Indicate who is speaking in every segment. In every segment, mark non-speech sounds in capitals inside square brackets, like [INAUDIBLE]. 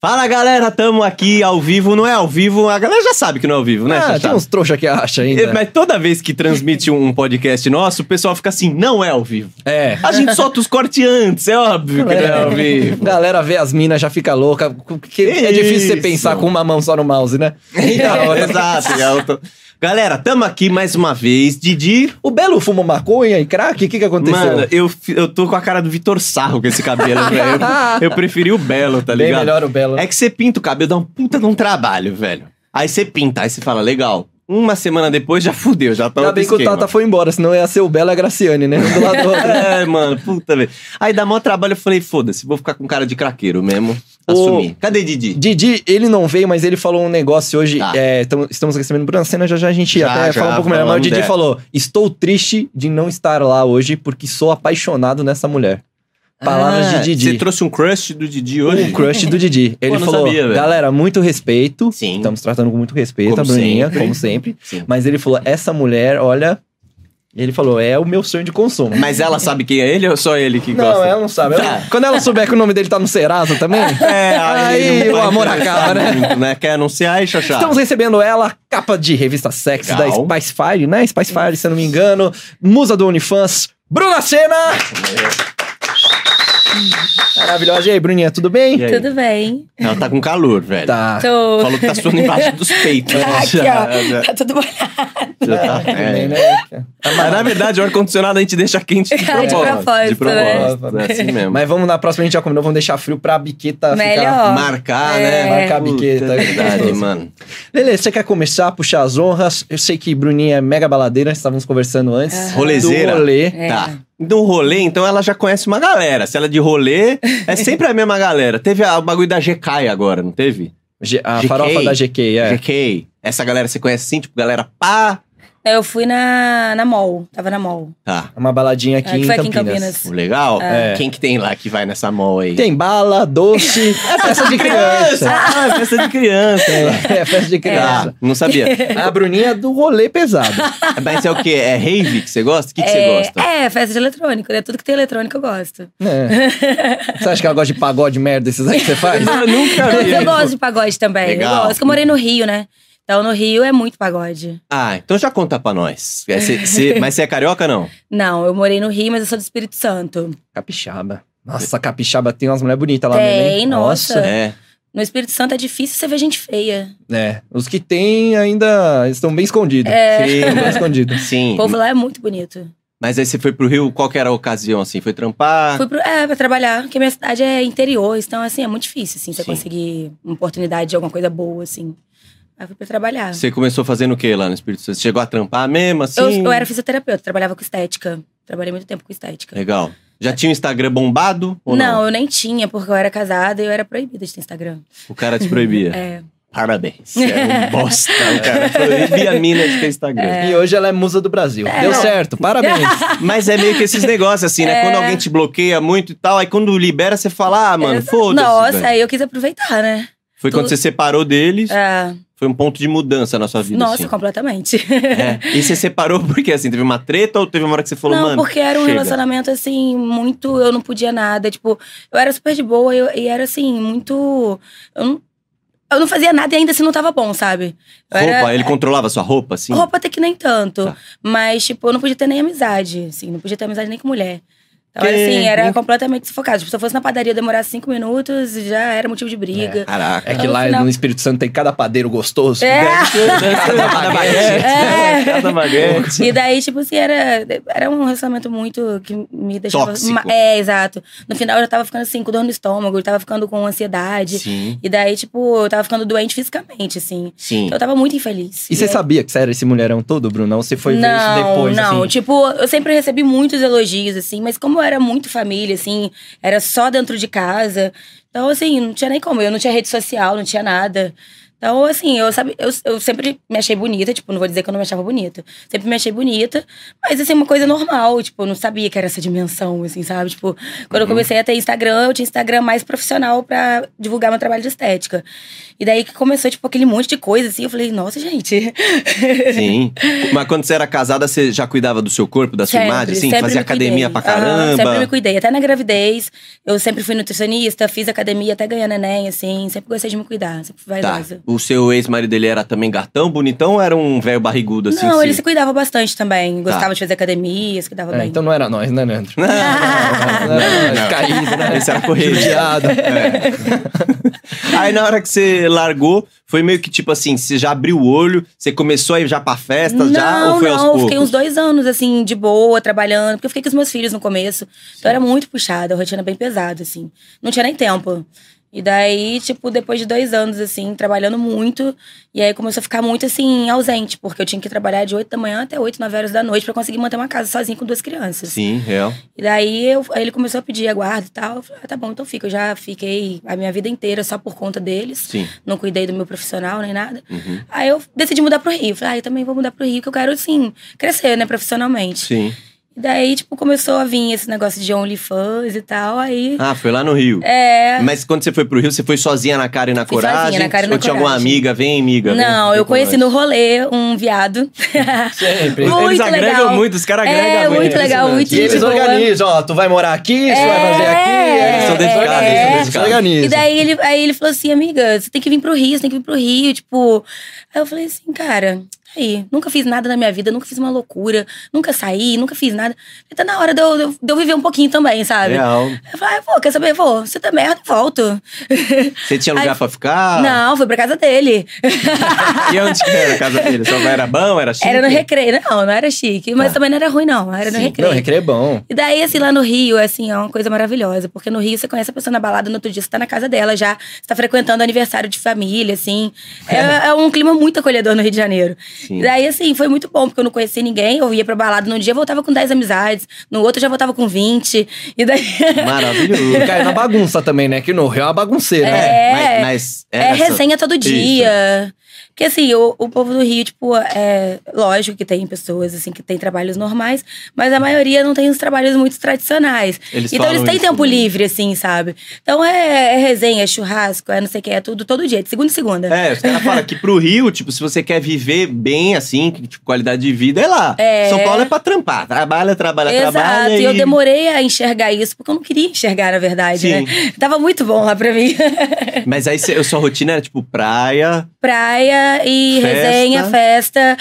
Speaker 1: Fala galera, tamo aqui ao vivo, não é ao vivo, a galera já sabe que não é ao vivo, né?
Speaker 2: Ah,
Speaker 1: Chachado?
Speaker 2: tem uns né? trouxa que acha
Speaker 1: É,
Speaker 2: ainda.
Speaker 1: Mas toda vez que transmite um podcast nosso, o pessoal fica assim, não é ao vivo. [LAUGHS]
Speaker 2: É.
Speaker 1: A gente solta os cortes antes, é óbvio que não é ao vivo.
Speaker 2: [LAUGHS] Galera vê as minas, já fica louca. porque é
Speaker 1: Isso.
Speaker 2: difícil você pensar com uma mão só no mouse, né?
Speaker 1: [LAUGHS] Então, exato. e a outra- Galera, tamo aqui mais uma vez. Didi,
Speaker 2: O Belo fuma maconha e crack? O que, que aconteceu?
Speaker 1: mano, tá eu, fi- eu tô com a cara do Vitor Sarro com esse cabelo, velho. Eu, eu preferi o Belo, tá
Speaker 2: Bem
Speaker 1: ligado?
Speaker 2: melhor o Belo.
Speaker 1: É que você pinta o cabelo, dá um puta de um trabalho, velho. Aí você pinta, aí você fala, legal. Uma semana depois já fudeu, já tá
Speaker 2: Ainda
Speaker 1: outro
Speaker 2: bem que o
Speaker 1: esquema.
Speaker 2: Tata foi embora, senão ia ser o Belo e a Graciane, né? Um do lado do
Speaker 1: [LAUGHS]
Speaker 2: outro.
Speaker 1: É, mano, puta velho. Aí dá maior trabalho, eu falei, foda-se, vou ficar com cara de craqueiro mesmo.
Speaker 2: Ô,
Speaker 1: Assumi. Cadê Didi?
Speaker 2: Didi, ele não veio, mas ele falou um negócio hoje.
Speaker 1: Tá.
Speaker 2: é, tamo- estamos recebendo o Bruno Senna, já já a gente
Speaker 1: Já,
Speaker 2: até
Speaker 1: já,
Speaker 2: fala um pouco melhor. Mas o
Speaker 1: falamos
Speaker 2: Didi
Speaker 1: dela.
Speaker 2: falou: Estou triste de não estar lá hoje porque sou apaixonado nessa mulher. Palavras
Speaker 1: Ah,
Speaker 2: de Didi.
Speaker 1: Você trouxe um crush do Didi hoje?
Speaker 2: O crush do Didi. Ele
Speaker 1: não
Speaker 2: falou,
Speaker 1: sabia, velho.
Speaker 2: galera, muito respeito.
Speaker 1: Sim.
Speaker 2: Estamos tratando com muito respeito
Speaker 1: Como
Speaker 2: a Bruninha,
Speaker 1: sempre.
Speaker 2: como sempre.
Speaker 1: Sim.
Speaker 2: Mas ele falou, essa mulher, olha... Ele falou, é o meu sonho de consumo.
Speaker 1: Mas ela sabe quem é ele ou só ele que
Speaker 2: não,
Speaker 1: gosta?
Speaker 2: ela não sabe. Ela-
Speaker 1: Tá.
Speaker 2: Quando ela souber que o nome dele [LAUGHS] tá no Serasa também...
Speaker 1: É,
Speaker 2: Aí
Speaker 1: ele não
Speaker 2: o
Speaker 1: vai
Speaker 2: amor
Speaker 1: interessar
Speaker 2: acaba, né?
Speaker 1: muito, Quer anunciar aí, Xaxá?
Speaker 2: Estamos recebendo ela, capa de revista Sex
Speaker 1: Legal.
Speaker 2: da Spice Fire, né? Spice Fire, se eu não me engano. Musa do OnlyFans, Bruna Senna! Maravilhosa. E aí, Bruninha, tudo bem?
Speaker 1: E aí?
Speaker 3: Tudo bem.
Speaker 1: Ela tá com calor, velho.
Speaker 2: Tá.
Speaker 3: Tô...
Speaker 1: Falou
Speaker 3: [LAUGHS]
Speaker 1: que tá suando embaixo dos peitos. né? É,
Speaker 3: Tá aqui,
Speaker 1: Já,
Speaker 3: ó.
Speaker 1: já-
Speaker 3: Tá tudo molhado.
Speaker 1: já tá-
Speaker 2: Tudo
Speaker 1: é.
Speaker 2: bem, né?
Speaker 1: Mas, na verdade, o ar-condicionado a gente deixa quente
Speaker 3: [LAUGHS]
Speaker 1: de
Speaker 3: Ah, De
Speaker 1: propósito.
Speaker 3: propósito, né?
Speaker 1: É assim mesmo.
Speaker 2: Mas vamos na próxima, a gente já combinou, vamos deixar frio pra biqueta ficar...
Speaker 3: Melhor.
Speaker 1: Marcar,
Speaker 3: É.
Speaker 1: né?
Speaker 2: Marcar a
Speaker 1: Puta,
Speaker 2: biqueta.
Speaker 1: É verdade, mano.
Speaker 2: Lele, você quer começar, puxar as honras? Eu sei que Bruninha é mega baladeira, estávamos conversando antes.
Speaker 1: Rolezeira.
Speaker 2: Do rolê.
Speaker 3: É.
Speaker 1: Tá. Do rolê, então ela já conhece uma galera. Se ela é de rolê,
Speaker 3: [LAUGHS]
Speaker 1: é sempre a mesma galera. Teve a- o bagulho da GK agora, não teve?
Speaker 2: G- a
Speaker 1: GK.
Speaker 2: farofa da GK, é.
Speaker 1: GK. Essa galera você conhece sim, tipo, galera pá.
Speaker 3: Eu fui na, na mol, tava na mol.
Speaker 1: Tá.
Speaker 2: Uma baladinha aqui,
Speaker 3: É, que
Speaker 2: em,
Speaker 3: foi aqui em
Speaker 2: Campinas.
Speaker 3: Campinas.
Speaker 1: Legal.
Speaker 2: É.
Speaker 1: Quem que tem lá que vai nessa mall aí?
Speaker 2: Tem bala,
Speaker 3: [LAUGHS]
Speaker 2: doce, [LAUGHS] é festa de criança.
Speaker 1: Ah, é festa de criança.
Speaker 2: É, é festa de
Speaker 1: Tá,
Speaker 2: criança.
Speaker 1: não
Speaker 3: [LAUGHS]
Speaker 1: sabia.
Speaker 2: A Bruninha é do rolê pesado.
Speaker 1: Mas é o quê? É rave que você gosta? O que, que você
Speaker 3: é,
Speaker 1: gosta?
Speaker 3: É, festa de eletrônico, né? Tudo que tem eletrônico eu gosto. [LAUGHS]
Speaker 2: É. Você acha que ela gosta de pagode merda, esses aí que você faz?
Speaker 1: Eu nunca
Speaker 3: Eu,
Speaker 1: vi.
Speaker 3: eu gosto de pagode também.
Speaker 1: Legal.
Speaker 3: Eu gosto, que eu morei no Rio, né? Então no Rio é muito pagode.
Speaker 1: Ah, então já conta pra nós. É, cê-
Speaker 3: [LAUGHS]
Speaker 1: cê- mas você é carioca, não?
Speaker 3: Não, eu morei no Rio, mas eu sou do Espírito Santo.
Speaker 2: Capixaba. Nossa, capixaba tem umas mulheres bonitas lá né,
Speaker 3: Tem,
Speaker 2: mesmo, hein?
Speaker 3: nossa.
Speaker 1: É.
Speaker 3: No Espírito Santo é difícil você ver gente feia.
Speaker 2: É. Os que tem ainda estão bem escondidos.
Speaker 3: É.
Speaker 2: Estão
Speaker 3: [LAUGHS]
Speaker 2: bem
Speaker 1: Sim,
Speaker 2: escondidos.
Speaker 3: O
Speaker 1: Sim.
Speaker 3: povo lá é muito bonito.
Speaker 1: Mas aí você foi pro Rio, qual que era a ocasião, assim? Foi trampar?
Speaker 3: Fui pro, é, pra trabalhar, porque minha cidade é interior, então, assim, é muito difícil, assim, você
Speaker 1: Sim.
Speaker 3: conseguir uma oportunidade de alguma coisa boa, assim. Aí fui pra trabalhar.
Speaker 1: Você começou fazendo o que lá no Espírito Santo? Você chegou a trampar mesmo, assim?
Speaker 3: Eu, eu era fisioterapeuta, trabalhava com estética. Trabalhei muito tempo com estética.
Speaker 1: Legal. Já tinha o Instagram bombado? Ou não?
Speaker 3: eu nem tinha, porque eu era casada e eu era proibida de ter Instagram.
Speaker 1: O cara te proibia.
Speaker 3: É.
Speaker 1: Parabéns.
Speaker 3: [LAUGHS]
Speaker 1: É um bosta. o cara proibia a mina de ter Instagram.
Speaker 2: E hoje ela é musa do Brasil. Deu
Speaker 3: não.
Speaker 2: certo,
Speaker 3: [LAUGHS]
Speaker 2: parabéns.
Speaker 1: Mas é meio que esses negócios, assim,
Speaker 3: É.
Speaker 1: né? Quando alguém te bloqueia muito e tal, aí quando libera, você fala, ah, mano, foda-se.
Speaker 3: Nossa,
Speaker 1: velho.
Speaker 3: aí eu quis aproveitar, né?
Speaker 1: Foi quando
Speaker 3: tu-
Speaker 1: você separou deles,
Speaker 3: É,
Speaker 1: foi um ponto de mudança na sua vida.
Speaker 3: nossa,
Speaker 1: assim.
Speaker 3: completamente. [LAUGHS]
Speaker 1: É. E você separou porque, assim, teve uma treta ou teve uma hora que você falou,
Speaker 3: não,
Speaker 1: mano.
Speaker 3: porque era um
Speaker 1: chega.
Speaker 3: relacionamento, assim, muito. Eu não podia nada. Tipo, eu era super de boa eu- e era, assim, muito. Eu não, eu não fazia nada e ainda assim não tava bom, sabe? Eu
Speaker 1: Roupa,
Speaker 3: era-
Speaker 1: ele controlava sua roupa, assim?
Speaker 3: Roupa até que nem tanto.
Speaker 1: Tá.
Speaker 3: Mas, tipo, eu não podia ter nem amizade, assim. Não podia ter amizade nem com mulher.
Speaker 1: Que-
Speaker 3: Então, era, assim,
Speaker 1: né?
Speaker 3: era completamente sufocado. Tipo, se eu fosse na padaria, eu demorasse cinco minutos, já era motivo de briga.
Speaker 1: Caraca.
Speaker 3: [LAUGHS]
Speaker 2: É que
Speaker 3: No
Speaker 2: lá
Speaker 3: final-
Speaker 2: no Espírito Santo tem cada padeiro gostoso. [LAUGHS]
Speaker 3: É.
Speaker 1: Cada baguete.
Speaker 3: É.
Speaker 1: Cada baguete.
Speaker 3: E daí, tipo assim, era, era um relacionamento muito que me deixava.
Speaker 1: Tóxico.
Speaker 3: ma- É, exato. No final eu já tava ficando assim, com dor no estômago, eu tava ficando com ansiedade.
Speaker 1: Sim,
Speaker 3: E daí, tipo, eu tava ficando doente fisicamente, assim.
Speaker 1: sim.
Speaker 3: Eu tava muito infeliz.
Speaker 2: E você sabia que você era esse mulherão todo, Bruno? Ou você foi ver isso depois,
Speaker 3: não,
Speaker 2: assim?
Speaker 3: tipo, eu sempre recebi muitos elogios, assim, mas como eu era muito família, assim, era só dentro de casa. Então, assim, não tinha nem como. Eu não tinha rede social, não tinha nada. Então, assim, eu, sabe, eu, eu sempre me achei bonita, tipo, não vou dizer que eu não me achava bonita. Sempre me achei bonita, mas assim, uma coisa normal, tipo, eu não sabia que era essa dimensão, assim, sabe? Tipo, quando
Speaker 2: Uhum.
Speaker 3: eu comecei a ter Instagram, eu tinha Instagram mais profissional pra divulgar meu trabalho de estética. E daí que começou, tipo, aquele monte de coisa, assim, eu falei, nossa, gente. [LAUGHS]
Speaker 1: Sim. Mas quando você era casada, você já cuidava do seu corpo, da sua
Speaker 3: Sempre,
Speaker 1: imagem, assim?
Speaker 3: sempre
Speaker 1: Fazia
Speaker 3: me
Speaker 1: academia
Speaker 3: cuidei.
Speaker 1: pra
Speaker 3: Aham, sempre me
Speaker 1: caramba.
Speaker 3: cuidei. Até na gravidez, eu sempre fui nutricionista, fiz academia até ganhar neném, assim. Sempre gostei de me cuidar, sempre fui
Speaker 1: tá.
Speaker 3: vaidosa.
Speaker 1: O seu ex-marido, ele era também gatão, bonitão ou era um velho barrigudo assim? Tá.
Speaker 3: não,
Speaker 1: assim?
Speaker 3: ele se cuidava bastante também. Gostava de fazer academia, se cuidava
Speaker 2: É,
Speaker 3: bem.
Speaker 1: [LAUGHS]
Speaker 3: [LAUGHS]
Speaker 2: então [LAUGHS] não era nós, né, Leandro?
Speaker 1: Não,
Speaker 2: Não,
Speaker 1: [LAUGHS]
Speaker 2: não era nós, Caído, né?
Speaker 1: Esse era correria. [LAUGHS]
Speaker 2: [LAUGHS] Judiado.
Speaker 1: É. Aí na hora que você largou, foi meio que tipo assim, você já abriu o olho, você começou a ir já pra festa,
Speaker 3: não,
Speaker 1: já ou foi
Speaker 3: não,
Speaker 1: aos poucos?
Speaker 3: fiquei uns dois anos, assim, de boa, trabalhando. Porque eu fiquei com os meus filhos no começo. Então era muito puxada, a rotina bem pesada, assim. Não tinha nem tempo. E daí, tipo, depois de dois anos, assim, trabalhando muito. E aí começou a ficar muito, assim, ausente. Porque eu tinha que trabalhar de 8 da manhã até 8, 9 horas da noite pra conseguir manter uma casa sozinha com duas crianças.
Speaker 1: Sim, real.
Speaker 3: E daí eu, aí ele começou a pedir a guarda e tal. Eu falei, ah, tá bom, então fica. Eu já fiquei a minha vida inteira só por conta deles.
Speaker 1: Sim.
Speaker 3: Não cuidei do meu profissional nem nada.
Speaker 1: Uhum.
Speaker 3: Aí eu decidi mudar pro Rio. Falei, ah, eu também vou mudar pro Rio, que eu quero, assim, crescer, né, profissionalmente.
Speaker 1: Sim.
Speaker 3: E daí, tipo, começou a vir esse negócio de OnlyFans e tal. Aí.
Speaker 1: Ah, foi lá no Rio.
Speaker 3: É.
Speaker 1: Mas quando você foi pro Rio, você foi sozinha na cara e na
Speaker 3: Fui
Speaker 1: coragem?
Speaker 3: sozinha, na cara e
Speaker 1: Ou
Speaker 3: na
Speaker 1: tinha alguma
Speaker 3: coragem.
Speaker 1: amiga? Vem, amiga. vem,
Speaker 3: Não,
Speaker 1: vem
Speaker 3: eu
Speaker 1: com
Speaker 3: conheci
Speaker 1: nós.
Speaker 3: no rolê um viado. [LAUGHS]
Speaker 2: Sempre.
Speaker 3: Muito
Speaker 1: Eles agregam
Speaker 3: legal.
Speaker 1: muito, os caras agregam
Speaker 3: É, muito legal,
Speaker 1: impressionante.
Speaker 3: muito
Speaker 2: E eles
Speaker 3: boa.
Speaker 2: organizam, ó, tu vai morar aqui, tu vai fazer aqui.
Speaker 3: É,
Speaker 2: aí
Speaker 1: Eles são
Speaker 3: é,
Speaker 1: dedicados,
Speaker 3: é.
Speaker 1: eles são
Speaker 2: Eles
Speaker 1: dedicados.
Speaker 2: organizam.
Speaker 3: E daí ele, aí ele falou assim, amiga, você tem que vir pro Rio, você tem que vir pro Rio, tipo. Aí eu falei assim, cara, aí, nunca fiz nada na minha vida, nunca fiz uma loucura, nunca saí, nunca fiz nada. Tá na hora de eu, de eu- de eu viver um pouquinho também, sabe?
Speaker 1: Real.
Speaker 3: Eu falei, ah, vou, quer saber? Vou, você tá merda, volto. [LAUGHS]
Speaker 1: Você tinha lugar
Speaker 3: Aí-
Speaker 1: pra ficar?
Speaker 3: Não, fui pra casa dele. [LAUGHS]
Speaker 1: E onde que era a casa dele? Só era bom, era chique?
Speaker 3: Era no recreio. Não, não era chique, mas
Speaker 1: Ah.
Speaker 3: também não era ruim, não. Era no
Speaker 1: Sim.
Speaker 3: recreio.
Speaker 2: Não, recreio é bom.
Speaker 1: [LAUGHS]
Speaker 3: E daí, assim, lá no Rio, assim, é uma coisa maravilhosa. Porque no Rio, você conhece a pessoa na balada, no outro dia você tá na casa dela já. Você tá frequentando aniversário de
Speaker 1: [LAUGHS]
Speaker 3: família, assim. É, é um clima muito acolhedor no Rio de Janeiro.
Speaker 1: Sim.
Speaker 3: E daí, assim, foi muito bom, porque eu não conhecia ninguém. Eu ia pra balada num dia, eu voltava com 10 amizades. No outro, eu já voltava com 20. E daí… [LAUGHS]
Speaker 1: Maravilhoso.
Speaker 2: E caiu na é bagunça também, né? Que no Rio é uma bagunceira, né?
Speaker 3: É,
Speaker 1: mas, mas
Speaker 3: É
Speaker 1: essa-
Speaker 3: resenha todo
Speaker 1: Isso.
Speaker 3: dia. Porque assim, o, o povo do Rio, tipo, é lógico que tem pessoas assim que tem trabalhos normais, mas a maioria não tem uns trabalhos muito tradicionais.
Speaker 1: Eles
Speaker 3: então eles
Speaker 1: falam
Speaker 3: têm
Speaker 1: isso né?
Speaker 3: tempo
Speaker 1: também.
Speaker 3: livre, assim, sabe? Então é, é resenha, é churrasco, é não sei o que, é tudo todo dia, de segunda em segunda.
Speaker 1: É, os caras falam que pro Rio, tipo, se você quer viver bem, assim, que, tipo, qualidade de vida, é lá.
Speaker 3: É.
Speaker 1: São Paulo é pra trampar. Trabalha, trabalha,
Speaker 3: Exato,
Speaker 1: trabalha.
Speaker 3: e eu demorei a enxergar isso, porque eu não queria enxergar, na verdade,
Speaker 1: Sim.
Speaker 3: né? [LAUGHS] Tava muito bom lá pra mim. [LAUGHS]
Speaker 1: Mas aí cê- sua rotina era, tipo, praia,
Speaker 3: Praia e
Speaker 1: Festa.
Speaker 3: resenha, festa.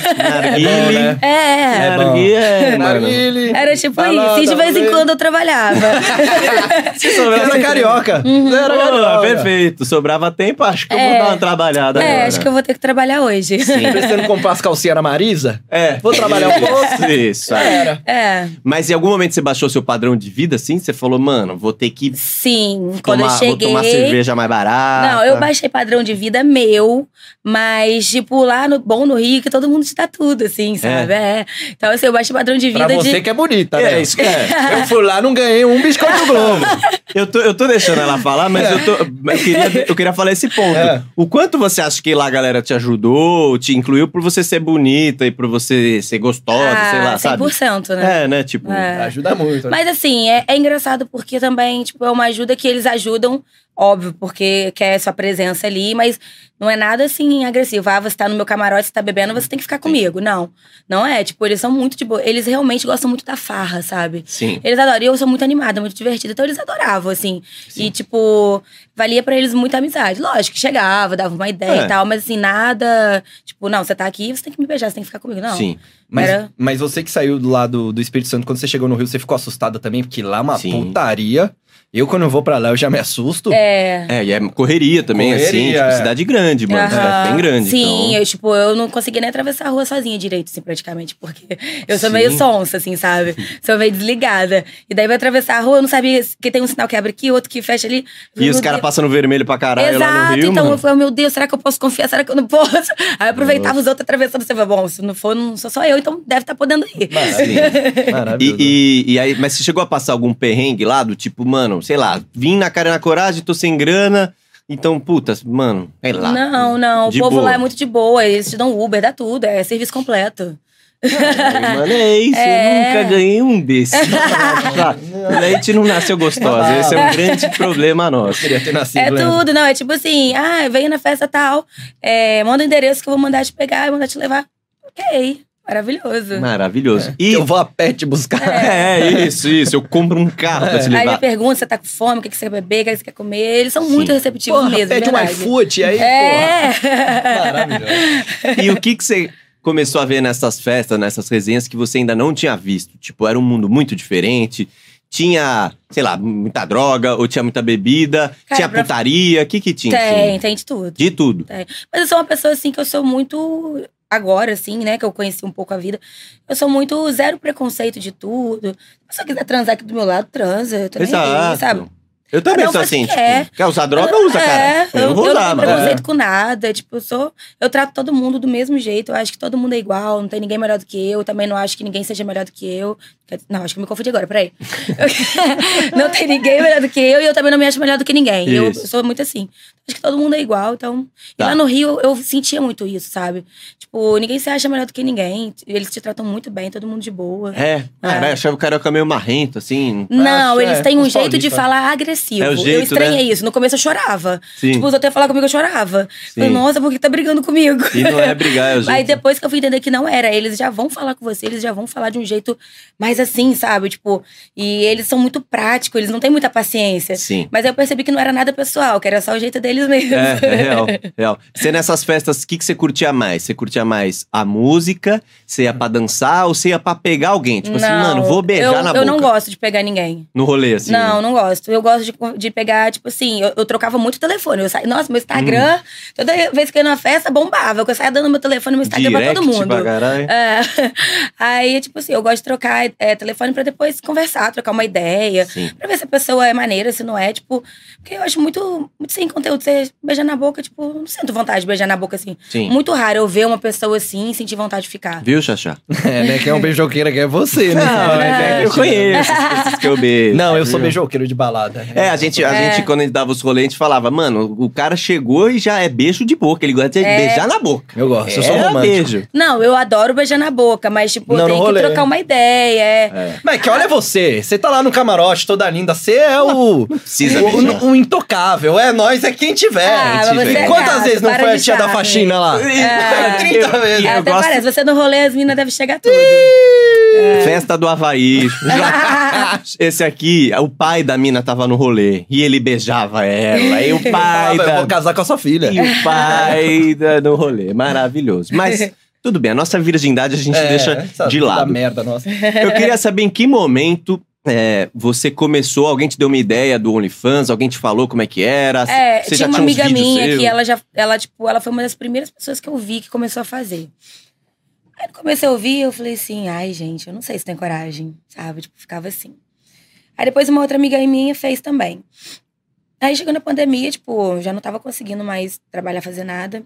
Speaker 3: [LAUGHS]
Speaker 1: narguile.
Speaker 2: bom, né?
Speaker 3: É.
Speaker 2: É bom.
Speaker 1: narguile, é, mano.
Speaker 2: Narguile.
Speaker 3: Era tipo
Speaker 2: balada,
Speaker 3: isso, e de vez em
Speaker 2: rolê.
Speaker 3: quando
Speaker 1: [LAUGHS]
Speaker 3: eu trabalhava.
Speaker 1: Se sobrava-
Speaker 2: Era carioca.
Speaker 3: Uhum.
Speaker 2: Era
Speaker 1: Pô,
Speaker 2: carioca.
Speaker 1: perfeito. Sobrava tempo, acho que eu vou
Speaker 3: É.
Speaker 1: dar uma trabalhada
Speaker 3: é,
Speaker 1: agora.
Speaker 3: acho que eu vou ter que trabalhar hoje.
Speaker 2: Precisando comprar as calcinhas na Marisa?
Speaker 1: É.
Speaker 2: Vou trabalhar um pouco.
Speaker 1: Isso, é.
Speaker 2: Era.
Speaker 3: É,
Speaker 1: Mas em algum momento você baixou seu padrão de vida, assim? Você falou, mano, vou ter que
Speaker 3: sim. Quando
Speaker 1: tomar,
Speaker 3: eu cheguei.
Speaker 1: vou tomar cerveja mais barata.
Speaker 3: Não, eu baixei padrão de vida meu, mas, tipo, lá no Bom no Rio, que todo mundo te dá tudo, assim, sabe? É. Então, assim, eu baixei padrão de vida
Speaker 2: Pra você
Speaker 3: de.
Speaker 2: que é bonita, né?
Speaker 1: É, isso que é.
Speaker 2: [LAUGHS] Eu fui lá, não ganhei um biscoito do Globo.
Speaker 1: Eu tô, eu tô deixando ela falar, mas eu, tô, eu, queria, eu queria falar esse ponto.
Speaker 2: É.
Speaker 1: O quanto você acha que lá a galera te ajudou, te incluiu por você ser bonita e por você ser gostosa,
Speaker 3: ah,
Speaker 1: é sei lá, sabe?
Speaker 3: 100%, né?
Speaker 1: É, né? Tipo.
Speaker 3: É.
Speaker 2: Ajuda muito. né?
Speaker 3: Mas assim, é, é engraçado porque também, tipo, é uma ajuda que eles ajudam, óbvio, porque quer sua presença ali, mas não é nada assim agressivo. Ah, você tá no meu camarote, você tá bebendo, você tem que ficar comigo. Não. Não é. Tipo, eles são muito de boa. Eles realmente gostam muito da farra, sabe?
Speaker 1: Sim.
Speaker 3: Eles adoram. E eu sou muito animada, muito divertida. Então eles adoravam, assim. E, tipo, valia pra eles muita amizade. Lógico, que chegava, dava uma ideia
Speaker 1: É.
Speaker 3: e tal, mas assim, nada. Tipo, não, você tá aqui, você tem que me beijar, você tem que ficar comigo. Não.
Speaker 1: Sim.
Speaker 2: Mas,
Speaker 3: Era-
Speaker 2: mas você que saiu do lado do Espírito Santo, quando você chegou no Rio, você ficou assustada também? Porque lá é uma
Speaker 1: Sim.
Speaker 2: putaria. Eu, quando eu vou pra lá, eu já me assusto.
Speaker 3: É.
Speaker 1: É, e é correria também, assim.
Speaker 2: Correria,
Speaker 1: Tipo,
Speaker 2: é.
Speaker 1: cidade grande, mano. Cidade
Speaker 3: Aham.
Speaker 1: bem grande.
Speaker 3: Sim,
Speaker 1: então...
Speaker 3: eu, tipo, eu não conseguia nem atravessar a rua sozinha direito, assim, praticamente, porque eu sou
Speaker 1: Sim.
Speaker 3: meio sonsa,
Speaker 1: [LAUGHS]
Speaker 3: assim, sabe? sou meio desligada. E daí vai atravessar a rua, eu não sabia que tem um sinal que abre aqui, outro que fecha ali.
Speaker 1: E os
Speaker 3: Meu
Speaker 1: caras
Speaker 3: Deus.
Speaker 1: passando vermelho pra caralho lá
Speaker 3: Exato,
Speaker 1: no Rio,
Speaker 3: então eu
Speaker 1: mano.
Speaker 3: falei, meu Deus, será que eu posso confiar? Será que eu não posso? [LAUGHS] Aí eu aproveitava os outros atravessando, você falou, bom, se não for, não sou só eu, então deve estar podendo ir.
Speaker 2: Assim,
Speaker 1: E,
Speaker 2: [LAUGHS] Maravilhoso.
Speaker 1: e, e aí, mas você chegou a passar algum perrengue lá do tipo, mano, sei lá, vim na cara e na coragem, tô sem grana, Então, puta, mano, sei lá.
Speaker 3: Não, não. O
Speaker 1: De
Speaker 3: povo
Speaker 1: boa.
Speaker 3: lá é muito de boa. Eles te dão Uber, dá tudo. É serviço completo.
Speaker 1: Ai, Mano, é isso.
Speaker 3: É.
Speaker 1: Eu nunca ganhei um
Speaker 3: [LAUGHS]
Speaker 1: desses.
Speaker 2: Ah,
Speaker 1: Tá, A gente não nasceu gostosa. Esse é um grande problema nosso.
Speaker 2: Queria ter nascido, né?
Speaker 3: É
Speaker 2: lembra?
Speaker 3: tudo, não. É tipo assim, ah, vem na festa tal, é, manda o endereço que eu vou mandar te pegar e mandar te levar. Ok, maravilhoso.
Speaker 1: Maravilhoso.
Speaker 2: Que
Speaker 1: E.
Speaker 2: Eu vou a pé te buscar.
Speaker 1: É, isso, isso. Eu compro um carro pra te
Speaker 3: Aí me
Speaker 1: levar.
Speaker 3: pergunta se você tá com fome, o que que você quer beber, o que que você quer comer. Eles são
Speaker 1: Sim.
Speaker 3: muito receptivos
Speaker 2: Porra,
Speaker 3: tipo mesmo,
Speaker 2: pede um
Speaker 3: verdade.
Speaker 2: iFood aí, porra.
Speaker 3: [LAUGHS] É.
Speaker 2: Maravilhoso.
Speaker 1: E o que que você começou a ver nessas festas, nessas resenhas que você ainda não tinha visto? Tipo, era um mundo muito diferente. Tinha, sei lá, muita droga, ou tinha muita bebida,
Speaker 3: Cara,
Speaker 1: tinha
Speaker 3: pra-
Speaker 1: putaria, o que que tinha? assim?
Speaker 3: Tem, tem de tudo.
Speaker 1: De tudo.
Speaker 3: Mas eu sou uma pessoa, assim, que eu sou muito. Agora, assim, né? Que eu conheci um pouco a vida. Eu sou muito zero preconceito de tudo. Se a pessoa quiser transar aqui do meu lado, transa. Eu tô nem aí, sabe?
Speaker 1: Exato. Eu também
Speaker 3: Cada um
Speaker 1: sou
Speaker 3: faz o
Speaker 1: assim,
Speaker 3: que
Speaker 1: tipo,
Speaker 3: quer.
Speaker 1: quer usar droga, usa, cara.
Speaker 3: É, eu,
Speaker 1: Eu, vou
Speaker 3: eu
Speaker 1: usar,
Speaker 3: não tenho
Speaker 1: mano.
Speaker 3: preconceito com nada. Tipo, eu sou. Eu trato todo mundo do mesmo jeito. Eu acho que todo mundo é igual, não tem ninguém melhor do que eu. Também não acho que ninguém seja melhor do que eu. Quer- Não, acho que eu me confundi
Speaker 1: [LAUGHS]
Speaker 3: agora, peraí. Eu- não tem ninguém melhor do que eu e eu também não me acho melhor do que ninguém. Eu, eu
Speaker 1: Isso.
Speaker 3: sou muito assim. Acho que todo mundo é igual, então.
Speaker 1: Tá.
Speaker 3: E lá no Rio eu sentia muito isso, sabe? Tipo, ninguém se acha melhor do que ninguém. Eles te tratam muito bem, todo mundo de boa.
Speaker 1: É, cara, eu achava o carioca meio marrento, assim.
Speaker 3: Não,
Speaker 2: Acho,
Speaker 3: eles
Speaker 2: é,
Speaker 3: têm um
Speaker 2: os
Speaker 3: jeito de
Speaker 2: paulistas.
Speaker 3: falar agressivo.
Speaker 1: É o
Speaker 3: eu
Speaker 1: jeito,
Speaker 3: estranhei isso. No começo eu chorava.
Speaker 1: Sim.
Speaker 3: Tipo, os outros iam falar comigo, eu chorava.
Speaker 1: Sim.
Speaker 3: Falei, nossa, por que tá brigando comigo?
Speaker 1: E não é brigar, é o
Speaker 3: [LAUGHS] Aí
Speaker 1: jeito.
Speaker 3: depois que eu fui entender que não era, eles já vão falar com você, eles já vão falar de um jeito mais assim, sabe? Tipo, e eles são muito práticos, eles não têm muita paciência.
Speaker 1: Sim.
Speaker 3: Mas aí eu percebi que não era nada pessoal, que era só o jeito deles mesmo.
Speaker 1: É, é
Speaker 3: [LAUGHS]
Speaker 1: real, real. Você nessas festas, o que, que você curtia mais? Você curtia mais a música? Você ia pra dançar ou você ia pra pegar alguém? Tipo assim,
Speaker 3: Não,
Speaker 1: mano, vou beijar
Speaker 3: eu,
Speaker 1: na
Speaker 3: eu
Speaker 1: boca.
Speaker 3: não gosto de pegar ninguém.
Speaker 1: No rolê, assim.
Speaker 3: Não, não gosto. Eu gosto de, de pegar, tipo assim, eu, eu trocava muito telefone. Eu sa... Nossa, meu
Speaker 1: Hum.
Speaker 3: Instagram, toda vez que eu ia numa festa, bombava. que Eu saía dando meu telefone, meu Instagram é pra todo
Speaker 1: Direct
Speaker 3: mundo.
Speaker 1: pra caralho.
Speaker 3: É. [LAUGHS] Aí, tipo assim, eu gosto de trocar é, telefone pra depois conversar, trocar uma ideia.
Speaker 1: Sim.
Speaker 3: Pra ver se a pessoa é maneira, se não é, tipo. Porque eu acho muito, muito sem conteúdo. Você beijar na boca, tipo, não sinto vontade de beijar na boca assim.
Speaker 1: Sim.
Speaker 3: Muito raro eu ver uma pessoa assim e sentir vontade de ficar.
Speaker 1: Viu, Xaxá?
Speaker 2: [LAUGHS] É, né? Quem é um beijoqueira que é você, né?
Speaker 1: Não,
Speaker 3: [LAUGHS] é,
Speaker 1: eu conheço as pessoas que eu beijo.
Speaker 2: Não, eu sou beijoqueiro de balada. né?
Speaker 1: É, a gente, a
Speaker 3: É.
Speaker 1: gente, quando a gente dava os rolês, a gente falava, mano, o cara chegou e já é beijo de boca. Ele gosta de
Speaker 3: É.
Speaker 1: beijar na boca.
Speaker 2: Eu gosto, eu sou
Speaker 1: É,
Speaker 2: romântico.
Speaker 1: beijo.
Speaker 3: Não, eu adoro beijar na boca, mas, tipo,
Speaker 2: Não,
Speaker 3: eu
Speaker 2: no
Speaker 3: tenho que
Speaker 2: rolê.
Speaker 3: trocar uma ideia. é.
Speaker 2: Mas que olha você, você tá lá no camarote toda linda, você é o.
Speaker 1: precisa
Speaker 2: o,
Speaker 1: beijar.
Speaker 2: o intocável, é nós, é quem tiver.
Speaker 3: Ah, mas
Speaker 1: você é
Speaker 2: Quantas
Speaker 3: gato,
Speaker 2: vezes não
Speaker 3: para
Speaker 2: foi a
Speaker 3: de
Speaker 2: tia da
Speaker 3: charme.
Speaker 2: faxina lá?
Speaker 1: É.
Speaker 2: 30 vezes.
Speaker 1: Eu
Speaker 3: É, até
Speaker 1: gosto-
Speaker 3: parece, você no rolê, as minas devem chegar tudo.
Speaker 1: Festa do Havaí. um- [LAUGHS]
Speaker 3: [LAUGHS]
Speaker 1: Esse aqui, o pai da mina tava no rolê. E ele beijava ela. E o
Speaker 2: Ah,
Speaker 1: pai
Speaker 2: eu
Speaker 1: da...
Speaker 2: vou casar com a sua filha.
Speaker 1: E o pai da... no rolê. Maravilhoso. Mas, tudo bem. A nossa virgindade a gente
Speaker 2: É,
Speaker 1: deixa
Speaker 2: essa-
Speaker 1: de
Speaker 2: essa
Speaker 1: lado.
Speaker 2: merda, nossa.
Speaker 1: Eu queria saber em que momento... é, você começou, alguém te deu uma ideia do OnlyFans, alguém te falou como é que era?
Speaker 3: É,
Speaker 1: você
Speaker 3: tinha
Speaker 1: já
Speaker 3: uma
Speaker 1: uns
Speaker 3: amiga
Speaker 1: vídeos
Speaker 3: minha
Speaker 1: seus?
Speaker 3: que ela já, ela, tipo, ela foi uma das primeiras pessoas que eu vi que começou a fazer. Aí eu comecei a ouvir, eu falei assim, ai, gente, eu não sei se tem coragem, sabe? Tipo, ficava assim. Aí depois uma outra amiga minha fez também. Aí chegou na pandemia, tipo, eu já não tava conseguindo mais trabalhar, fazer nada.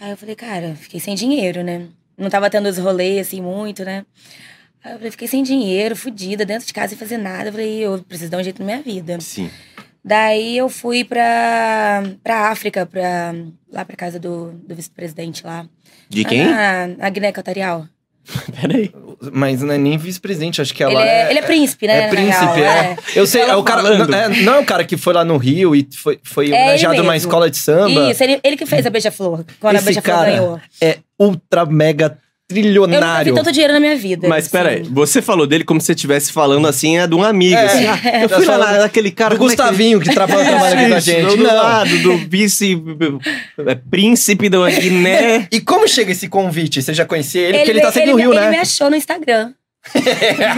Speaker 3: Aí eu falei, cara, fiquei sem dinheiro, né? Não tava tendo os rolês, assim, muito, né? Aí eu falei, fiquei sem dinheiro, fodida, dentro de casa sem fazer nada. Eu falei, eu preciso dar um jeito na minha vida.
Speaker 1: Sim.
Speaker 3: Daí eu fui pra, pra África, pra, lá pra casa do, do vice-presidente lá.
Speaker 1: De quem?
Speaker 3: Ah, Na, na Guiné Equatorial.
Speaker 1: Peraí.
Speaker 2: Mas não é nem vice-presidente, acho que
Speaker 3: Ele
Speaker 2: ela
Speaker 3: é, ele é príncipe, né?
Speaker 2: É
Speaker 3: na
Speaker 2: príncipe,
Speaker 3: real,
Speaker 2: é. Eu sei, é o cara.
Speaker 1: falando.
Speaker 2: Não é, não é o cara que foi lá no Rio e foi, foi
Speaker 3: É
Speaker 2: homenageado
Speaker 3: ele
Speaker 2: numa
Speaker 3: mesmo.
Speaker 2: escola de samba.
Speaker 3: Isso, ele, ele que fez a Beija-Flor, quando a
Speaker 2: Esse
Speaker 3: Beija-Flor
Speaker 2: cara
Speaker 3: ganhou.
Speaker 2: É ultra mega
Speaker 3: Eu nunca vi
Speaker 2: trilionário.
Speaker 3: tanto dinheiro na minha vida.
Speaker 1: Mas
Speaker 3: assim.
Speaker 1: peraí, você falou dele como se você estivesse falando assim, é de um amigo.
Speaker 2: É.
Speaker 1: assim, ah, eu
Speaker 2: Tá
Speaker 1: fui lá
Speaker 2: falando
Speaker 1: na- naquele cara.
Speaker 2: do
Speaker 1: como é que ele-
Speaker 2: Gustavinho que,
Speaker 3: [LAUGHS]
Speaker 2: trabalha, trabalha aqui com a
Speaker 1: Isso, Do
Speaker 2: gente. Não.
Speaker 1: lado do vice. é, príncipe né? da
Speaker 2: [LAUGHS]
Speaker 1: Guiné.
Speaker 2: E como chega esse convite? Você já conhecia ele?
Speaker 3: Ele,
Speaker 2: Porque ele tá
Speaker 3: me-
Speaker 2: sempre no
Speaker 3: ele
Speaker 2: Rio,
Speaker 3: me-
Speaker 2: né?
Speaker 3: Ele me achou no Instagram.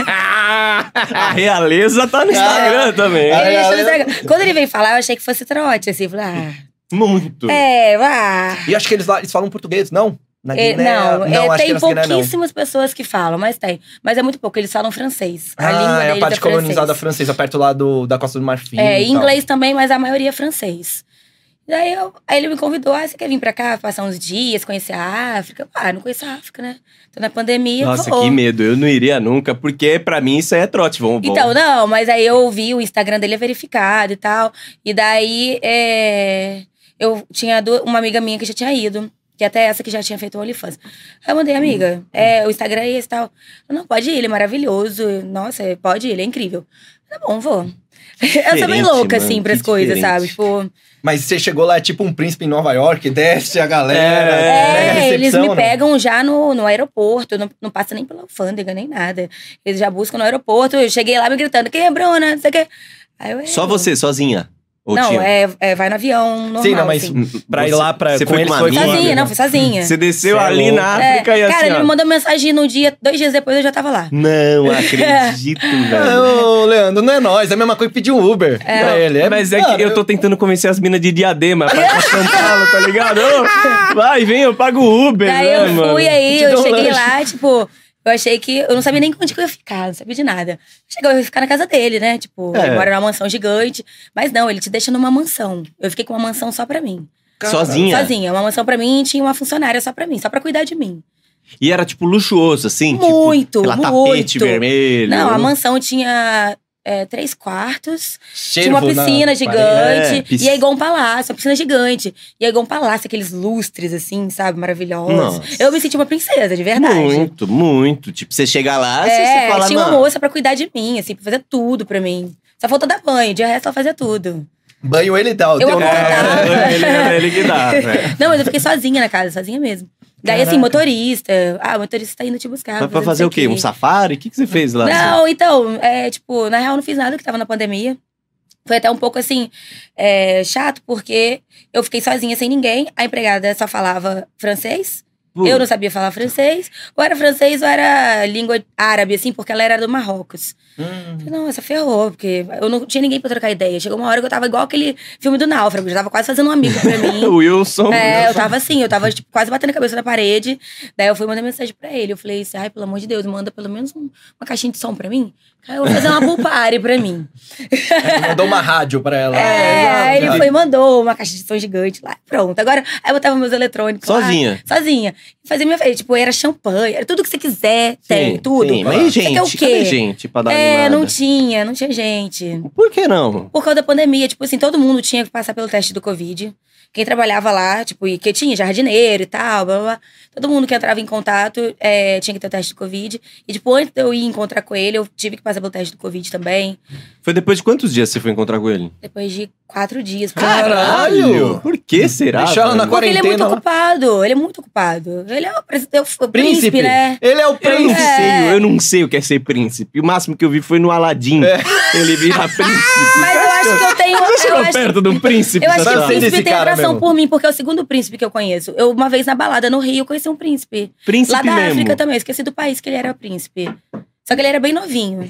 Speaker 1: A realeza tá no Instagram também.
Speaker 2: Ah,
Speaker 3: ele me achou no
Speaker 2: galera.
Speaker 3: Instagram. Quando ele veio falar, eu achei que fosse trote, assim. Falei, ah,
Speaker 1: Muito.
Speaker 3: é, ah.
Speaker 2: [LAUGHS] E acho que eles lá eles falam português, não? Na
Speaker 3: É,
Speaker 2: Guiné.
Speaker 3: não, é,
Speaker 2: acho que
Speaker 3: tem
Speaker 2: na Guiné não.
Speaker 3: pouquíssimas pessoas que falam, mas tem. Mas é muito pouco, eles falam francês. A língua
Speaker 2: Ah, é a
Speaker 3: deles
Speaker 2: parte
Speaker 3: é francês.
Speaker 2: colonizada francesa, perto lá do, da Costa do Marfim.
Speaker 3: É,
Speaker 2: e
Speaker 3: em
Speaker 2: tal.
Speaker 3: inglês também, mas a maioria é francês. Daí eu, aí ele me convidou, ah, você quer vir pra cá passar uns dias, conhecer a África? Eu, Ah, não conheço a África, né? Tô na pandemia.
Speaker 1: Nossa,
Speaker 3: falou.
Speaker 1: que medo. Eu não iria nunca, porque pra mim isso aí é trote. Vão, vão.
Speaker 3: Então, não, mas aí eu vi o Instagram dele é verificado e tal. E daí é, eu tinha du- uma amiga minha que já tinha ido. Que até essa que já tinha feito o OnlyFans. Aí eu
Speaker 1: Hum,
Speaker 3: mandei, amiga, é, o Instagram é esse e tal. Ela, não, pode ir, ele é maravilhoso. Nossa, pode ir, ele é incrível. Tá bom, vou. [LAUGHS] Eu sou bem
Speaker 1: Diferente,
Speaker 3: louca,
Speaker 1: mano,
Speaker 3: assim,
Speaker 1: que
Speaker 3: pras coisas,
Speaker 1: diferente.
Speaker 3: sabe? Tipo,
Speaker 4: Mas você chegou lá, é tipo um príncipe em Nova York, desce a galera.
Speaker 1: É, né?
Speaker 4: pega a
Speaker 2: né?
Speaker 3: é, eles
Speaker 4: recepção,
Speaker 3: me
Speaker 4: não?
Speaker 3: pegam já no, no aeroporto, não, não passa nem pela alfândega, nem nada. Eles já buscam no aeroporto. Eu cheguei lá me gritando, quem é Bruna? Não sei o quê. Aí eu,
Speaker 1: Só
Speaker 3: "Eu".
Speaker 1: você, sozinha? Ou
Speaker 3: não,
Speaker 1: tinha?
Speaker 3: é, é, vai no avião, normal,
Speaker 2: Sim, não, mas
Speaker 3: assim.
Speaker 2: pra ir
Speaker 1: Você-
Speaker 2: lá pra,
Speaker 1: você
Speaker 2: com
Speaker 1: foi
Speaker 2: eles
Speaker 1: com
Speaker 2: foi
Speaker 1: uma amiga?
Speaker 3: Sozinha, não, fui sozinha.
Speaker 1: é Você desceu
Speaker 2: Cê é
Speaker 1: ali na
Speaker 3: É,
Speaker 1: África e assim.
Speaker 3: cara, ele
Speaker 1: ó,
Speaker 3: me mandou mensagem no dia, dois dias depois eu já tava lá. [LAUGHS]
Speaker 1: Não acredito,
Speaker 3: É, né?
Speaker 2: Ah,
Speaker 1: velho.
Speaker 2: Ô, Leandro, não é nós, é a mesma coisa que pedir um Uber pra ele. É,
Speaker 1: Mas é
Speaker 2: Mano,
Speaker 1: que eu tô tentando convencer as minas de diadema pra ir pra São Paulo, tá ligado? Ô, vai, vem, eu pago o Uber.
Speaker 3: Daí
Speaker 1: né,
Speaker 3: eu fui,
Speaker 1: mano?
Speaker 3: aí
Speaker 2: Te
Speaker 3: eu
Speaker 2: dou um
Speaker 3: cheguei
Speaker 2: lanche.
Speaker 3: lá, tipo, eu achei que. Eu não sabia nem onde que eu ia ficar, não sabia de nada. Chegou, eu ia ficar na casa dele, né? Tipo,
Speaker 1: É.
Speaker 3: ele mora numa mansão gigante. Mas não, ele te deixa numa mansão. Eu fiquei com uma mansão só pra mim.
Speaker 1: Sozinha?
Speaker 3: Sozinha. Uma mansão pra mim e tinha uma funcionária só pra mim, só pra cuidar de mim.
Speaker 1: E era, tipo, luxuoso, assim? tipo,
Speaker 3: Muito,
Speaker 1: sei lá, tapete
Speaker 3: muito.
Speaker 1: vermelho.
Speaker 3: Não, a mansão tinha é, três quartos.
Speaker 4: Cheiro
Speaker 3: Tinha uma
Speaker 4: na
Speaker 3: piscina
Speaker 4: parede.
Speaker 1: É,
Speaker 3: gigante.
Speaker 1: pisc-
Speaker 3: E é igual um palácio, uma piscina gigante. E é igual um palácio, aqueles lustres, assim, sabe? Maravilhosos.
Speaker 1: Nossa.
Speaker 3: Eu me senti uma princesa, de verdade.
Speaker 1: Muito, muito. Tipo, você chega lá, você-
Speaker 3: É,
Speaker 1: você fala,
Speaker 3: tinha uma
Speaker 1: mano...
Speaker 3: moça pra cuidar de mim, assim, pra fazer tudo pra mim. Só falta dar banho, de resto ela fazia tudo.
Speaker 4: Banho ele dá. o
Speaker 3: Eu
Speaker 4: teu
Speaker 2: um
Speaker 3: amo
Speaker 4: não.
Speaker 3: cantar.
Speaker 1: [LAUGHS] É, ele, ele que dá, né?
Speaker 3: Não, mas eu fiquei sozinha na casa, sozinha mesmo. Daí, assim, motorista. Ah, o motorista tá indo te buscar.
Speaker 1: Mas pra
Speaker 3: não
Speaker 1: fazer
Speaker 3: sei
Speaker 1: o quê? Um safari? O que, que você fez lá?
Speaker 3: Não, então, é, tipo, na real, eu não fiz nada que tava na pandemia. Foi até um pouco assim, é, chato, porque eu fiquei sozinha sem ninguém. A empregada só falava francês.
Speaker 1: Pô,
Speaker 3: Eu não sabia falar francês. Ou era francês ou era língua árabe, assim, porque ela era do Marrocos.
Speaker 4: Hum.
Speaker 3: Falei, Não, essa ferrou, porque eu não tinha ninguém pra trocar ideia. Chegou uma hora que eu tava igual aquele filme do Náufrago, já tava quase fazendo um amigo
Speaker 1: [LAUGHS]
Speaker 3: pra mim.
Speaker 1: O Wilson...
Speaker 3: É, eu tava assim, eu tava tipo, quase batendo a cabeça na parede. Daí eu fui mandar mensagem pra ele. Eu falei assim, ai, pelo amor de Deus, manda pelo menos um- uma caixinha de som pra mim. Aí eu vou fazer uma pool party pra
Speaker 1: [LAUGHS]
Speaker 3: mim.
Speaker 4: Ele Mandou uma rádio pra
Speaker 1: Ah,
Speaker 4: ela.
Speaker 3: É, aí ele
Speaker 4: exato.
Speaker 3: foi e mandou uma caixa de som gigante lá. Pronto. Agora, aí eu botava meus eletrônicos lá,
Speaker 1: Sozinha.
Speaker 3: sozinha. E fazia minha festa. Tipo, era champanhe, era tudo que você quiser, tem,
Speaker 1: Sim,
Speaker 3: tudo.
Speaker 1: Sim, mas
Speaker 3: Você
Speaker 1: gente,
Speaker 3: quer o
Speaker 1: cadê
Speaker 3: quê?
Speaker 1: gente pra dar
Speaker 3: é,
Speaker 1: animada?
Speaker 3: não tinha, não tinha gente.
Speaker 1: Por que não?
Speaker 3: Por causa da pandemia, tipo assim, todo mundo tinha que passar pelo teste do Covid. Quem trabalhava lá, tipo, e que tinha jardineiro e tal, blá, blá, blá. Todo mundo que entrava em contato eh, tinha que ter o teste do Covid. E, tipo, antes de eu ir encontrar com ele, eu tive que passar pelo teste do Covid também.
Speaker 1: Foi depois de quantos dias você foi encontrar com ele?
Speaker 3: Depois de quatro dias. é
Speaker 4: Caralho!
Speaker 1: Por que será?
Speaker 4: Deixou ela na
Speaker 1: velho?
Speaker 3: Porque ele é muito
Speaker 4: Quarentena lá.
Speaker 3: ocupado, ele é muito ocupado. Ele é o, pres- é o f- o príncipe,
Speaker 4: Príncipe!
Speaker 3: né?
Speaker 4: Ele é o
Speaker 1: Eu não
Speaker 4: príncipe.
Speaker 1: sei, eu não sei o que é ser príncipe. O máximo que eu vi foi no Aladim.
Speaker 2: É.
Speaker 1: Ele vira príncipe.
Speaker 3: [LAUGHS] Mas eu acho que eu tenho.
Speaker 1: Você
Speaker 3: eu
Speaker 1: chegou
Speaker 3: acho-
Speaker 1: perto de um príncipe,
Speaker 3: Eu acho que
Speaker 1: Sassá?
Speaker 3: o
Speaker 4: Sabe
Speaker 3: príncipe
Speaker 4: desse
Speaker 3: tem
Speaker 4: cara
Speaker 3: atração
Speaker 4: mesmo?
Speaker 3: por mim, porque é o segundo príncipe que eu conheço. Eu, uma vez na balada no Rio, eu conheci um príncipe.
Speaker 1: Príncipe
Speaker 3: Lá da
Speaker 1: mesmo.
Speaker 3: África também, eu esqueci do país que ele era príncipe. Só que ele era bem novinho.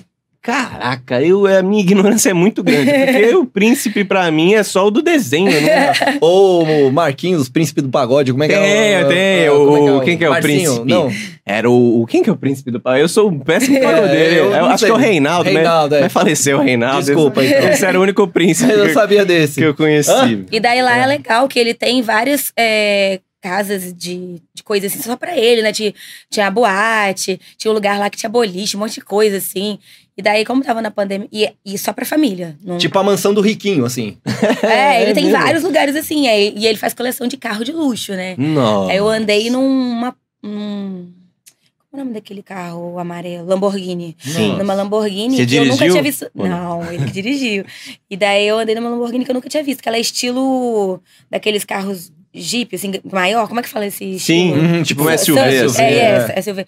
Speaker 1: Caraca, eu, a minha ignorância é muito grande.
Speaker 3: [LAUGHS]
Speaker 1: Porque o príncipe, pra mim, é só o do desenho. né? eu Não...
Speaker 3: É.
Speaker 2: Ou o Marquinhos, príncipe do pagode, como é que é?
Speaker 1: Tem,
Speaker 2: o-
Speaker 1: tem,
Speaker 2: o- como
Speaker 1: o- quem que é o
Speaker 2: Marcinho?
Speaker 1: príncipe?
Speaker 2: Não.
Speaker 1: Era o, o- Quem que é o príncipe do pai? Eu sou um péssimo pagodeiro.
Speaker 2: É, eu
Speaker 1: eu
Speaker 2: não
Speaker 1: acho
Speaker 2: sei.
Speaker 1: que é o Reinaldo,
Speaker 2: Reinaldo,
Speaker 1: né?
Speaker 2: é.
Speaker 1: Mas faleceu o Reinaldo.
Speaker 2: Desculpa,
Speaker 1: esse,
Speaker 2: então.
Speaker 1: Esse era o único príncipe
Speaker 2: [LAUGHS] Eu não
Speaker 1: que,
Speaker 2: sabia
Speaker 1: que
Speaker 2: desse.
Speaker 1: eu conheci.
Speaker 2: Hã?
Speaker 3: E daí lá é, legal que ele tem várias é, casas de, de coisas assim só pra ele, né? Tinha, tinha a boate, tinha um lugar lá que tinha boliche, um monte de coisa assim. E daí, como tava na pandemia. E, e só pra família. Não,
Speaker 4: Tipo a mansão do riquinho, assim.
Speaker 3: [LAUGHS] é, ele
Speaker 1: é
Speaker 3: tem
Speaker 1: mesmo?
Speaker 3: vários lugares assim. é, e ele faz coleção de carro de luxo, né?
Speaker 1: Nossa.
Speaker 3: Aí eu andei numa. num- Como é o nome daquele carro amarelo? Lamborghini.
Speaker 1: Sim.
Speaker 3: Numa Lamborghini
Speaker 1: Você
Speaker 3: que eu nunca
Speaker 1: dirigiu?
Speaker 3: tinha visto.
Speaker 1: Ou
Speaker 3: Não, ele que dirigiu. E daí eu andei numa Lamborghini que eu nunca tinha visto, que ela é estilo daqueles carros Jeep, assim, maior. Como é que fala esse
Speaker 1: Sim,
Speaker 3: estilo?
Speaker 1: uhum, tipo um
Speaker 3: Su-
Speaker 1: SUV.
Speaker 3: É,
Speaker 1: assim.
Speaker 3: é, é, SUV.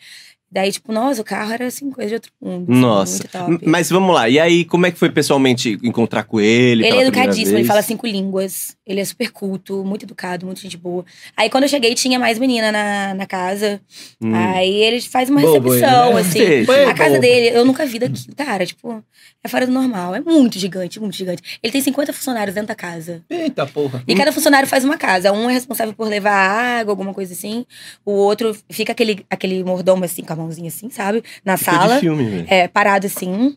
Speaker 3: Daí, tipo, nossa, o carro era assim, coisa de outro mundo. assim,
Speaker 1: Nossa.
Speaker 3: Muito top.
Speaker 1: Mas vamos lá. E aí, como é que foi pessoalmente encontrar com ele?
Speaker 3: Ele
Speaker 1: pela
Speaker 3: é
Speaker 1: primeira
Speaker 3: educadíssimo,
Speaker 1: vez?
Speaker 3: ele fala cinco línguas. Ele é super culto, muito educado, muito gente boa. Aí quando eu cheguei, tinha mais menina na, na casa.
Speaker 1: Hum.
Speaker 3: Aí ele faz uma
Speaker 2: Bobo ele,
Speaker 3: recepção,
Speaker 2: né?
Speaker 3: "Ah, assim.
Speaker 1: Sei, sei.
Speaker 3: A casa
Speaker 2: Bobo.
Speaker 3: dele, eu nunca vi daqui. Cara, tipo, é fora do normal. É muito gigante, muito gigante. Ele tem 50 funcionários dentro da casa.
Speaker 2: Eita porra.
Speaker 3: E cada funcionário faz uma casa. Um é responsável por levar água, alguma coisa assim. O outro fica aquele, aquele
Speaker 1: tipo
Speaker 3: mordomo assim, com a mãozinha assim, sabe? Na
Speaker 1: Ficou
Speaker 3: sala
Speaker 1: de filme, velho.
Speaker 3: é, parado assim.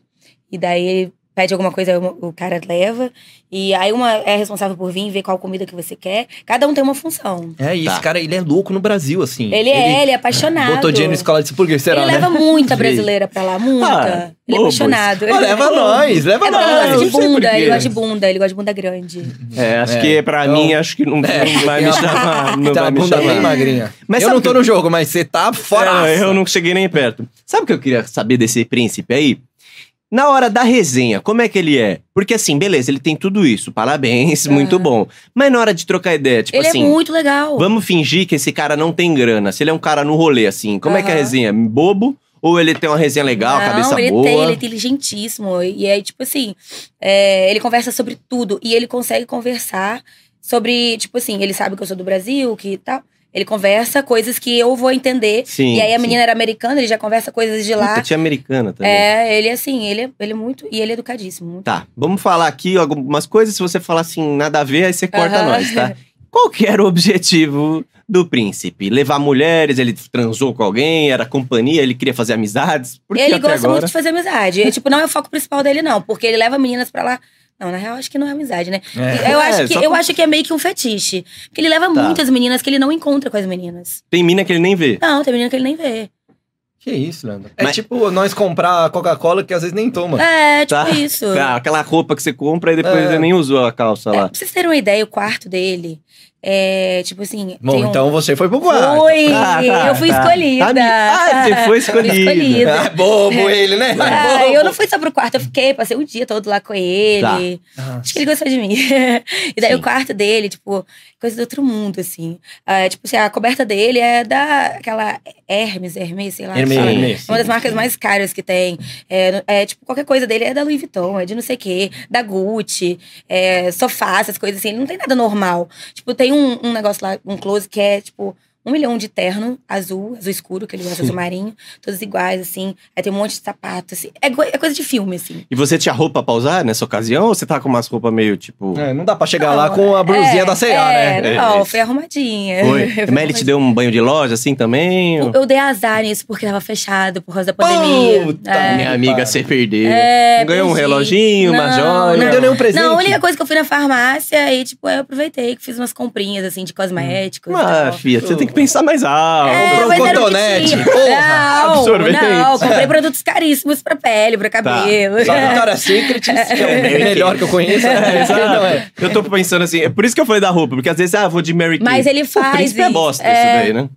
Speaker 3: E daí ele pede alguma coisa, uma- o cara leva. E aí uma é responsável por vir, ver qual comida que você quer. Cada um tem uma função.
Speaker 2: É, e esse
Speaker 1: Tá.
Speaker 2: cara, ele é louco no Brasil, assim.
Speaker 3: Ele, é, ele é apaixonado.
Speaker 2: Botou dinheiro na escola disso. Por que será,
Speaker 3: ele
Speaker 2: né? [LAUGHS]
Speaker 3: leva muita
Speaker 2: Gente.
Speaker 3: brasileira pra lá, muita.
Speaker 1: Ah,
Speaker 3: ele é
Speaker 1: bobos.
Speaker 3: apaixonado.
Speaker 2: Ah, leva nós, leva
Speaker 3: É porque
Speaker 2: nós.
Speaker 3: ele gosta
Speaker 2: não
Speaker 3: de
Speaker 2: sei por
Speaker 3: bunda,
Speaker 2: quê.
Speaker 3: ele gosta de bunda, ele gosta de bunda grande.
Speaker 1: É, acho
Speaker 2: É,
Speaker 1: que pra
Speaker 2: então-
Speaker 1: mim, acho que não, não vai me
Speaker 2: [LAUGHS]
Speaker 1: chamar. Não
Speaker 2: Tá
Speaker 1: vai
Speaker 2: a
Speaker 1: me
Speaker 2: bunda bem
Speaker 1: chamar.
Speaker 2: magrinha.
Speaker 1: Mas
Speaker 2: eu
Speaker 1: sabe
Speaker 2: não tô
Speaker 1: que-
Speaker 2: no jogo, mas você tá fora.
Speaker 1: É, eu não cheguei nem perto. Sabe o que eu queria saber desse príncipe aí? Na hora da resenha, como é que ele é? Porque assim, beleza, ele tem tudo isso. Parabéns,
Speaker 3: Ah.
Speaker 1: muito bom. Mas na hora de trocar ideia, tipo
Speaker 3: ele
Speaker 1: assim,
Speaker 3: é muito legal.
Speaker 1: vamos fingir que esse cara não tem grana. Se ele é um cara no rolê, assim, como é que é a
Speaker 3: Aham.
Speaker 1: resenha? Bobo? Ou ele tem uma resenha legal,
Speaker 3: Não,
Speaker 1: cabeça
Speaker 3: ele
Speaker 1: boa?
Speaker 3: Tem, ele é inteligentíssimo. E aí, tipo assim, é, ele conversa sobre tudo. E ele consegue conversar sobre, tipo assim, ele sabe que eu sou do Brasil, que tal. Ele conversa coisas que eu vou entender.
Speaker 1: Sim.
Speaker 3: e aí a
Speaker 1: sim.
Speaker 3: menina era americana, ele já conversa coisas de
Speaker 1: Puta,
Speaker 3: lá.
Speaker 1: tinha americana também.
Speaker 3: É, ele assim, ele, é- ele é muito. E ele é educadíssimo. muito.
Speaker 1: Tá, vamos falar aqui algumas coisas. Se você falar assim, nada a ver, aí você corta
Speaker 3: Aham.
Speaker 1: nós,
Speaker 3: [LAUGHS]
Speaker 1: tá? Qual que era o objetivo do príncipe? Levar mulheres, ele transou com alguém, era companhia, ele queria fazer amizades? Por que
Speaker 3: Ele
Speaker 1: até
Speaker 3: gosta
Speaker 1: agora?
Speaker 3: muito de fazer amizade. É, tipo, não é o foco principal dele, não, porque ele leva meninas pra lá. Não, na real, acho que não é amizade, né?
Speaker 2: É.
Speaker 3: Eu,
Speaker 1: É,
Speaker 3: acho que,
Speaker 1: só
Speaker 3: eu
Speaker 1: pra-
Speaker 3: acho que é meio que um fetiche. Porque ele leva
Speaker 1: Tá.
Speaker 3: muitas meninas que ele não encontra com as meninas.
Speaker 1: Tem mina que ele nem vê.
Speaker 3: Não, tem menina que ele nem vê.
Speaker 2: Que isso, Leandro.
Speaker 1: Mas-
Speaker 2: É tipo nós comprar Coca-Cola que às vezes nem toma.
Speaker 3: É, tipo
Speaker 1: Tá.
Speaker 3: isso.
Speaker 1: Ah, Aquela roupa que você compra e depois
Speaker 2: É.
Speaker 1: ele nem usou a calça
Speaker 3: É,
Speaker 1: lá.
Speaker 3: pra vocês terem uma ideia, o quarto dele é, tipo assim.
Speaker 2: Bom,
Speaker 3: tem um-
Speaker 2: então você foi pro quarto. [LAUGHS]
Speaker 3: Foi!
Speaker 1: Ah, tá,
Speaker 3: eu fui
Speaker 1: tá.
Speaker 3: escolhida.
Speaker 1: Tá me- Ah, você foi
Speaker 3: Fui
Speaker 1: escolhida. [LAUGHS]
Speaker 3: escolhida.
Speaker 4: Ah, bobo
Speaker 2: É.
Speaker 4: ele, né?
Speaker 3: Ah,
Speaker 4: bobo.
Speaker 3: eu não fui só pro quarto, eu fiquei, passei o dia todo lá com ele.
Speaker 1: Tá.
Speaker 2: Ah,
Speaker 3: Acho que ele gostou de mim. [LAUGHS] e daí
Speaker 1: Sim.
Speaker 3: o quarto dele, tipo, coisa do outro mundo, assim. Ah, tipo, assim, a coberta dele é da aquela Hermes, Hermes, sei lá.
Speaker 2: Hermes,
Speaker 3: que chama.
Speaker 2: Hermes,
Speaker 3: Uma das
Speaker 1: sim,
Speaker 3: marcas
Speaker 1: sim.
Speaker 3: mais caras que tem. É, é, tipo, qualquer coisa dele é da Louis Vuitton, é de não sei o quê, da Gucci, é, sofá, essas coisas assim. Ele não tem nada normal. Tipo, tem um, um negócio lá, um close que é, tipo, um milhão de terno azul, azul escuro, que ele gosta, azul marinho, todos iguais, assim. Aí tem um monte de sapato, assim. É, coi- é coisa de filme, assim.
Speaker 1: E você tinha roupa pra usar nessa ocasião? Ou você tá com umas roupas meio tipo.
Speaker 2: É, não dá pra chegar
Speaker 3: Não,
Speaker 2: lá com a blusinha
Speaker 3: é,
Speaker 2: da C&A,
Speaker 3: é,
Speaker 2: né?
Speaker 1: É,
Speaker 3: Não,
Speaker 1: isso.
Speaker 3: foi arrumadinha.
Speaker 1: Foi.
Speaker 3: [LAUGHS] Foi
Speaker 1: Mas ele te deu um banho de loja assim também?
Speaker 3: Eu, eu dei azar nisso porque tava fechado por causa da pandemia.
Speaker 2: Puta
Speaker 3: é.
Speaker 1: Minha amiga,
Speaker 2: Para.
Speaker 1: você perdeu.
Speaker 3: É,
Speaker 1: Não Ganhou um
Speaker 3: perdi.
Speaker 1: reloginho, uma
Speaker 3: Não,
Speaker 1: joia.
Speaker 2: Não deu nenhum presente.
Speaker 3: Não, a única coisa que eu fui na farmácia e, tipo, eu aproveitei que fiz umas comprinhas, assim, de cosméticos. e
Speaker 1: Ah,
Speaker 3: tal.
Speaker 1: filha, você tem que pensar mais alto.
Speaker 3: É,
Speaker 2: comprou um
Speaker 3: mas era o que
Speaker 2: cotonete,
Speaker 3: tinha.
Speaker 2: porra,
Speaker 3: Não,
Speaker 1: absorvente. Tá.
Speaker 3: não, comprei produtos caríssimos pra pele, pra cabelo.
Speaker 2: Só que o cara [LAUGHS] Secret, que é o melhor que eu conheço.
Speaker 1: É,
Speaker 3: [LAUGHS]
Speaker 2: né?
Speaker 1: exato.
Speaker 2: Não, é.
Speaker 1: Eu tô pensando assim, é por isso que eu falei da roupa, porque às vezes, ah, vou de Mary Kay.
Speaker 3: Mas ele faz
Speaker 1: O príncipe é
Speaker 3: isso,
Speaker 1: bosta
Speaker 3: é.
Speaker 1: isso daí, né?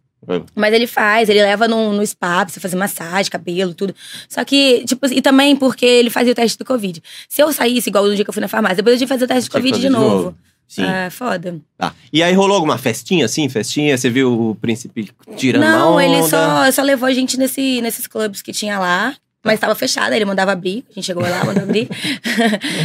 Speaker 3: Mas ele faz, ele leva no, no spa pra você fazer massagem, cabelo, tudo. Só que, tipo, e também porque ele fazia o teste do Covid. Se eu saísse igual no dia que eu fui na farmácia, depois eu tinha que fazer o teste do
Speaker 1: Tinha que
Speaker 3: Covid
Speaker 1: fazer
Speaker 3: de novo.
Speaker 1: Sim.
Speaker 3: Ah, foda.
Speaker 1: Tá. E aí rolou alguma festinha assim? Festinha? Você viu o príncipe tirando uma
Speaker 3: Não,
Speaker 1: onda?
Speaker 3: ele só, só levou a gente nesse, nesses clubes que tinha lá. Mas tava fechado, aí ele mandava abrir. A gente chegou lá, mandou abrir. [LAUGHS]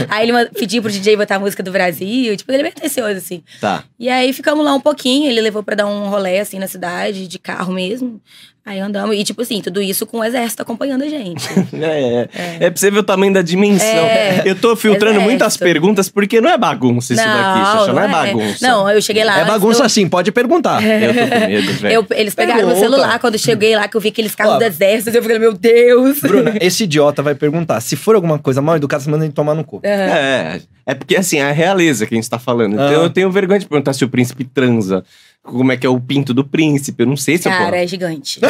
Speaker 3: aí ele ma- pediu pro DJ botar a música do Brasil. Tipo, ele é bem atencioso, assim.
Speaker 1: Tá.
Speaker 3: E aí ficamos lá um pouquinho, ele levou pra dar um rolê assim na cidade, de carro mesmo. Aí andamos, e tipo assim, tudo isso com o exército acompanhando a gente.
Speaker 1: [LAUGHS] É, é. É pra você ver o tamanho da dimensão.
Speaker 3: É.
Speaker 1: Eu tô filtrando
Speaker 3: Exército.
Speaker 1: muitas perguntas, porque não é bagunça isso daqui, Xaxá. Não é bagunça.
Speaker 3: Não, eu cheguei lá.
Speaker 2: É
Speaker 3: antes
Speaker 2: bagunça assim, pode perguntar.
Speaker 1: Eu tô com medo,
Speaker 3: do-
Speaker 1: velho.
Speaker 3: eu, eles
Speaker 1: É
Speaker 3: pegaram meu
Speaker 2: Pergunta.
Speaker 3: celular quando eu cheguei lá, que eu vi aqueles carros
Speaker 2: Ó.
Speaker 3: do exército. Eu falei,
Speaker 1: [LAUGHS]
Speaker 3: meu Deus.
Speaker 2: Bruna, esse idiota vai perguntar. Se for alguma coisa mal educada, você manda ele tomar no cu.
Speaker 1: É, é porque assim, é a realeza que a gente tá falando. Então
Speaker 2: Ah.
Speaker 1: eu tenho vergonha de perguntar se o príncipe transa. Como é que é o pinto do príncipe? Eu não sei se
Speaker 3: Cara,
Speaker 1: eu [LAUGHS]
Speaker 3: é gigante.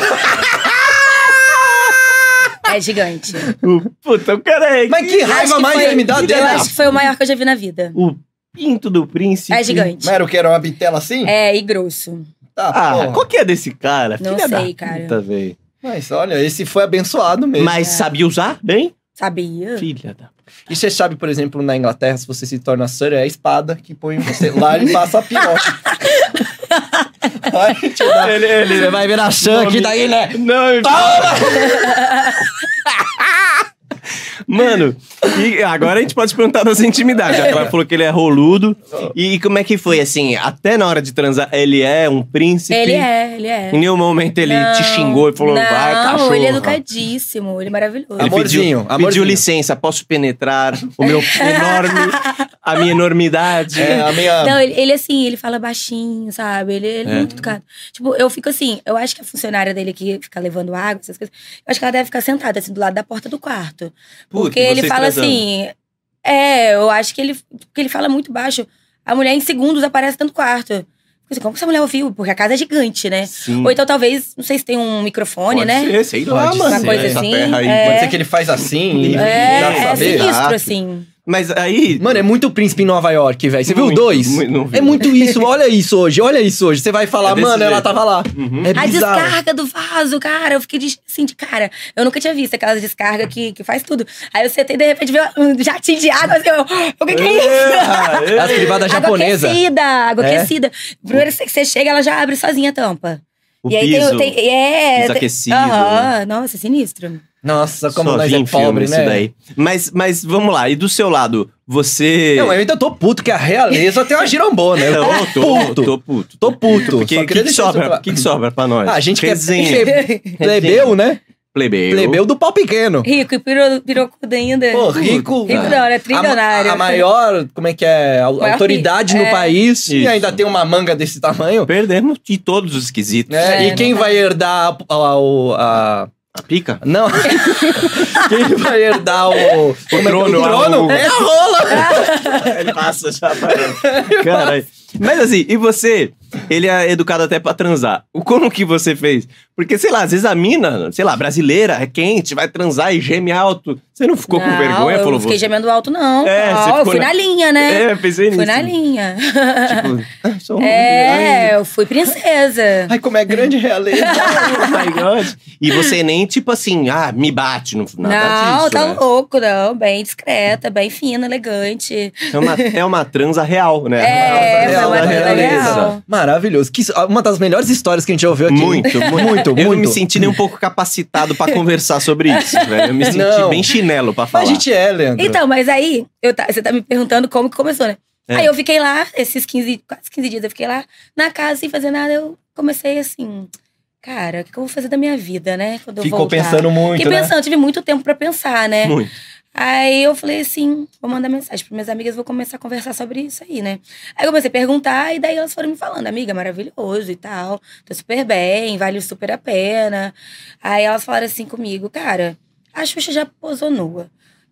Speaker 3: é gigante.
Speaker 1: posso. [LAUGHS] O- Puta, o cara é.
Speaker 2: Mas que
Speaker 3: Acho
Speaker 2: raiva
Speaker 3: que
Speaker 2: mais é
Speaker 3: foi-
Speaker 2: ele me dá
Speaker 1: que
Speaker 2: dela.
Speaker 3: Eu acho que foi o maior que eu já vi na vida.
Speaker 1: O pinto do príncipe.
Speaker 3: É gigante.
Speaker 4: Mas
Speaker 1: né?
Speaker 4: era o que? Era uma bitela assim?
Speaker 3: É, e grosso.
Speaker 4: Tá,
Speaker 1: Ah,
Speaker 4: porra.
Speaker 1: qual que é desse cara?
Speaker 3: Não
Speaker 1: Filha da
Speaker 3: sei, cara. é.
Speaker 1: puta, velho.
Speaker 2: Mas olha, esse foi abençoado mesmo.
Speaker 1: Mas sabia usar bem?
Speaker 3: Sabia?
Speaker 1: Filha da.
Speaker 2: E você sabe, por exemplo, na Inglaterra, se você se torna Sir, é a espada que põe você lá e passa
Speaker 4: [LAUGHS]
Speaker 2: a pior. Vai te dar-
Speaker 1: Ele, ele,
Speaker 2: Você vai virar Sir aqui daí, né?
Speaker 1: Não, eu- Mano, e agora a gente pode perguntar das intimidades. A Clara falou que ele é roludo. E, como é que foi, assim, até na hora de transar, ele é um príncipe?
Speaker 3: Ele é, ele é.
Speaker 1: Em nenhum momento ele te
Speaker 3: Não,
Speaker 1: xingou e falou,
Speaker 3: não,
Speaker 1: vai, cachorro.
Speaker 3: ele é educadíssimo, ele é maravilhoso.
Speaker 1: Ele
Speaker 2: Amorzinho,
Speaker 1: pediu,
Speaker 2: amorzinho.
Speaker 1: pediu licença, posso penetrar o meu enorme, a minha enormidade.
Speaker 2: É, a minha...
Speaker 3: Não, ele, ele, assim, ele fala baixinho, sabe? Ele, ele é.
Speaker 1: É.
Speaker 3: muito educado. Tipo, eu fico assim, eu acho que a funcionária dele que fica levando água, essas coisas, eu acho que ela deve ficar sentada, assim, do lado da porta do quarto.
Speaker 1: Puta,
Speaker 3: Porque
Speaker 1: e
Speaker 3: ele
Speaker 1: vocês
Speaker 3: fala
Speaker 1: transando?
Speaker 3: assim. É, eu acho que ele, porque ele fala muito baixo. A mulher, em segundos, aparece dentro do quarto. Assim, como que essa mulher ouviu? Porque a casa é gigante, né?
Speaker 1: Sim.
Speaker 3: Ou então, talvez, não sei se tem um microfone,
Speaker 1: Pode
Speaker 3: né?
Speaker 1: ser, sei lá,
Speaker 4: Pode
Speaker 1: mano.
Speaker 3: ser. Uma coisa
Speaker 1: Essa
Speaker 3: assim,
Speaker 1: terra aí.
Speaker 3: é.
Speaker 4: Pode ser que ele faz assim e
Speaker 3: É,
Speaker 4: dá pra
Speaker 3: é
Speaker 4: saber.
Speaker 3: sinistro,
Speaker 1: Exato.
Speaker 3: assim.
Speaker 1: Mas aí...
Speaker 2: Mano, é muito príncipe em Nova York, velho. Você viu o
Speaker 1: Muito,
Speaker 2: dois?
Speaker 1: muito, não vi.
Speaker 2: É muito isso, olha isso hoje, olha isso hoje. Você vai falar,
Speaker 1: É desse
Speaker 2: mano, ela
Speaker 1: jeito.
Speaker 2: tava lá.
Speaker 1: Uhum.
Speaker 2: É
Speaker 3: A
Speaker 2: bizarro.
Speaker 3: descarga do vaso, cara. Eu fiquei de- assim, de cara. Eu nunca tinha visto aquela descarga que, que faz tudo. Aí eu sentei, de repente, veio um jatinho de água, assim, eu... O
Speaker 1: [LAUGHS]
Speaker 3: que que [LAUGHS] é isso?
Speaker 2: É as privadas japonesas.
Speaker 3: Água aquecida, água
Speaker 2: É.
Speaker 3: aquecida. Primeiro que você chega, ela já abre sozinha a tampa.
Speaker 1: O
Speaker 3: e aí
Speaker 1: piso. né?
Speaker 3: tem, tem. É.
Speaker 1: piso
Speaker 3: tem-
Speaker 1: aquecido,
Speaker 3: Aham, nossa, sinistro. [LAUGHS]
Speaker 2: Nossa, como
Speaker 1: Só
Speaker 2: nós
Speaker 1: vi
Speaker 2: é
Speaker 1: em filme
Speaker 2: pobre,
Speaker 1: isso
Speaker 2: né?
Speaker 1: daí. Mas, mas vamos lá, e do seu lado, você...
Speaker 2: Não, eu ainda tô puto, que a realeza tem uma girombona. Eu
Speaker 1: Não, eu
Speaker 2: tô
Speaker 1: tô,
Speaker 2: puto.
Speaker 1: tô puto.
Speaker 2: Tô puto.
Speaker 1: Porque
Speaker 2: só
Speaker 1: o que,
Speaker 2: queria
Speaker 1: que
Speaker 2: deixar isso
Speaker 1: sobra,
Speaker 2: pra-
Speaker 1: que, que sobra pra nós?
Speaker 2: Ah, a gente quer
Speaker 1: Resenha.
Speaker 2: [LAUGHS] Plebeu, né?
Speaker 1: Plebeu.
Speaker 2: Plebeu do pau pequeno.
Speaker 3: Rico e piro, pirocudo ainda.
Speaker 2: Pô, rico.
Speaker 3: Rico
Speaker 2: cara.
Speaker 3: não, né?
Speaker 2: A,
Speaker 3: Trilionário.
Speaker 2: ma- a maior, como é que é? A
Speaker 3: Maior
Speaker 2: autoridade
Speaker 3: fi-
Speaker 2: no
Speaker 3: é.
Speaker 2: país. E
Speaker 1: Isso.
Speaker 2: ainda tem uma manga desse tamanho.
Speaker 1: Perdemos de todos os esquisitos.
Speaker 2: Né?
Speaker 3: É,
Speaker 2: e quem
Speaker 3: não
Speaker 2: vai herdar a, a- o- a-
Speaker 1: A
Speaker 2: [LAUGHS]
Speaker 1: pica?
Speaker 2: Não. quem vai herdar o. O
Speaker 1: trono,
Speaker 2: o trono?
Speaker 1: o-
Speaker 2: É a rola.
Speaker 1: Ele passa já pra- [LAUGHS] Caralho. Mas assim, e você? Ele é educado até pra transar. O Como que você fez? Porque, sei lá, às vezes a mina, sei lá, brasileira, é quente, vai transar e geme alto. Você não ficou com
Speaker 3: Não,
Speaker 1: vergonha?
Speaker 3: Eu
Speaker 1: Falou,
Speaker 3: não fiquei
Speaker 1: vou-
Speaker 3: gemendo alto, não.
Speaker 1: É,
Speaker 3: Não,
Speaker 1: você
Speaker 3: eu
Speaker 1: ficou
Speaker 3: fui
Speaker 1: na-
Speaker 3: na, linha, né?
Speaker 1: É, eu pensei nisso.
Speaker 3: fui na linha. [LAUGHS]
Speaker 1: Tipo, [LAUGHS] ah, sou um
Speaker 3: é,
Speaker 1: Ai,
Speaker 3: eu
Speaker 2: [LAUGHS]
Speaker 3: fui princesa.
Speaker 2: Ai, como é grande realeza.
Speaker 1: oh my [LAUGHS] God. E você nem, tipo assim, ah, me bate. Não, nada
Speaker 3: não,
Speaker 1: disso,
Speaker 3: tá
Speaker 1: né?
Speaker 3: louco, não. Bem discreta, bem fina, elegante.
Speaker 1: É uma, é uma transa real, né?
Speaker 3: É,
Speaker 2: Real,
Speaker 3: foi uma
Speaker 2: da
Speaker 3: transa
Speaker 2: realeza.
Speaker 3: real.
Speaker 2: Maravilhoso. Que, isso- uma das melhores histórias que a gente já ouviu aqui. [LAUGHS]
Speaker 1: Muito, muito. [LAUGHS]
Speaker 2: muito.
Speaker 1: Eu não me
Speaker 2: muito.
Speaker 1: senti nem um pouco capacitado pra conversar sobre
Speaker 3: [LAUGHS]
Speaker 1: isso, velho. Eu me senti
Speaker 2: Não.
Speaker 1: bem chinelo pra falar.
Speaker 2: Mas a gente é, Leandro.
Speaker 3: Então, mas aí, eu tá- você tá me perguntando como que começou, né?
Speaker 1: É.
Speaker 3: Aí eu fiquei lá, esses 15, quase 15 dias eu fiquei lá, na casa, sem fazer nada, eu comecei assim, cara, o que que eu vou fazer da minha vida, né? Quando eu
Speaker 4: Ficou
Speaker 3: voltar?
Speaker 4: pensando muito,
Speaker 3: Fiquei
Speaker 4: né?
Speaker 3: pensando, tive muito tempo pra pensar, né?
Speaker 1: Muito.
Speaker 3: Aí eu falei assim, vou mandar mensagem para minhas amigas, vou começar a conversar sobre isso aí, né? Aí eu comecei a perguntar e daí elas foram me falando, amiga, é maravilhoso e tal, tô super bem, vale super a pena. Aí elas falaram assim comigo, cara, a Xuxa já posou nua.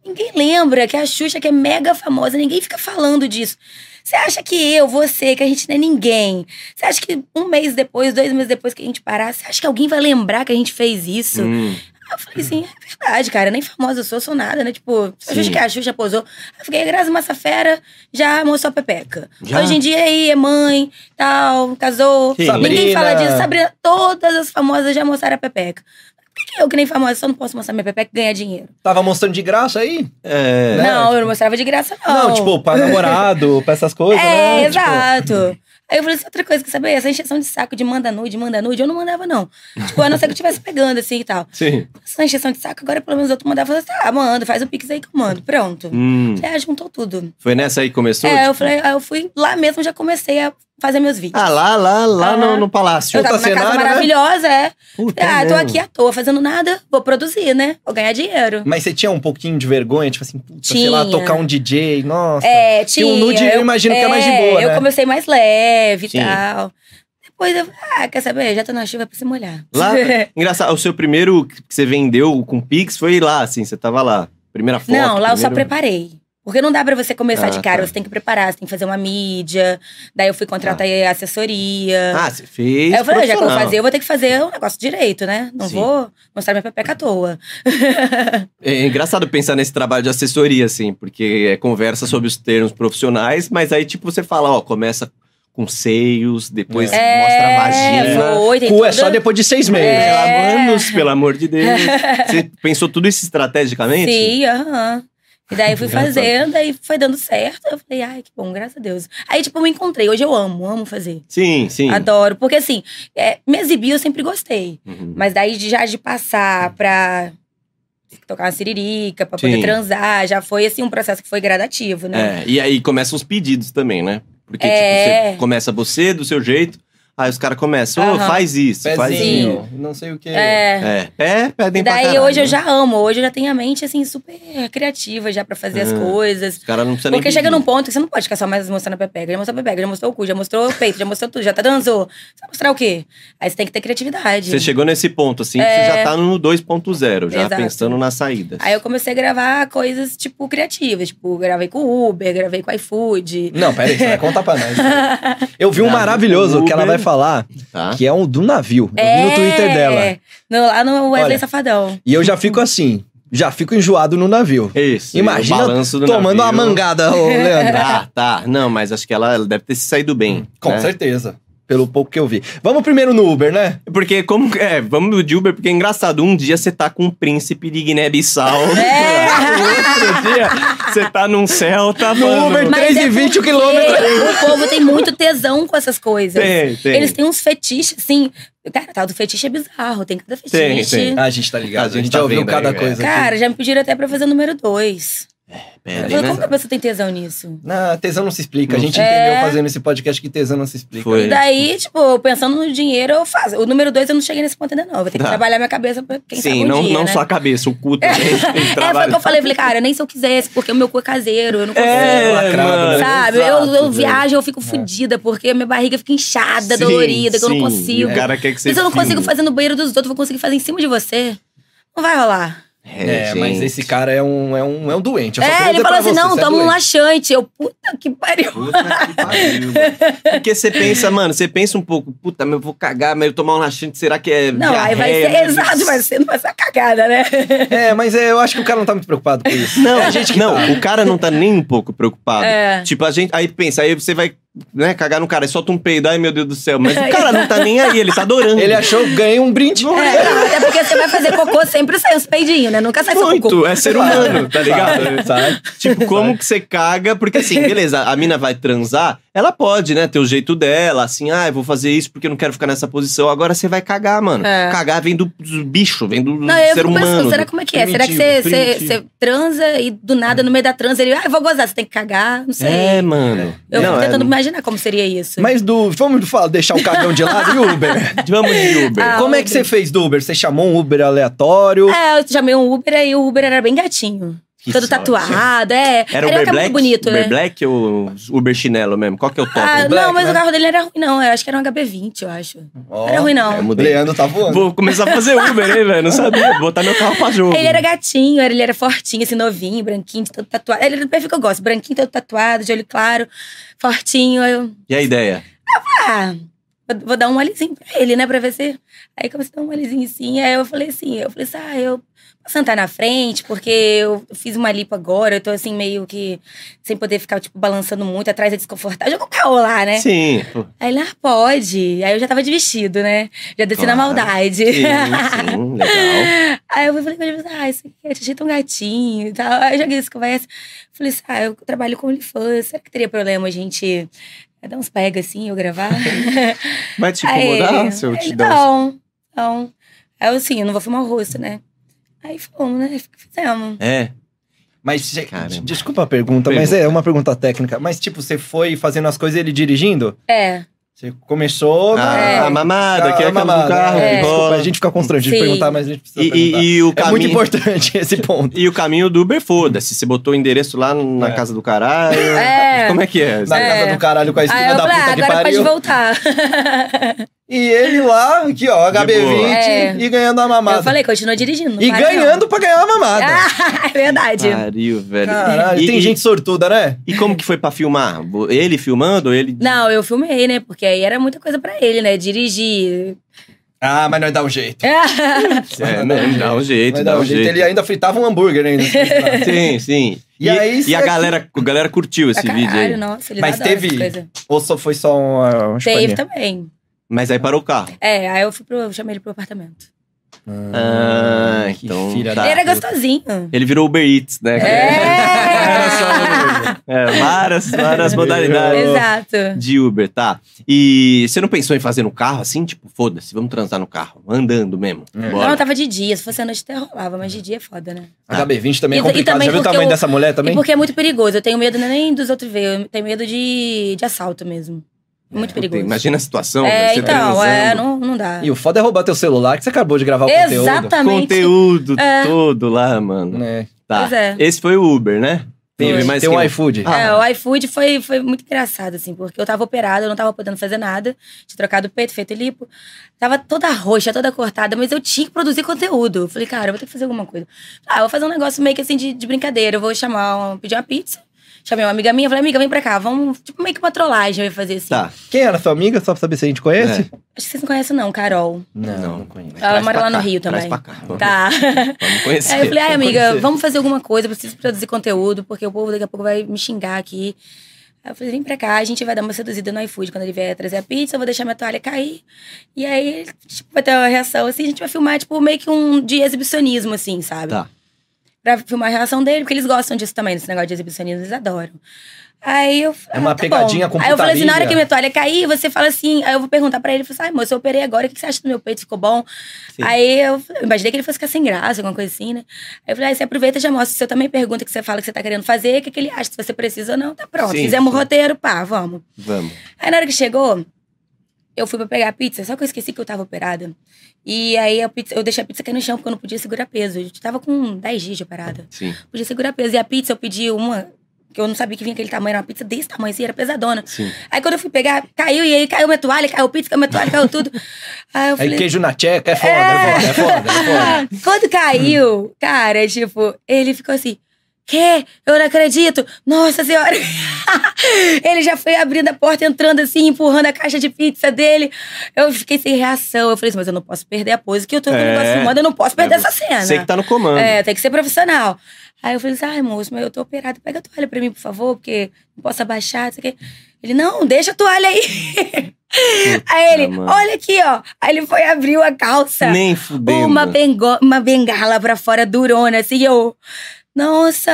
Speaker 3: Ninguém lembra que a Xuxa que é mega famosa, ninguém fica falando disso. Você acha que eu, você, que a gente não é ninguém? Você acha que um mês depois, dois meses depois que a gente parar, você acha que alguém vai lembrar que a gente fez isso?
Speaker 1: Hum.
Speaker 3: Aí Eu falei assim, é verdade, cara. Nem famosa eu sou, sou nada, né? Tipo, a
Speaker 1: Sim.
Speaker 3: Xuxa que a Xuxa posou. Aí Eu fiquei, Grazi Massafera já mostrou a pepeca.
Speaker 1: Já?
Speaker 3: Hoje em dia aí é mãe, tal, casou.
Speaker 1: Sim.
Speaker 3: Ninguém
Speaker 2: Sabrina.
Speaker 3: fala disso. Sabrina, todas as famosas já mostraram a pepeca. Por que que eu, que nem famosa, só não posso mostrar minha pepeca e ganhar dinheiro?
Speaker 2: Tava mostrando de graça aí?
Speaker 1: É,
Speaker 2: Né?
Speaker 3: Não, eu não mostrava de graça, não.
Speaker 2: Não, tipo, pra namorado, pra essas coisas,
Speaker 3: Oh. É,
Speaker 2: né?
Speaker 3: exato. Aí eu falei assim, outra coisa que saber, essa encheção de saco de manda nude, manda nude, eu não mandava, não. Tipo, a não ser que eu estivesse pegando, assim e tal.
Speaker 1: sim.
Speaker 3: Essa encheção de saco, agora pelo menos eu tô mandando. Falei assim, ah, manda, faz o pix aí que eu mando. Pronto.
Speaker 1: Hum.
Speaker 3: É, juntou tudo.
Speaker 1: Foi nessa aí que começou?
Speaker 3: é, eu
Speaker 1: Tipo,
Speaker 3: falei, aí eu fui lá mesmo, já comecei a fazer meus vídeos.
Speaker 1: Ah, lá, lá, lá
Speaker 3: Ah.
Speaker 1: no, no palácio.
Speaker 3: eu tava
Speaker 2: puta
Speaker 3: na casa
Speaker 2: cenário, né?
Speaker 3: maravilhosa, é.
Speaker 1: Puta,
Speaker 3: Ah,
Speaker 1: é
Speaker 3: tô
Speaker 1: mesmo.
Speaker 3: aqui à toa fazendo nada, vou produzir, né? Vou ganhar dinheiro.
Speaker 2: Mas você tinha um pouquinho de vergonha? Tipo assim, puta, sei lá,
Speaker 3: Tinha.
Speaker 2: tocar um DJ, nossa.
Speaker 3: É,
Speaker 2: Porque
Speaker 3: tinha.
Speaker 2: o nude, eu imagino que é mais de boa,
Speaker 3: Eu
Speaker 2: né?
Speaker 3: comecei mais leve e
Speaker 1: Sim.
Speaker 3: tal. Depois eu ah, quer saber? Já tô na chuva pra se molhar. [LAUGHS]
Speaker 1: Lá, engraçado, o seu primeiro que você vendeu com Pix foi lá, assim, você tava lá. Primeira foto.
Speaker 3: Não, lá eu só
Speaker 1: primeiro-
Speaker 3: preparei. Porque não dá pra você começar
Speaker 1: Ah,
Speaker 3: de cara,
Speaker 1: tá.
Speaker 3: você tem que preparar, você tem que fazer uma mídia. Daí eu fui contratar assessoria.
Speaker 1: Ah, você fez
Speaker 3: Aí eu falei, ah, já que eu
Speaker 1: Ah.
Speaker 3: vou
Speaker 1: profissional.
Speaker 3: fazer, eu vou ter que fazer o negócio direito, né? Não
Speaker 1: Sim.
Speaker 3: vou mostrar minha pepeca à toa.
Speaker 1: É engraçado pensar nesse trabalho de assessoria, assim, porque é conversa sobre os termos profissionais, mas aí, tipo, você fala, ó, começa com seios, depois mostra a vagina.
Speaker 3: É, foi, tem
Speaker 2: Cu é
Speaker 3: toda-
Speaker 2: só depois de seis meses.
Speaker 3: É.
Speaker 1: Pelo Manos, pelo amor de
Speaker 3: [LAUGHS]
Speaker 1: Deus. Você pensou tudo isso estrategicamente?
Speaker 3: Sim, aham. E daí
Speaker 1: [LAUGHS]
Speaker 3: eu fui fazendo, aí foi dando certo. Eu falei, ai, que bom, graças a Deus. Aí, tipo, eu me encontrei. Hoje eu amo, amo fazer.
Speaker 1: Sim, sim.
Speaker 3: Adoro. Porque, assim, é, me exibir eu sempre gostei.
Speaker 1: Uhum.
Speaker 3: Mas daí de- já de passar pra tocar uma siririca, pra poder
Speaker 1: Sim.
Speaker 3: transar, já foi, assim, um processo que foi gradativo, né?
Speaker 1: É, e aí começam os pedidos também, né? Porque,
Speaker 3: É.
Speaker 1: tipo, você começa você do seu jeito, Aí os caras começam, ô,
Speaker 3: Aham.
Speaker 1: faz isso, faz isso.
Speaker 4: Pezinho, não sei o que.
Speaker 3: É.
Speaker 1: É, pé, pedem
Speaker 3: E
Speaker 1: pra
Speaker 3: daí
Speaker 1: caralho,
Speaker 3: hoje eu
Speaker 1: né?
Speaker 3: já amo, hoje eu já tenho a mente assim super criativa já pra fazer as
Speaker 1: Ah.
Speaker 3: coisas.
Speaker 1: Os caras não precisam nem
Speaker 3: Porque chega
Speaker 1: pedir.
Speaker 3: num ponto que você não pode ficar só mais mostrando a pepeca. Já mostrou a pepeca, já mostrou o cu, já mostrou o peito, já mostrou tudo, já tá dançou. Você vai mostrar o quê? Aí você tem que ter criatividade.
Speaker 1: Você chegou nesse ponto, assim, que você já tá no 2.0, já
Speaker 3: É. Exato.
Speaker 1: pensando na saída.
Speaker 3: Aí eu comecei a gravar coisas, tipo, criativas. Tipo, gravei com o Uber, gravei com o iFood.
Speaker 4: Não, peraí,
Speaker 3: [LAUGHS]
Speaker 4: você vai contar pra nós. né?
Speaker 2: Eu vi um
Speaker 1: Tá,
Speaker 2: maravilhoso que ela
Speaker 1: Uber.
Speaker 2: vai falar,
Speaker 1: Tá?
Speaker 2: que é um do navio. Eu vi
Speaker 3: É.
Speaker 2: no Twitter dela.
Speaker 3: No, lá no Wesley
Speaker 2: Olha,
Speaker 3: Safadão.
Speaker 2: E eu já fico assim, já fico enjoado no navio.
Speaker 1: Isso.
Speaker 2: Imagina
Speaker 1: o balanço do
Speaker 2: Tomando
Speaker 1: navio.
Speaker 2: uma mangada,
Speaker 3: [LAUGHS]
Speaker 2: ô Leandro.
Speaker 1: Ah, tá. Não, mas acho que ela, ela deve ter se saído
Speaker 2: Hum,
Speaker 1: bem.
Speaker 4: Com
Speaker 1: né?
Speaker 4: certeza.
Speaker 2: Pelo pouco que eu vi. Vamos primeiro no Uber, né?
Speaker 1: Porque como. É, vamos de Uber, porque é engraçado. Um dia você tá com um príncipe de Guiné-Bissau.
Speaker 3: É.
Speaker 1: [LAUGHS] Outro dia você tá num Celta.
Speaker 2: No
Speaker 1: mano.
Speaker 2: Uber. 3,20
Speaker 3: é porque
Speaker 2: quilômetro.
Speaker 3: O povo tem muito tesão com essas coisas.
Speaker 1: Tem, tem.
Speaker 3: Eles têm uns fetiches, assim. Cara, tal do fetiche é bizarro, tem cada fetiche.
Speaker 1: Tem, tem.
Speaker 4: Ah, a gente tá ligado.
Speaker 1: A
Speaker 4: A
Speaker 1: gente
Speaker 4: gente,
Speaker 1: tá
Speaker 4: já ouviu
Speaker 1: vendo
Speaker 4: cada
Speaker 1: aí,
Speaker 4: coisa aqui.
Speaker 3: é. Cara, já me pediram até pra fazer o número dois. Eu
Speaker 1: Pedem,
Speaker 3: falei, como que
Speaker 1: né?
Speaker 3: a pessoa tem tesão nisso?
Speaker 4: Não, tesão não se explica. A
Speaker 1: Não
Speaker 4: gente
Speaker 3: sei.
Speaker 4: entendeu
Speaker 3: É.
Speaker 4: fazendo esse podcast que tesão não se explica. né?
Speaker 1: Foi.
Speaker 3: E daí, tipo, pensando no dinheiro, eu faço. O número dois eu não cheguei nesse ponto ainda, não. Eu Vou ter que
Speaker 1: Tá.
Speaker 3: trabalhar minha cabeça pra quem sabe
Speaker 1: Sim,
Speaker 3: um
Speaker 1: não,
Speaker 3: dia,
Speaker 1: não
Speaker 3: né?
Speaker 1: só a cabeça, o cu também. tem
Speaker 3: É, foi o
Speaker 1: trabalho.
Speaker 3: que eu falei. Eu falei, cara, nem se eu quisesse, porque o meu cu é caseiro, eu não consigo.
Speaker 1: É,
Speaker 4: Lacrado,
Speaker 1: mano.
Speaker 3: Sabe,
Speaker 1: Exato,
Speaker 3: eu, eu
Speaker 1: velho.
Speaker 3: viajo, eu fico fodida, porque minha barriga fica inchada,
Speaker 1: Sim,
Speaker 3: dolorida, que eu não
Speaker 1: sim. é.
Speaker 3: consigo.
Speaker 1: O cara quer que você
Speaker 3: Se eu não
Speaker 1: filme.
Speaker 3: consigo fazer no banheiro dos outros, eu vou conseguir fazer em cima de você. Não vai rolar.
Speaker 4: É, mas
Speaker 1: gente.
Speaker 4: esse cara é um, é um, é um doente. Eu só queria
Speaker 3: É, ele
Speaker 4: dizer pra
Speaker 3: falou assim:
Speaker 4: você,
Speaker 3: não,
Speaker 4: você é
Speaker 3: toma um
Speaker 4: doente.
Speaker 3: laxante. Eu, puta que pariu.
Speaker 1: Puta que pariu, mano. Porque você pensa, mano, você pensa um pouco, puta, mas eu vou cagar, mas eu tomar um laxante, será que é.
Speaker 3: [LAUGHS] Não, aí vai
Speaker 1: diarreia,
Speaker 3: ser.
Speaker 1: meu Deus?
Speaker 3: Exato, vai ser, não vai ser uma cagada, né? [LAUGHS]
Speaker 4: É, mas é, eu acho que o cara não tá muito preocupado com isso.
Speaker 1: Não, não o cara não tá nem um pouco preocupado.
Speaker 3: É.
Speaker 1: Tipo, a gente. Aí pensa, aí você vai né, cagar no cara, aí solta um peido, ai meu Deus do céu.
Speaker 3: [LAUGHS]
Speaker 1: Mas o cara não tá nem aí, ele tá adorando.
Speaker 2: Ele achou, ganhei um brinde.
Speaker 3: É, não, até porque você vai fazer cocô sempre sai os peidinhos, né? Nunca sai seu cocô.
Speaker 1: muito, é ser humano, tá
Speaker 3: [LAUGHS] É.
Speaker 1: ligado?
Speaker 4: Sabe?
Speaker 1: Tipo, como que você caga? Porque assim, beleza, a mina vai transar, ela pode, né? Ter o jeito dela, assim, ah, eu vou fazer isso porque eu não quero ficar nessa posição. Agora você vai cagar, mano.
Speaker 3: É.
Speaker 1: Cagar vem do, do bicho, vem do
Speaker 3: Não, eu
Speaker 1: ser
Speaker 3: fico pensando,
Speaker 1: humano.
Speaker 3: será
Speaker 1: do-
Speaker 3: como é que é? Será que você,
Speaker 1: primitivo,
Speaker 3: você,
Speaker 1: primitivo.
Speaker 3: você transa e do nada, no meio da transa, ele, ah, eu vou gozar, você tem que cagar, não sei.
Speaker 1: É, mano.
Speaker 3: eu
Speaker 1: não,
Speaker 3: fico
Speaker 1: é-
Speaker 3: tentando imaginar como seria isso.
Speaker 2: Mas do. Vamos falar, deixar o cagão de lado e o Uber.
Speaker 1: [LAUGHS] Vamos de Uber.
Speaker 3: Ah,
Speaker 2: Como é que você fez do Uber? Você chamou um Uber aleatório?
Speaker 3: É, eu chamei um Uber aí o Uber era bem gatinho.
Speaker 1: Que
Speaker 3: todo
Speaker 1: sorte.
Speaker 3: tatuado, é.
Speaker 1: Era
Speaker 3: um
Speaker 1: Uber
Speaker 3: carro
Speaker 1: Black?
Speaker 3: muito bonito,
Speaker 1: Uber
Speaker 3: né?
Speaker 1: Black ou Uber Chinelo mesmo? Qual que é o top?
Speaker 3: Ah,
Speaker 4: Black,
Speaker 3: não, mas
Speaker 4: né?
Speaker 3: o carro dele era ruim, não. Eu acho que era um HB20, eu acho.
Speaker 4: Ó,
Speaker 3: Não era ruim, não.
Speaker 1: é, mudei.
Speaker 4: Leandro tá voando.
Speaker 1: Vou começar a fazer Uber, hein, velho? Não sabia. Botar meu carro pra jogo.
Speaker 3: Ele era gatinho, ele era fortinho, assim, novinho, branquinho, de todo tatuado. Ele era do perfil que eu gosto, branquinho, todo tatuado, de olho claro, fortinho. Aí eu,
Speaker 1: E a ideia?
Speaker 3: ah, vou- vou dar um olhezinho pra ele, né, pra ver se... Aí comecei a dar um olhezinho assim, aí eu falei assim, eu falei assim, ah, eu posso sentar na frente, porque eu fiz uma lipo agora, eu tô assim, meio que sem poder ficar, tipo, balançando muito, atrás é desconfortável, jogou o caô lá, né?
Speaker 1: Sim. pô,
Speaker 3: Aí ele, ah, pode. Aí eu já tava de vestido, né? Já desci na
Speaker 1: Claro.
Speaker 3: maldade.
Speaker 1: Sim, sim, legal.
Speaker 3: [LAUGHS] Aí eu falei pra ele, ah, isso aqui é Titi um gatinho e tal. Aí eu joguei essa conversa. Falei assim, ah, eu trabalho com OnlyFans, será que teria problema a gente dar uns pega assim, eu gravar? [LAUGHS] Tipo,
Speaker 1: Vai te
Speaker 3: Aí
Speaker 1: incomodar
Speaker 3: ele,
Speaker 1: se eu
Speaker 3: aí
Speaker 1: te
Speaker 3: ele,
Speaker 1: dar um
Speaker 3: Não, não. Aí eu, assim, eu não vou filmar o rosto, né? Aí fomos, né? Fizemos.
Speaker 1: É.
Speaker 4: Mas, che-
Speaker 1: Caramba.
Speaker 4: desculpa a
Speaker 2: Pergunta,
Speaker 4: pergunta,
Speaker 2: mas
Speaker 4: mas
Speaker 2: é uma pergunta técnica.
Speaker 4: é. Mas, tipo, você foi fazendo as coisas e ele dirigindo?
Speaker 3: É.
Speaker 4: Você começou.
Speaker 1: Ah,
Speaker 4: né?
Speaker 3: É.
Speaker 1: a mamada, que é
Speaker 4: Ah,
Speaker 1: aquela
Speaker 4: mamada,
Speaker 1: do carro
Speaker 4: é.
Speaker 1: que
Speaker 2: Tá, Desculpa,
Speaker 1: rola.
Speaker 2: a gente fica constrangido
Speaker 3: Sim.
Speaker 2: de perguntar, mas a gente precisa
Speaker 1: E,
Speaker 2: perguntar.
Speaker 1: e- e o
Speaker 2: É
Speaker 1: caminho.
Speaker 2: muito importante [LAUGHS] esse ponto.
Speaker 1: E o caminho do Uber, foda-se. Você botou o endereço lá na
Speaker 4: É.
Speaker 1: casa do caralho.
Speaker 3: É.
Speaker 1: [LAUGHS] Como é que é?
Speaker 4: Na
Speaker 3: É.
Speaker 4: casa do caralho com a
Speaker 3: Aí
Speaker 4: esquina
Speaker 3: eu
Speaker 4: da
Speaker 3: falei, ah,
Speaker 4: puta que
Speaker 3: agora pode
Speaker 4: pariu.
Speaker 3: voltar. [LAUGHS]
Speaker 4: E ele lá, aqui, ó,
Speaker 1: boa.
Speaker 4: HB20
Speaker 3: É.
Speaker 4: e ganhando a mamada.
Speaker 3: Eu falei, continua dirigindo. não
Speaker 2: E
Speaker 3: para, não." [LAUGHS]
Speaker 2: ganhando pra ganhar a mamada.
Speaker 3: Ah, é verdade.
Speaker 1: Pariu, velho.
Speaker 4: Caralho,
Speaker 1: e,
Speaker 4: tem
Speaker 1: e-
Speaker 4: gente sortuda, né?
Speaker 1: E como que foi pra filmar? Ele filmando? Ele.
Speaker 3: Não, eu filmei, né? Porque aí era muita coisa pra ele, né? Dirigir. [LAUGHS]
Speaker 4: Ah, mas nós dá um jeito.
Speaker 1: É, não, dá um jeito,
Speaker 4: Nós
Speaker 1: dá um jeito.
Speaker 4: Ele ainda fritava um hambúrguer
Speaker 3: [LAUGHS]
Speaker 4: ainda.
Speaker 1: Sim, sim.
Speaker 4: E aí,
Speaker 1: e
Speaker 4: isso
Speaker 1: a
Speaker 4: aqui-
Speaker 1: galera, a galera curtiu esse
Speaker 3: Pra
Speaker 1: vídeo
Speaker 3: caralho,
Speaker 1: aí.
Speaker 3: nossa, eles
Speaker 4: Mas
Speaker 3: adoram
Speaker 4: teve-
Speaker 3: essa coisa.
Speaker 2: Tipo,
Speaker 4: Ou só foi só uma, uma
Speaker 3: Teve
Speaker 4: chupadinha?
Speaker 3: também.
Speaker 1: Mas aí parou o carro.
Speaker 3: É, aí eu fui pro. Eu chamei ele pro apartamento.
Speaker 1: Ah,
Speaker 4: que
Speaker 1: então.
Speaker 4: filha
Speaker 1: tá.
Speaker 4: da-
Speaker 3: ele é era
Speaker 4: puta.
Speaker 3: gostosinho.
Speaker 1: Ele virou Uber Eats, né?
Speaker 2: É.
Speaker 1: Era
Speaker 2: um
Speaker 1: só
Speaker 3: É!
Speaker 1: Uber. É, várias, várias modalidades.
Speaker 3: Exato.
Speaker 1: De Uber, tá. E você não pensou em fazer no carro assim? Tipo, foda-se, vamos transar no carro. Andando mesmo.
Speaker 4: É.
Speaker 1: Bora.
Speaker 3: Não, tá tava de dia. Se fosse à noite, até rolava, mas de dia é foda, né?
Speaker 4: HB20 também é
Speaker 3: E- e
Speaker 4: complicado.
Speaker 3: também
Speaker 4: Já viu o
Speaker 3: porque
Speaker 4: tamanho
Speaker 3: eu-
Speaker 4: dessa mulher também?
Speaker 3: E porque é muito perigoso. Eu tenho medo não é nem dos outros ver, eu tenho medo de, de assalto mesmo.
Speaker 1: Puta,
Speaker 3: Muito perigoso.
Speaker 1: Imagina a situação. né?
Speaker 3: É,
Speaker 1: Você
Speaker 3: então, é,
Speaker 1: transando.
Speaker 3: não, não dá.
Speaker 2: E o foda é roubar teu celular que você acabou de gravar o conteúdo.
Speaker 3: Exatamente.
Speaker 1: Conteúdo todo lá, mano.
Speaker 2: Né?
Speaker 1: Tá.
Speaker 3: É. Pois é.
Speaker 1: Esse foi o Uber, né? Teve
Speaker 2: Tem,
Speaker 1: mais
Speaker 2: tem
Speaker 1: que-
Speaker 2: um iFood.
Speaker 3: É, o iFood foi, foi muito engraçado, assim, porque eu tava operada, eu não tava podendo fazer nada, tinha trocado o peito, feito lipo. Tava toda roxa, toda cortada, mas eu tinha que produzir conteúdo. Eu falei, cara, eu vou ter que fazer alguma coisa. Ah, eu vou fazer um negócio meio que assim de, de brincadeira. Eu vou chamar, uma- pedir uma pizza. Chamei uma amiga minha, falei, amiga, vem pra cá, vamos. Tipo, meio que uma trollagem eu ia fazer assim.
Speaker 1: Tá.
Speaker 2: Quem era sua amiga? Só pra saber se a gente conhece?
Speaker 3: Acho que vocês não conhecem, não, Carol.
Speaker 1: É. Não.
Speaker 2: conheço.
Speaker 3: Ela
Speaker 1: Traz
Speaker 3: Ah, mora
Speaker 1: pra
Speaker 3: lá no
Speaker 1: cá,
Speaker 3: Rio
Speaker 1: traz
Speaker 3: também.
Speaker 1: pra cá, vamos-
Speaker 3: Tá.
Speaker 1: Vamos conhecer.
Speaker 3: Aí eu falei, "Ah, ai, amiga,
Speaker 2: conhecer.
Speaker 3: vamos fazer alguma coisa, eu preciso produzir conteúdo, porque o povo daqui a pouco vai me xingar aqui. Aí eu falei, vem pra cá, a gente vai dar uma seduzida no iFood quando ele vier trazer a pizza, eu vou deixar minha toalha cair. E aí, tipo, vai ter uma reação assim, a gente vai filmar, tipo, meio que um de exibicionismo, assim, sabe?
Speaker 1: Tá.
Speaker 3: Pra filmar a reação dele, porque eles gostam disso também, desse negócio de exibicionismo, eles adoram. Aí eu
Speaker 2: É
Speaker 3: falei,
Speaker 2: uma
Speaker 3: ah, tá
Speaker 2: pegadinha
Speaker 3: bom. Aí eu falei assim, na hora
Speaker 2: computabilha.
Speaker 3: que minha toalha cair, você fala assim, aí eu vou perguntar pra ele, eu falo assim, ai, moço, eu operei agora, o que que você acha do meu peito, ficou bom?
Speaker 1: Sim.
Speaker 3: Aí eu falei, eu imaginei que ele fosse ficar sem graça, alguma coisa assim, né? Aí eu falei, ah, você aproveita e já mostra. Se eu também pergunta o que você fala que você tá querendo fazer, o que, que ele acha, se você precisa ou não, tá pronto.
Speaker 1: Sim,
Speaker 3: Fizemos o
Speaker 1: sim.
Speaker 3: roteiro, pá, vamos.
Speaker 1: Vamos.
Speaker 3: Aí na hora que chegou, eu fui pra pegar a pizza, só que eu esqueci que eu tava operada. E aí a pizza- eu deixei a pizza cair no chão, porque eu não podia segurar peso. Eu tava com 10 dias de operada.
Speaker 1: Sim,
Speaker 3: Podia segurar peso. E a pizza eu pedi uma, que eu não sabia que vinha aquele tamanho, era uma pizza desse tamanho, assim, era pesadona.
Speaker 1: sim.
Speaker 3: Aí quando eu fui pegar, caiu, e aí caiu minha toalha, caiu pizza, caiu minha toalha, caiu [LAUGHS] tudo. Aí eu falei, "Ah,
Speaker 2: Aí queijo na tcheca, é foda, é foda, é foda,
Speaker 3: [LAUGHS]
Speaker 2: é foda.
Speaker 3: quando caiu, cara, tipo, ele ficou assim. Que? Eu não acredito! Nossa senhora! [LAUGHS] ele já foi abrindo a porta, entrando assim, empurrando a caixa de pizza dele. Eu fiquei sem reação. Eu falei assim, mas eu não posso perder a pose que eu tô com o
Speaker 1: É.
Speaker 3: negócio filmando, eu não posso perder
Speaker 1: É,
Speaker 3: essa cena.
Speaker 1: Você que tá no comando.
Speaker 3: É, tem que ser profissional. Aí eu falei assim, ai, moço, mas eu tô operado, pega a toalha pra mim, por favor, porque não posso abaixar, não sei o quê. Ele, não, deixa a toalha aí. aí ele,
Speaker 1: mano.
Speaker 3: olha aqui, ó. Aí ele foi abriu a calça.
Speaker 1: Nem fudendo.
Speaker 3: Uma, bengo- uma bengala pra fora durona, assim, e eu. Nossa!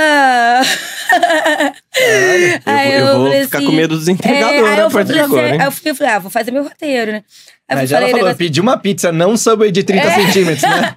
Speaker 1: Eu,
Speaker 3: Aí
Speaker 1: vou- eu vou
Speaker 3: falei
Speaker 1: ficar
Speaker 3: assim,
Speaker 1: com medo né, dos
Speaker 3: é,
Speaker 1: entregadores
Speaker 3: aí eu
Speaker 1: a partir de
Speaker 3: falei assim,
Speaker 1: agora, hein?
Speaker 3: Aí eu fui- eu falei, ah, vou fazer meu roteiro, né? Aí eu
Speaker 2: Mas ela
Speaker 3: falei,
Speaker 2: falou,
Speaker 3: negócio- É.
Speaker 2: pediu uma pizza não subway de 30 centímetros,
Speaker 3: [LAUGHS]
Speaker 2: né?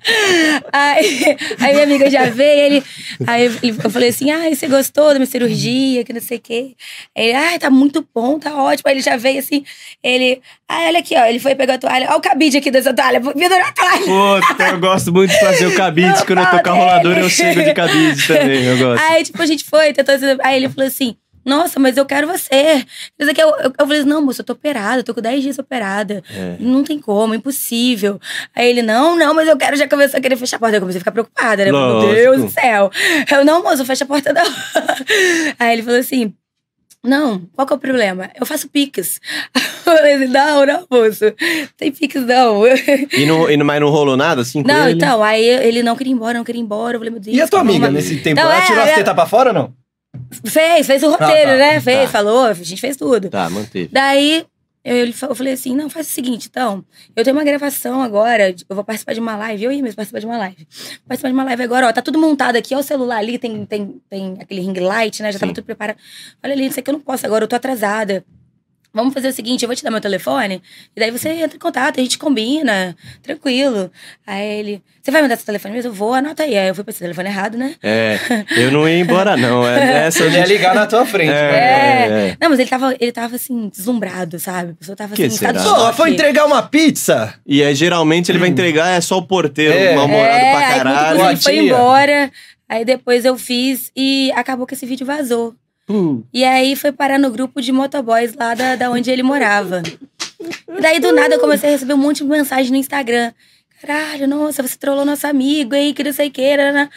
Speaker 3: Aí, [LAUGHS] aí minha amiga já veio, ele, aí ele- eu falei assim, ai, você gostou da minha cirurgia, que não sei o quê. Ele, ai, tá muito bom, tá ótimo. Aí ele já veio assim, ele, ai, olha aqui, ó, ele foi pegar a toalha, olha o cabide aqui dessa toalha, pendurou a toalha.
Speaker 1: Puta, eu gosto muito de fazer o cabide.
Speaker 3: Eu
Speaker 1: Quando eu tô com a
Speaker 3: falei.
Speaker 1: roladora, eu sigo de cabide também. Eu gosto.
Speaker 3: Aí, tipo, a gente foi, tentou, aí ele falou assim, nossa, mas eu quero você. Mas é que Eu, eu, eu falei assim, não, moço, eu tô operada, eu tô com 10 dias operada.
Speaker 1: É.
Speaker 3: Não tem como, impossível. Aí ele, não, não, mas eu quero, já começou a querer fechar a porta. Eu comecei a ficar preocupada, né? Meu
Speaker 1: Lógico.
Speaker 3: Deus do céu. Eu, não, moço, fecha a porta não. Aí ele falou assim, não, qual que é o problema? Eu faço piques. [LAUGHS] Eu falei assim, não, não, moço, não tem piques não.
Speaker 1: E, não, e não- mas não rolou nada assim? com
Speaker 3: Não,
Speaker 1: ele?
Speaker 3: então, aí ele não queria ir embora, não queria ir embora. Eu falei, meu Deus.
Speaker 2: E a tua
Speaker 3: calma,
Speaker 2: amiga
Speaker 3: mas-
Speaker 2: nesse tempo?
Speaker 3: Não,
Speaker 2: ela
Speaker 3: é,
Speaker 2: tirou
Speaker 3: é-
Speaker 2: as tetas pra fora ou não?
Speaker 3: Fez, fez o roteiro,
Speaker 2: tá,
Speaker 3: né? Fez,
Speaker 1: tá.
Speaker 3: falou, a gente fez tudo.
Speaker 1: Tá, manteve.
Speaker 3: Daí eu, ele fa- eu falei assim: não, faz o seguinte, então, eu tenho uma gravação agora, eu vou participar de uma live, eu ia mesmo participar de uma live. Vou Participar de uma live agora, ó, tá tudo montado aqui, ó, o celular ali, tem, tem, tem aquele ring light, né? Já tava
Speaker 1: Sim.
Speaker 3: tudo preparado. Olha ali, isso aqui eu não posso agora, eu tô atrasada. Vamos fazer o seguinte, eu vou te dar meu telefone, e daí você entra em contato, a gente combina, tranquilo. Aí ele, você vai me dar seu telefone mesmo? Eu vou, anota aí. Aí eu fui pra esse telefone errado, né?
Speaker 1: É, eu não ia embora, não. É, essa
Speaker 2: Ele ia
Speaker 1: gente...
Speaker 2: ligar na tua frente.
Speaker 1: É, é, é.
Speaker 3: Não, mas ele tava, ele tava assim, deslumbrado, sabe? A pessoa tava
Speaker 1: Que
Speaker 3: assim, em estado de
Speaker 1: será?
Speaker 2: Só
Speaker 3: choque.
Speaker 2: foi entregar uma pizza.
Speaker 1: E aí, geralmente, ele vai entregar, é só o porteiro,
Speaker 2: É.
Speaker 1: mal-humorado
Speaker 3: é,
Speaker 1: pra
Speaker 3: Aí,
Speaker 1: caralho.
Speaker 3: quando ele foi
Speaker 2: Tia.
Speaker 3: embora. Aí depois eu fiz e acabou que esse vídeo vazou.
Speaker 1: Pum.
Speaker 3: E aí foi parar no grupo de motoboys lá da, da onde ele morava. E daí do nada eu comecei a receber um monte de mensagem no Instagram. Caralho, nossa, você trollou nosso amigo, hein? Que não sei o que. né?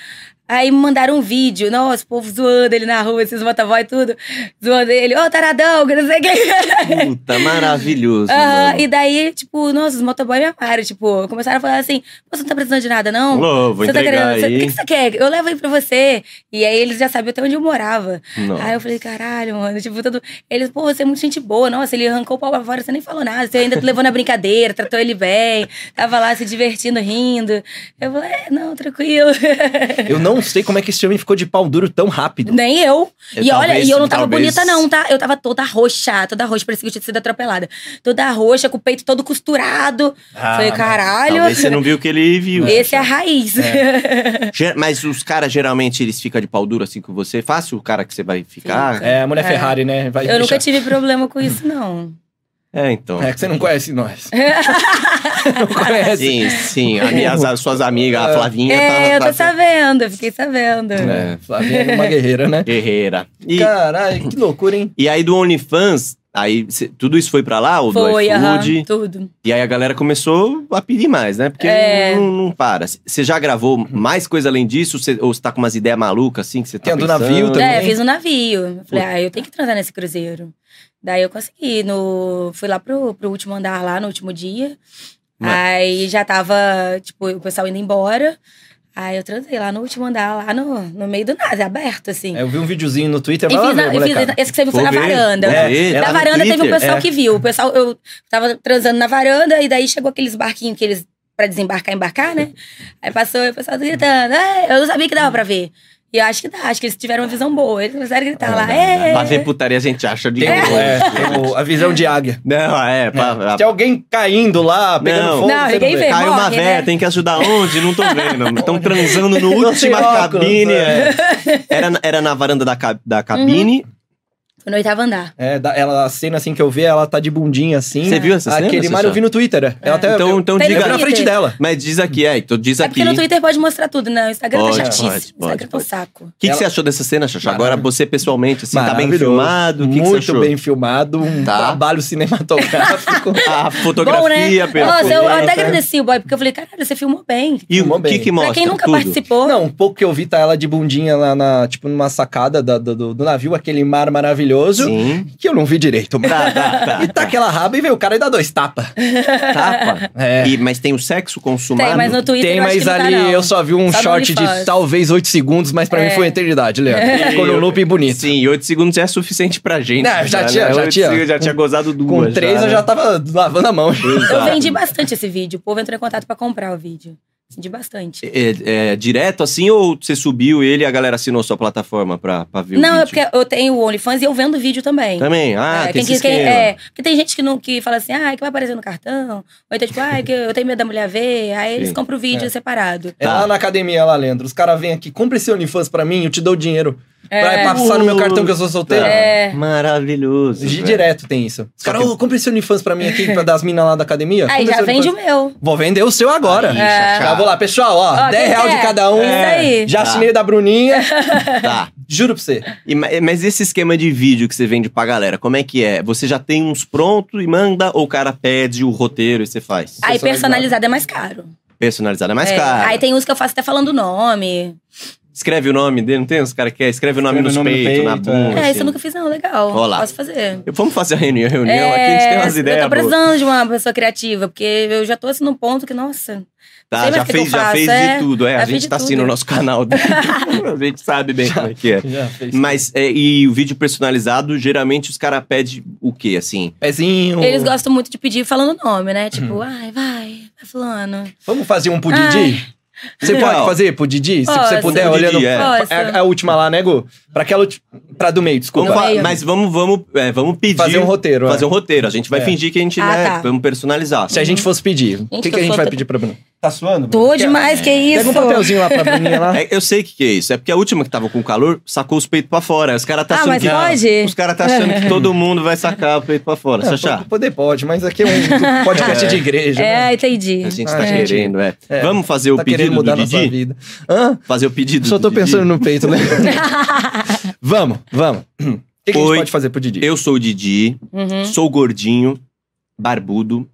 Speaker 3: Aí me mandaram um vídeo, nossa, o povo zoando ele na rua, esses motoboy e tudo, zoando ele, ô taradão, que não sei
Speaker 1: [LAUGHS]
Speaker 3: o que.
Speaker 1: Puta, maravilhoso.
Speaker 3: Aham,
Speaker 1: mano.
Speaker 3: e daí, tipo, nossa, os motoboy me amaram, tipo, começaram a falar assim, "Pô, você não tá precisando de nada, não?
Speaker 1: Lô, vou
Speaker 3: você tá
Speaker 1: entregar
Speaker 3: querendo.
Speaker 1: aí.
Speaker 3: O que, que você quer? Eu levo aí pra você. E aí eles já sabiam até onde eu morava.
Speaker 1: Nossa.
Speaker 3: Aí eu falei, caralho, mano, tipo, todo. Eles, pô, você é muito gente boa, nossa, ele arrancou o pau pra fora, você nem falou nada, você ainda levou na brincadeira, tratou ele bem, tava lá se divertindo, rindo. Eu falei, é, não, tranquilo. [LAUGHS]
Speaker 2: Eu não sei como é que esse homem ficou de pau duro tão rápido.
Speaker 3: Nem eu.
Speaker 1: É,
Speaker 3: e olha,
Speaker 1: talvez-
Speaker 3: e eu não tava
Speaker 1: talvez-
Speaker 3: bonita, não, tá? Eu tava toda roxa, toda roxa, parecia que eu tinha sido atropelada. Toda roxa, com o peito todo costurado.
Speaker 2: Ah,
Speaker 3: Falei,
Speaker 2: mas
Speaker 3: caralho.
Speaker 1: Talvez você não viu o que ele viu. [LAUGHS] É,
Speaker 3: Esse é a raiz. [LAUGHS]
Speaker 1: Ger- Mas os caras, geralmente, eles ficam de pau duro assim com você? Fácil o cara que você vai ficar?
Speaker 2: É, a mulher
Speaker 3: É.
Speaker 2: Ferrari, né? Vai
Speaker 3: eu
Speaker 2: deixar.
Speaker 3: nunca tive problema com isso, não.
Speaker 1: É, então.
Speaker 4: É que você não conhece
Speaker 3: [LAUGHS]
Speaker 4: nós.
Speaker 2: [LAUGHS] Não conhece.
Speaker 1: Sim, sim. A minha- as suas amigas, a Flavinha,
Speaker 3: É, eu
Speaker 1: tá, tá
Speaker 3: tô sabendo, eu fiquei sabendo.
Speaker 2: É, Flavinha é uma guerreira, né?
Speaker 1: guerreira. E,
Speaker 2: Caralho, que loucura, hein?
Speaker 1: e aí do OnlyFans, aí cê- tudo isso foi pra lá, o
Speaker 3: Foi,
Speaker 1: do
Speaker 3: aham,
Speaker 1: iFood.
Speaker 3: tudo.
Speaker 1: E aí a galera começou a pedir mais, né? Porque
Speaker 3: É.
Speaker 1: não, não para. Você já gravou mais coisa além disso? Cê- ou você tá com umas ideias malucas, assim, que você tá
Speaker 2: Tem a do
Speaker 1: pensando?
Speaker 2: navio também.
Speaker 3: É, fiz um navio. Eu Falei, ah, eu tenho que transar nesse cruzeiro. Daí eu consegui. No... Fui lá pro, pro último andar, lá no último dia.
Speaker 1: Mas-
Speaker 3: Aí já tava, tipo, o pessoal indo embora. Aí eu transei lá no último andar, lá no, no meio do nada, aberto, assim.
Speaker 2: É, Eu vi um videozinho no Twitter,
Speaker 3: E
Speaker 2: vai lá né,
Speaker 3: fiz, na-
Speaker 2: ver,
Speaker 3: eu fiz-
Speaker 2: molecada.
Speaker 3: esse que você me foi
Speaker 1: Vou
Speaker 3: na
Speaker 1: ver,
Speaker 3: varanda.
Speaker 1: vou ver, tá
Speaker 3: da
Speaker 1: no
Speaker 3: varanda teve um
Speaker 1: Twitter.
Speaker 3: pessoal
Speaker 2: é.
Speaker 3: que viu. O pessoal, eu tava transando na varanda e daí chegou aqueles barquinhos que eles. pra desembarcar, embarcar, né? Aí passou e o pessoal gritando. "É", eu não sabia que dava pra ver. E eu acho que dá, acho que eles tiveram uma visão boa. Eles começaram a gritar lá. É,
Speaker 1: Pra ver putaria a gente acha de
Speaker 2: Tem, o-
Speaker 1: boa.
Speaker 2: é, tem
Speaker 3: um-
Speaker 2: o- a visão de águia.
Speaker 1: Não, é. pra-
Speaker 2: Se tem alguém caindo lá, pegando
Speaker 1: Não.
Speaker 2: fogo,
Speaker 3: Não,
Speaker 2: você
Speaker 3: ninguém
Speaker 2: vê.
Speaker 3: vê.
Speaker 1: Caiu uma
Speaker 3: morre,
Speaker 1: véia,
Speaker 3: né?
Speaker 1: tem que ajudar onde? Não tô vendo.
Speaker 2: [LAUGHS]
Speaker 1: Estão transando no
Speaker 2: Não tem
Speaker 1: última
Speaker 2: óculos,
Speaker 1: cabine.
Speaker 2: é. Uhum.
Speaker 1: é. Era, na- era na varanda da, ca- da cabine.
Speaker 3: Foi no oitavo andar.
Speaker 2: É, da- ela, a cena assim que eu vi, ela tá de bundinha assim.
Speaker 1: Você viu essa cena,
Speaker 2: Aquele
Speaker 1: Cecília?
Speaker 2: mar eu vi no Twitter. é. Ela até,
Speaker 1: Então,
Speaker 2: eu,
Speaker 1: então
Speaker 3: Tem
Speaker 2: eu vi
Speaker 1: diga.
Speaker 2: na frente dela.
Speaker 1: Mas diz aqui, é, então diz
Speaker 3: É
Speaker 1: aqui.
Speaker 3: porque no
Speaker 1: O
Speaker 3: Twitter pode mostrar tudo, né? O Instagram
Speaker 1: Pode,
Speaker 3: tá chatice.
Speaker 1: pode,
Speaker 3: o Instagram
Speaker 1: pode,
Speaker 3: tá um
Speaker 1: pode.
Speaker 3: saco.
Speaker 1: que, que
Speaker 2: Ela-
Speaker 1: você achou dessa cena, Xaxá? Agora você pessoalmente, assim, tá bem
Speaker 2: Maravilhoso.
Speaker 1: filmado? O que que você
Speaker 2: Muito
Speaker 1: achou?
Speaker 2: bem filmado, um
Speaker 1: Tá.
Speaker 2: trabalho
Speaker 3: [LAUGHS]
Speaker 2: cinematográfico.
Speaker 1: A
Speaker 3: Bom, né?
Speaker 1: fotografia, né? pela
Speaker 3: Nossa, eu, eu
Speaker 1: foto.
Speaker 3: até agradeci o boy, porque eu falei, caralho, você filmou bem.
Speaker 1: E o
Speaker 2: Filmou
Speaker 1: que
Speaker 2: bem.
Speaker 1: que mostra?
Speaker 3: pra quem nunca
Speaker 1: Tudo.
Speaker 3: participou.
Speaker 2: Não, um pouco que eu vi tá ela de bundinha lá na, tipo, numa sacada da- do, do- do navio, aquele mar maravilhoso.
Speaker 1: Sim.
Speaker 2: Que eu não vi direito, mas.
Speaker 1: Tá, tá, tá.
Speaker 2: [LAUGHS] E tá aquela raba e veio o cara e dá dois tapas.
Speaker 1: Tapa.
Speaker 2: [LAUGHS] É.
Speaker 1: E- mas tem o sexo consumado?
Speaker 3: Tem, mas no Twitter
Speaker 2: Tem,
Speaker 3: eu acho
Speaker 2: mas
Speaker 3: que não tá,
Speaker 2: ali
Speaker 3: não. É.
Speaker 2: eu só vi um
Speaker 3: Só no
Speaker 2: short de
Speaker 3: OnlyFans.
Speaker 2: talvez 8 segundos, mas pra mim foi uma eternidade,
Speaker 3: É.
Speaker 2: Leandro. Ficou no looping bonito.
Speaker 1: Sim, e 8 segundos já é suficiente pra gente.
Speaker 2: Não, já tinha, já
Speaker 1: Oito
Speaker 2: tinha.
Speaker 1: segundos, já tinha gozado duas.
Speaker 2: Com três eu já
Speaker 1: né? tá.
Speaker 2: tava lavando a mão.
Speaker 3: Eu
Speaker 2: [LAUGHS]
Speaker 1: Exato.
Speaker 3: vendi bastante esse vídeo. O povo entrou em contato pra comprar o vídeo. Vendi bastante.
Speaker 1: É, é, direto assim ou você subiu ele e a galera assinou sua plataforma pra, pra ver o
Speaker 3: Não, é
Speaker 1: vídeo?
Speaker 3: porque eu tenho o OnlyFans e eu vendo vídeo também.
Speaker 1: Também? Ah, tem
Speaker 3: É, quem,
Speaker 1: esse
Speaker 3: quis- quem-
Speaker 1: esquema.
Speaker 3: é, porque tem gente que, não, que fala assim, ah, que vai aparecer no cartão. Ou então, tipo, ah, que eu tenho medo da mulher ver. Aí eles
Speaker 1: Sim.
Speaker 3: compram o vídeo
Speaker 2: É.
Speaker 3: separado.
Speaker 2: É
Speaker 1: Tá.
Speaker 2: lá na academia, lá, Leandro. Os caras vêm aqui, compra esse OnlyFans pra mim, eu te dou dinheiro. Pra
Speaker 3: É.
Speaker 2: passar no meu cartão que eu sou
Speaker 1: Tá.
Speaker 2: solteiro.
Speaker 3: É.
Speaker 1: Maravilhoso.
Speaker 2: De
Speaker 1: velho.
Speaker 3: [LAUGHS]
Speaker 2: direto tem isso. Os caras, ô, compra esse OnlyFans pra mim aqui, pra dar as minas lá da academia.
Speaker 3: Aí
Speaker 2: Compra
Speaker 3: já
Speaker 2: esse
Speaker 3: vende o
Speaker 2: OnlyFans.
Speaker 3: meu.
Speaker 2: Vou vender o seu agora.
Speaker 1: Aí,
Speaker 3: É.
Speaker 1: Xaxá.
Speaker 2: Já vou lá, pessoal, ó, 10
Speaker 3: Ó, quem
Speaker 2: reais
Speaker 3: quer? É
Speaker 2: de cada um.
Speaker 3: Isso aí.
Speaker 1: Tá.
Speaker 2: Já assinei da Bruninha.
Speaker 1: Tá.
Speaker 2: Juro pra você.
Speaker 1: E ma- é, mas esse esquema de vídeo que você vende pra galera, como é que é? Você já tem uns prontos e manda ou o cara pede o roteiro e você faz?
Speaker 3: Aí personalizado é mais caro.
Speaker 1: Personalizado é mais
Speaker 3: É.
Speaker 1: caro.
Speaker 3: Aí tem uns que eu faço até falando o nome.
Speaker 1: Escreve o nome dele, não tem uns caras que é? Escreve o nome
Speaker 4: Escreve
Speaker 1: nos
Speaker 4: o nome no
Speaker 1: peitos, na
Speaker 4: peito,
Speaker 1: bunda.
Speaker 4: Como
Speaker 3: é,
Speaker 1: assim.
Speaker 3: isso eu nunca fiz não, legal.
Speaker 1: Ó lá.
Speaker 3: Posso fazer.
Speaker 1: Vamos fazer a reunião, reunião aqui, a gente tem umas ideias.
Speaker 3: É, eu tô
Speaker 1: boas.
Speaker 3: precisando de uma pessoa criativa, porque eu já tô assim num ponto que, nossa,
Speaker 1: Tá,
Speaker 3: Sei mais
Speaker 1: já
Speaker 3: o que que eu
Speaker 1: fez, já
Speaker 3: faço,
Speaker 1: fez
Speaker 3: é.
Speaker 1: de tudo. É,
Speaker 3: Já
Speaker 1: a
Speaker 3: fiz
Speaker 1: gente
Speaker 3: de
Speaker 1: tá
Speaker 3: tudo.
Speaker 1: assistindo o nosso
Speaker 2: [LAUGHS]
Speaker 1: canal. a gente sabe bem como é que é.
Speaker 2: Já fez.
Speaker 1: Mas, é, e o vídeo personalizado, geralmente os caras pedem o quê, assim?
Speaker 2: Pezinho.
Speaker 3: eles gostam muito de pedir falando o nome, né?
Speaker 1: Uhum.
Speaker 3: Tipo, ai, vai, vai fulano.
Speaker 2: Vamos fazer um pro Didi? Você
Speaker 1: Não.
Speaker 2: pode fazer pro Didi? Se você
Speaker 3: Posso.
Speaker 2: puder,
Speaker 1: Pro Didi,
Speaker 2: olhando.
Speaker 1: é.
Speaker 3: Posso.
Speaker 2: A, a última lá, né, Gu? Pra aquela. ulti- Pra do meio, desculpa.
Speaker 1: Vamos
Speaker 3: Não,
Speaker 1: fa-
Speaker 3: meio.
Speaker 1: mas vamos, vamos, é, vamos pedir.
Speaker 2: Fazer um roteiro, é.
Speaker 1: Fazer um roteiro. A gente vai
Speaker 2: É.
Speaker 1: fingir que a gente,
Speaker 3: Ah,
Speaker 1: né,
Speaker 3: tá.
Speaker 1: vamos personalizar.
Speaker 2: Se a gente fosse pedir, o que,
Speaker 3: eu
Speaker 2: que a gente
Speaker 3: sou
Speaker 2: vai
Speaker 3: pe-
Speaker 2: pedir pra Bruno? Tá suando? Bruno?
Speaker 3: Tô demais, que isso?
Speaker 2: Pega um papelzinho lá pra Bruninha lá.
Speaker 1: [LAUGHS] É, eu sei o que, que é isso. É porque a última que tava com calor sacou os peitos pra fora. Os caras tá
Speaker 3: Ah,
Speaker 1: achando
Speaker 3: mas
Speaker 1: que.
Speaker 3: pode?
Speaker 1: Os caras tá achando que todo mundo vai sacar o peito pra fora.
Speaker 2: Não,
Speaker 1: Sachá,
Speaker 2: Poder pode, mas aqui é um podcast de igreja. né?
Speaker 3: É, entendi.
Speaker 1: a
Speaker 3: [LAUGHS]
Speaker 1: gente
Speaker 2: Ah,
Speaker 1: tá
Speaker 2: é.
Speaker 1: querendo, é.
Speaker 2: É.
Speaker 1: Vamos fazer o
Speaker 2: Tá
Speaker 1: pedido
Speaker 2: querendo mudar
Speaker 1: do
Speaker 2: nossa
Speaker 1: Didi?
Speaker 2: vida. Hã?
Speaker 1: Fazer o pedido
Speaker 2: Só
Speaker 1: do
Speaker 2: tô
Speaker 1: Didi?
Speaker 2: pensando no peito,
Speaker 1: [LAUGHS]
Speaker 2: né? vamos, vamos. [CLEARS THROAT] O que, que a
Speaker 1: Oi.
Speaker 2: gente pode fazer pro Didi?
Speaker 1: Eu sou o Didi,
Speaker 3: Uhum.
Speaker 1: sou gordinho, barbudo,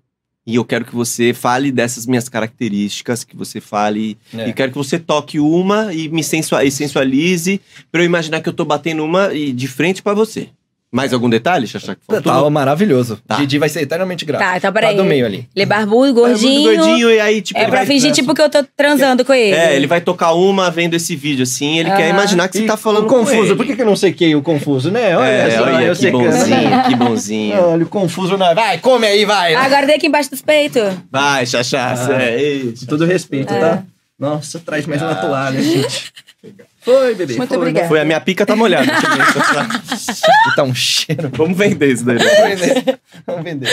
Speaker 1: e eu quero que você fale dessas minhas características, que você fale.
Speaker 2: É.
Speaker 1: E quero que você toque uma e me sensua- e sensualize, pra eu imaginar que eu tô batendo uma e de frente pra você. Mais algum detalhe, Xaxá? que
Speaker 2: Tá,
Speaker 1: faltou?
Speaker 2: maravilhoso.
Speaker 1: Tá.
Speaker 2: Didi vai ser eternamente grato.
Speaker 3: Tá, então
Speaker 2: Tá
Speaker 3: peraí.
Speaker 2: do meio ali.
Speaker 3: Ele é barbudo, gordinho.
Speaker 1: Barbudo, gordinho, e aí, tipo,
Speaker 3: É
Speaker 1: ele
Speaker 3: pra
Speaker 1: vai-
Speaker 3: fingir, tipo, que eu tô transando com ele.
Speaker 1: É, ele vai tocar uma vendo esse vídeo, assim, ele quer
Speaker 3: Aham.
Speaker 1: imaginar que você
Speaker 2: E
Speaker 1: tá falando
Speaker 2: o
Speaker 1: com
Speaker 2: confuso,
Speaker 1: ele.
Speaker 2: por que, que eu não sei quem é o confuso, né? Olha
Speaker 1: É,
Speaker 2: só,
Speaker 1: olha,
Speaker 2: eu
Speaker 1: que
Speaker 2: sei
Speaker 1: bonzinho, que
Speaker 2: [LAUGHS]
Speaker 1: bonzinho.
Speaker 2: É, Olha, o confuso não. Vai, come aí, vai.
Speaker 3: Agora tem aqui embaixo dos peitos.
Speaker 1: Vai, Xaxá,
Speaker 2: Ah.
Speaker 1: é isso.
Speaker 2: Com todo respeito,
Speaker 3: É.
Speaker 2: tá? Nossa, traz mais uma toalha, gente. Foi, bebê.
Speaker 3: Muito
Speaker 2: foi. né?
Speaker 3: obrigada.
Speaker 1: Foi a minha pica tá molhada. também.
Speaker 2: Que tá um cheiro.
Speaker 1: Vamos vender isso daí. né?
Speaker 2: Vamos vender. Vamos vender.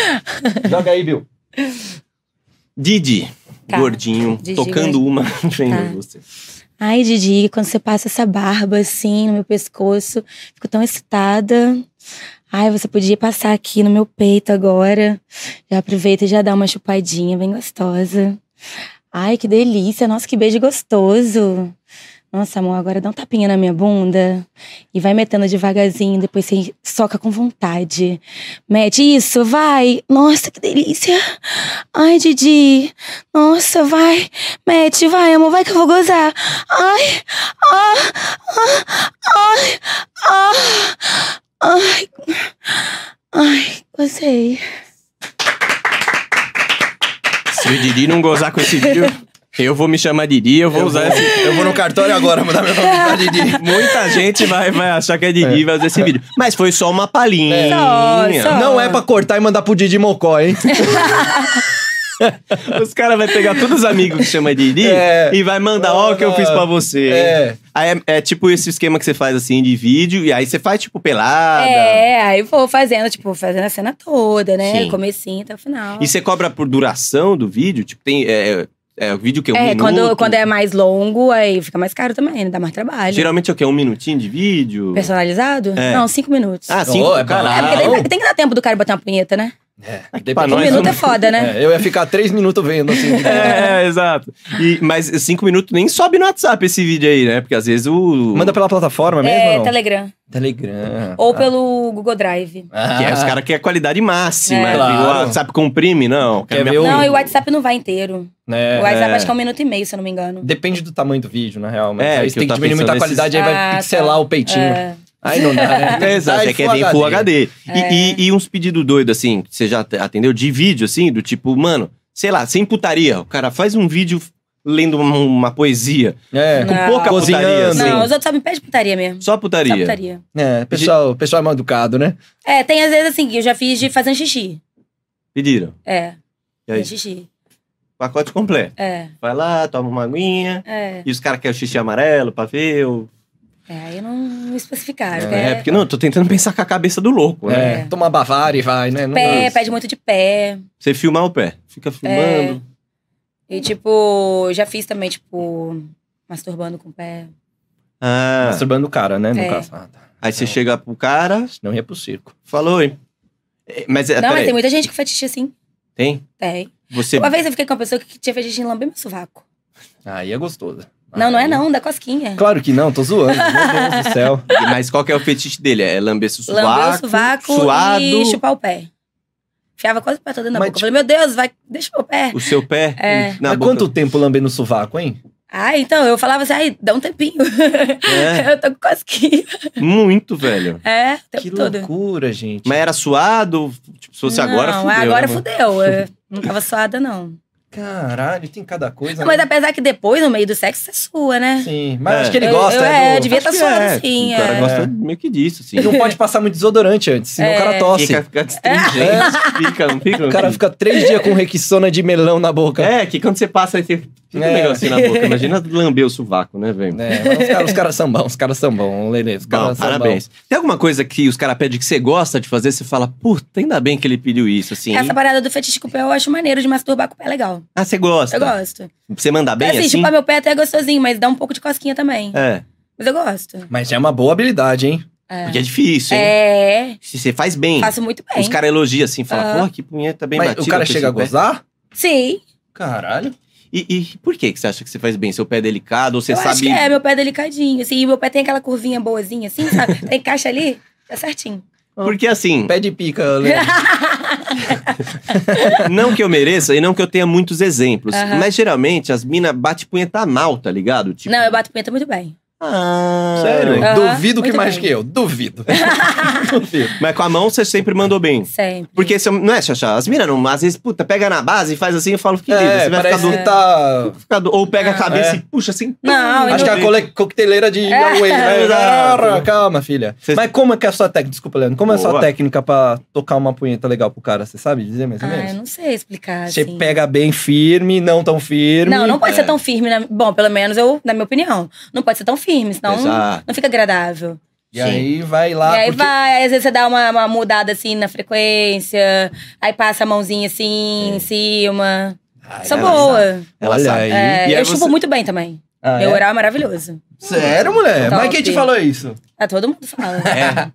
Speaker 2: Joga aí, Bill.
Speaker 1: Didi,
Speaker 3: Tá.
Speaker 1: gordinho,
Speaker 3: Didi,
Speaker 1: tocando uma vendo
Speaker 3: Tá.
Speaker 1: você.
Speaker 3: Ai, Didi, quando você passa essa barba assim no meu pescoço, fico tão excitada. Ai, você podia passar aqui no meu peito agora. Já aproveita e já dá uma chupadinha bem gostosa. Ai, que delícia. Nossa, que beijo gostoso. Nossa, amor, agora dá um tapinha na minha bunda e vai metendo devagarzinho, depois você soca com vontade. Mete isso, vai. Nossa, que delícia. Ai, Didi. Nossa, vai. Mete, vai, amor, vai que eu vou gozar. Ai, ah, ah, ai, ah, ai. Ai, gozei.
Speaker 1: Se o Didi não gozar com esse vídeo, eu vou me chamar Didi, eu vou
Speaker 2: Tá,
Speaker 1: usar esse.
Speaker 4: Eu vou no cartório agora mandar meu nome pra Didi.
Speaker 1: Muita gente vai, vai achar que é Didi e vai usar esse vídeo. Mas foi só uma palhinha.
Speaker 3: Só, só.
Speaker 2: Não é pra cortar e mandar pro Didi Mocó, hein?
Speaker 1: Os caras vão pegar todos os amigos que chama Didi
Speaker 2: É.
Speaker 1: e vai mandar, ó, o que eu fiz pra você.
Speaker 2: É.
Speaker 1: Aí é, é tipo esse esquema que você faz assim de vídeo, e aí você faz tipo pelada.
Speaker 3: É, aí vou fazendo, tipo, fazendo a cena toda, né?
Speaker 1: Sim.
Speaker 3: Comecinho até o final.
Speaker 1: E você cobra por duração do vídeo? Tipo, tem. É, é o vídeo que é um
Speaker 3: é,
Speaker 1: minuto.
Speaker 3: quando, quando é mais longo, aí fica mais caro também, né? Dá mais trabalho.
Speaker 1: Geralmente é o quê? Um minutinho de vídeo?
Speaker 3: Personalizado?
Speaker 1: É.
Speaker 3: Não, cinco minutos.
Speaker 1: Ah, sim,
Speaker 2: Oh, é
Speaker 3: é,
Speaker 1: caralho.
Speaker 3: porque
Speaker 2: não.
Speaker 3: tem, tem que dar tempo do cara botar uma punheta, né?
Speaker 2: É,
Speaker 1: pra
Speaker 3: Um
Speaker 1: nós,
Speaker 3: minuto
Speaker 1: não-
Speaker 3: é foda, né?
Speaker 2: eu ia ficar três minutos vendo assim.
Speaker 1: É, exato. E, mas cinco minutos nem sobe no WhatsApp esse vídeo aí, né? Porque às vezes o.
Speaker 2: Manda pela plataforma mesmo? ou
Speaker 3: É,
Speaker 2: não?
Speaker 3: Telegram.
Speaker 2: Telegram. Ah,
Speaker 3: Ou
Speaker 1: Ah.
Speaker 3: pelo Google Drive.
Speaker 1: Que é, os caras querem a qualidade máxima.
Speaker 3: É.
Speaker 1: né?
Speaker 4: Claro.
Speaker 1: O WhatsApp comprime, não.
Speaker 2: Quer
Speaker 1: Quer
Speaker 2: ver Eu-
Speaker 3: Não, e o WhatsApp não vai inteiro.
Speaker 2: Né?
Speaker 3: o WhatsApp acho que é um minuto e meio, se eu não me engano.
Speaker 2: Depende do tamanho do vídeo, na real. Mas
Speaker 1: É,
Speaker 2: aí
Speaker 1: que
Speaker 2: você tem
Speaker 1: eu
Speaker 2: que
Speaker 1: tava
Speaker 2: diminuir muita
Speaker 1: pensando nesses-
Speaker 2: qualidade, aí
Speaker 3: Ah,
Speaker 2: vai
Speaker 3: tá.
Speaker 2: pixelar o peitinho.
Speaker 3: É.
Speaker 2: Aí não dá, né?
Speaker 1: É, [LAUGHS] exato,
Speaker 2: Aí
Speaker 1: você quer ver em Full HD. E, e- e uns pedidos doidos, assim, que você já te- atendeu, de vídeo, assim, do tipo, mano, sei lá, sem putaria. O cara faz um vídeo lendo uma, uma poesia.
Speaker 2: É,
Speaker 1: Com
Speaker 3: Não.
Speaker 1: pouca putaria,
Speaker 2: Cozinhando.
Speaker 1: assim.
Speaker 3: Não, os outros só me pedem putaria mesmo.
Speaker 1: Só putaria.
Speaker 3: Só putaria.
Speaker 2: é pessoal, pessoal é mal educado, né?
Speaker 3: É, tem às vezes assim, que eu já fiz de fazendo xixi.
Speaker 1: Pediram.
Speaker 3: É,
Speaker 1: E aí,
Speaker 3: fiz xixi.
Speaker 1: pacote completo.
Speaker 3: É,
Speaker 1: Vai lá, toma uma aguinha.
Speaker 3: é.
Speaker 1: E os caras querem o xixi amarelo pra ver. o-
Speaker 3: É, aí não, não especificaram.
Speaker 1: É,
Speaker 3: né?
Speaker 1: porque não, eu tô tentando pensar com a cabeça do louco, né?
Speaker 2: É. Toma Bavária e vai, né? Não
Speaker 3: Pé,
Speaker 2: dá.
Speaker 3: pede muito de pé.
Speaker 1: Você filmar o pé.
Speaker 3: É.
Speaker 1: Fica filmando.
Speaker 3: E tipo, já fiz também, tipo, masturbando com o pé.
Speaker 1: Ah,
Speaker 2: Masturbando o cara, né? No
Speaker 3: É.
Speaker 2: caso. Ah, tá.
Speaker 1: aí você chega pro cara,
Speaker 2: Não ia pro circo.
Speaker 1: falou, hein? É, Mas, é,
Speaker 3: não, mas
Speaker 1: peraí,
Speaker 3: tem muita gente que fetiche assim.
Speaker 1: tem?
Speaker 3: Tem.
Speaker 1: Você
Speaker 3: Uma vez eu fiquei com uma pessoa que tinha fetiche em lamber meu sovaco.
Speaker 2: Aí é gostoso.
Speaker 1: Ah,
Speaker 3: Não, não é
Speaker 2: Aí-
Speaker 3: não, dá cosquinha.
Speaker 2: Claro que não, tô zoando. Meu
Speaker 3: [LAUGHS]
Speaker 2: Deus do céu.
Speaker 1: Mas qual que é o fetiche dele? É lamber seu
Speaker 3: Lamber o
Speaker 1: sovaco,
Speaker 3: sovaco
Speaker 1: suado,
Speaker 3: e chupar o pé. Enfiava quase o pé todo na
Speaker 2: Mas,
Speaker 3: boca. Eu Falei, meu Deus, vai, deixa o meu pé.
Speaker 1: o seu pé
Speaker 3: É.
Speaker 1: na
Speaker 2: Mas
Speaker 1: boca.
Speaker 2: quanto tempo lambendo o sovaco, hein?
Speaker 3: Ah, então, eu falava assim, ai, dá um tempinho.
Speaker 1: É.
Speaker 3: [LAUGHS] eu tô com cosquinha.
Speaker 1: Muito, velho.
Speaker 3: É, o tempo
Speaker 2: que
Speaker 3: todo.
Speaker 2: loucura, gente.
Speaker 1: Mas era suado? Tipo, se fosse agora,
Speaker 3: não,
Speaker 1: fudeu.
Speaker 3: agora
Speaker 1: né, mano?
Speaker 3: fudeu.
Speaker 1: [LAUGHS]
Speaker 3: Eu não tava suada, não.
Speaker 1: é-
Speaker 2: Caralho, tem cada coisa.
Speaker 1: Tá
Speaker 3: Não, Mas
Speaker 2: né?
Speaker 3: apesar que depois, no meio do sexo, você sua, né?
Speaker 2: Sim, mas
Speaker 1: É.
Speaker 2: acho que ele
Speaker 3: Eu-
Speaker 2: gosta.
Speaker 3: eu- é,
Speaker 2: do-
Speaker 3: devia-
Speaker 1: Acho
Speaker 3: tá
Speaker 1: que
Speaker 3: suado,
Speaker 1: é,
Speaker 3: sim,
Speaker 1: O cara
Speaker 3: é.
Speaker 1: gosta meio que disso, assim.
Speaker 2: Ele não pode passar muito desodorante antes, senão o cara
Speaker 3: É.
Speaker 2: tosse.
Speaker 1: Fica, fica distringente. Fica, não fica?
Speaker 2: É. O cara fica três dias com requissona de melão na boca.
Speaker 1: É, que quando você passa, aí você fica um
Speaker 2: É.
Speaker 1: negocinho na
Speaker 2: [LAUGHS]
Speaker 1: boca. Imagina lamber o sovaco, né, velho?
Speaker 2: É, mas os caras cara são bons, os caras são bons, Lele. Os
Speaker 1: Bom,
Speaker 2: caras são
Speaker 1: parabéns. Tem alguma coisa que os caras pedem que você gosta de fazer, você fala, puta, ainda bem que ele pediu isso, assim.
Speaker 3: Essa parada do fetiche com o pé eu acho maneiro de masturbar com o pé é legal.
Speaker 1: Ah, você gosta?
Speaker 3: Eu gosto.
Speaker 1: Você manda Tá bem,
Speaker 3: assim,
Speaker 1: assim?
Speaker 3: chupar meu pé até é gostosinho, mas dá um pouco de cosquinha também.
Speaker 1: É,
Speaker 3: Mas eu gosto.
Speaker 2: bons. Mas já é uma boa habilidade, hein?
Speaker 3: É.
Speaker 1: porque é difícil, hein?
Speaker 3: É,
Speaker 1: Se você faz bem.
Speaker 3: faço muito bem.
Speaker 1: Os caras elogiam assim, falam, pô, que punheta bem
Speaker 2: Mas
Speaker 1: batida.
Speaker 2: o cara
Speaker 1: com
Speaker 2: chega a
Speaker 1: esse pé."
Speaker 2: gozar?
Speaker 3: Sim,
Speaker 2: Caralho.
Speaker 1: E, e por que, que você acha que você faz bem? Seu pé é delicado ou você
Speaker 3: eu
Speaker 1: sabe.
Speaker 3: acho que é, meu pé é delicadinho. Assim, e meu pé tem aquela curvinha boazinha,
Speaker 1: [LAUGHS]
Speaker 3: assim, sabe? tem caixa ali, tá certinho.
Speaker 1: Porque assim,
Speaker 2: Pé de pica, [LAUGHS] Lele.
Speaker 1: não que eu mereça e não que eu tenha muitos exemplos,
Speaker 3: Aham.
Speaker 1: mas geralmente as minas bate punheta mal, tá ligado? Tipo,
Speaker 3: Não, eu bato punheta muito bem.
Speaker 1: Ah,
Speaker 2: Sério.
Speaker 3: Aham,
Speaker 2: Duvido que
Speaker 3: muito
Speaker 2: mais
Speaker 3: bem.
Speaker 2: que
Speaker 1: [LAUGHS]
Speaker 2: eu. Duvido. Duvido.
Speaker 1: Mas com a mão você sempre mandou bem.
Speaker 3: Sempre.
Speaker 1: Porque você, não é, Xaxá? As minas não, às vezes, puta, pega na base e faz assim eu falo, que lindo,
Speaker 2: É,
Speaker 1: você vai ficar
Speaker 2: parece
Speaker 1: do.
Speaker 2: que tá...
Speaker 1: ficar do- Ou pega a cabeça
Speaker 2: É.
Speaker 1: e puxa assim.
Speaker 3: Ah. Não,
Speaker 1: tum,
Speaker 3: eu
Speaker 2: Acho que é a
Speaker 1: cole-
Speaker 2: cole... coqueteleira de
Speaker 3: É.
Speaker 2: Yahweh, né? Cara, Calma, filha.
Speaker 1: Cês-
Speaker 2: Mas como é que é a sua técnica? Desculpa, Leandro. Como é a sua
Speaker 1: Boa.
Speaker 2: técnica pra tocar uma punheta legal pro cara? Você sabe dizer
Speaker 1: é assim,
Speaker 2: mais ou
Speaker 1: né?
Speaker 3: Ah, eu
Speaker 2: menos?
Speaker 3: não sei explicar,
Speaker 2: Você
Speaker 3: assim.
Speaker 2: pega bem firme, não tão firme.
Speaker 3: Não, não pode
Speaker 2: É.
Speaker 3: ser tão firme. na- Bom, pelo menos eu, na minha opinião. Não pode ser tão firme, senão
Speaker 1: Exato.
Speaker 3: não fica agradável.
Speaker 2: E aí vai lá.
Speaker 3: e aí
Speaker 2: porque-
Speaker 3: vai, aí às vezes você dá uma, uma mudada assim na frequência, aí passa a mãozinha assim em cima.
Speaker 2: Ai,
Speaker 3: Sou
Speaker 1: é,
Speaker 2: ela
Speaker 3: boa.
Speaker 1: Ela
Speaker 2: Olha
Speaker 1: sabe.
Speaker 2: aí.
Speaker 3: É,
Speaker 1: E aí
Speaker 3: eu
Speaker 1: você-
Speaker 3: chupo muito bem também.
Speaker 2: Ah,
Speaker 3: Meu
Speaker 2: é?
Speaker 3: oral é maravilhoso. Tá,
Speaker 2: Sério, mulher?
Speaker 3: Top.
Speaker 2: Mas quem te falou isso?
Speaker 3: Ah, todo mundo fala.
Speaker 1: [LAUGHS] É.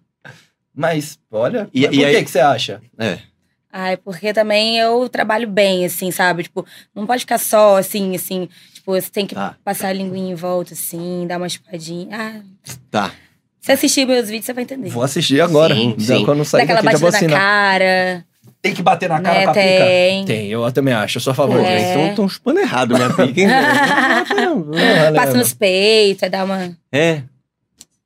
Speaker 4: Mas, olha,
Speaker 1: E-
Speaker 4: mas
Speaker 1: e
Speaker 4: por
Speaker 1: aí-
Speaker 4: que, que você acha?
Speaker 1: É.
Speaker 3: Ai, porque também eu trabalho bem, assim, sabe? Tipo, não pode ficar só assim, assim. Tipo, você tem que
Speaker 1: Tá.
Speaker 3: passar a linguinha em volta, assim, dar uma chupadinha. Ah,
Speaker 1: Tá.
Speaker 3: se assistir meus vídeos, você vai entender.
Speaker 2: Vou assistir agora.
Speaker 1: Sim,
Speaker 2: Já
Speaker 1: sim.
Speaker 2: Quando sair
Speaker 3: Daquela
Speaker 2: daqui, tipo assim, né? já vou
Speaker 3: batida na
Speaker 2: assinar.
Speaker 3: cara,
Speaker 4: Tem que bater na cara
Speaker 3: né?
Speaker 2: tá
Speaker 4: com a pica?
Speaker 3: Tem.
Speaker 2: Tem, eu também acho, eu sou a favor.
Speaker 3: É.
Speaker 2: gente.
Speaker 1: Então estão chupando errado minha pica,
Speaker 3: [LAUGHS]
Speaker 1: hein? velho?
Speaker 2: Ah,
Speaker 3: Passa
Speaker 2: Leandro.
Speaker 3: nos peitos, é dar uma.
Speaker 1: é.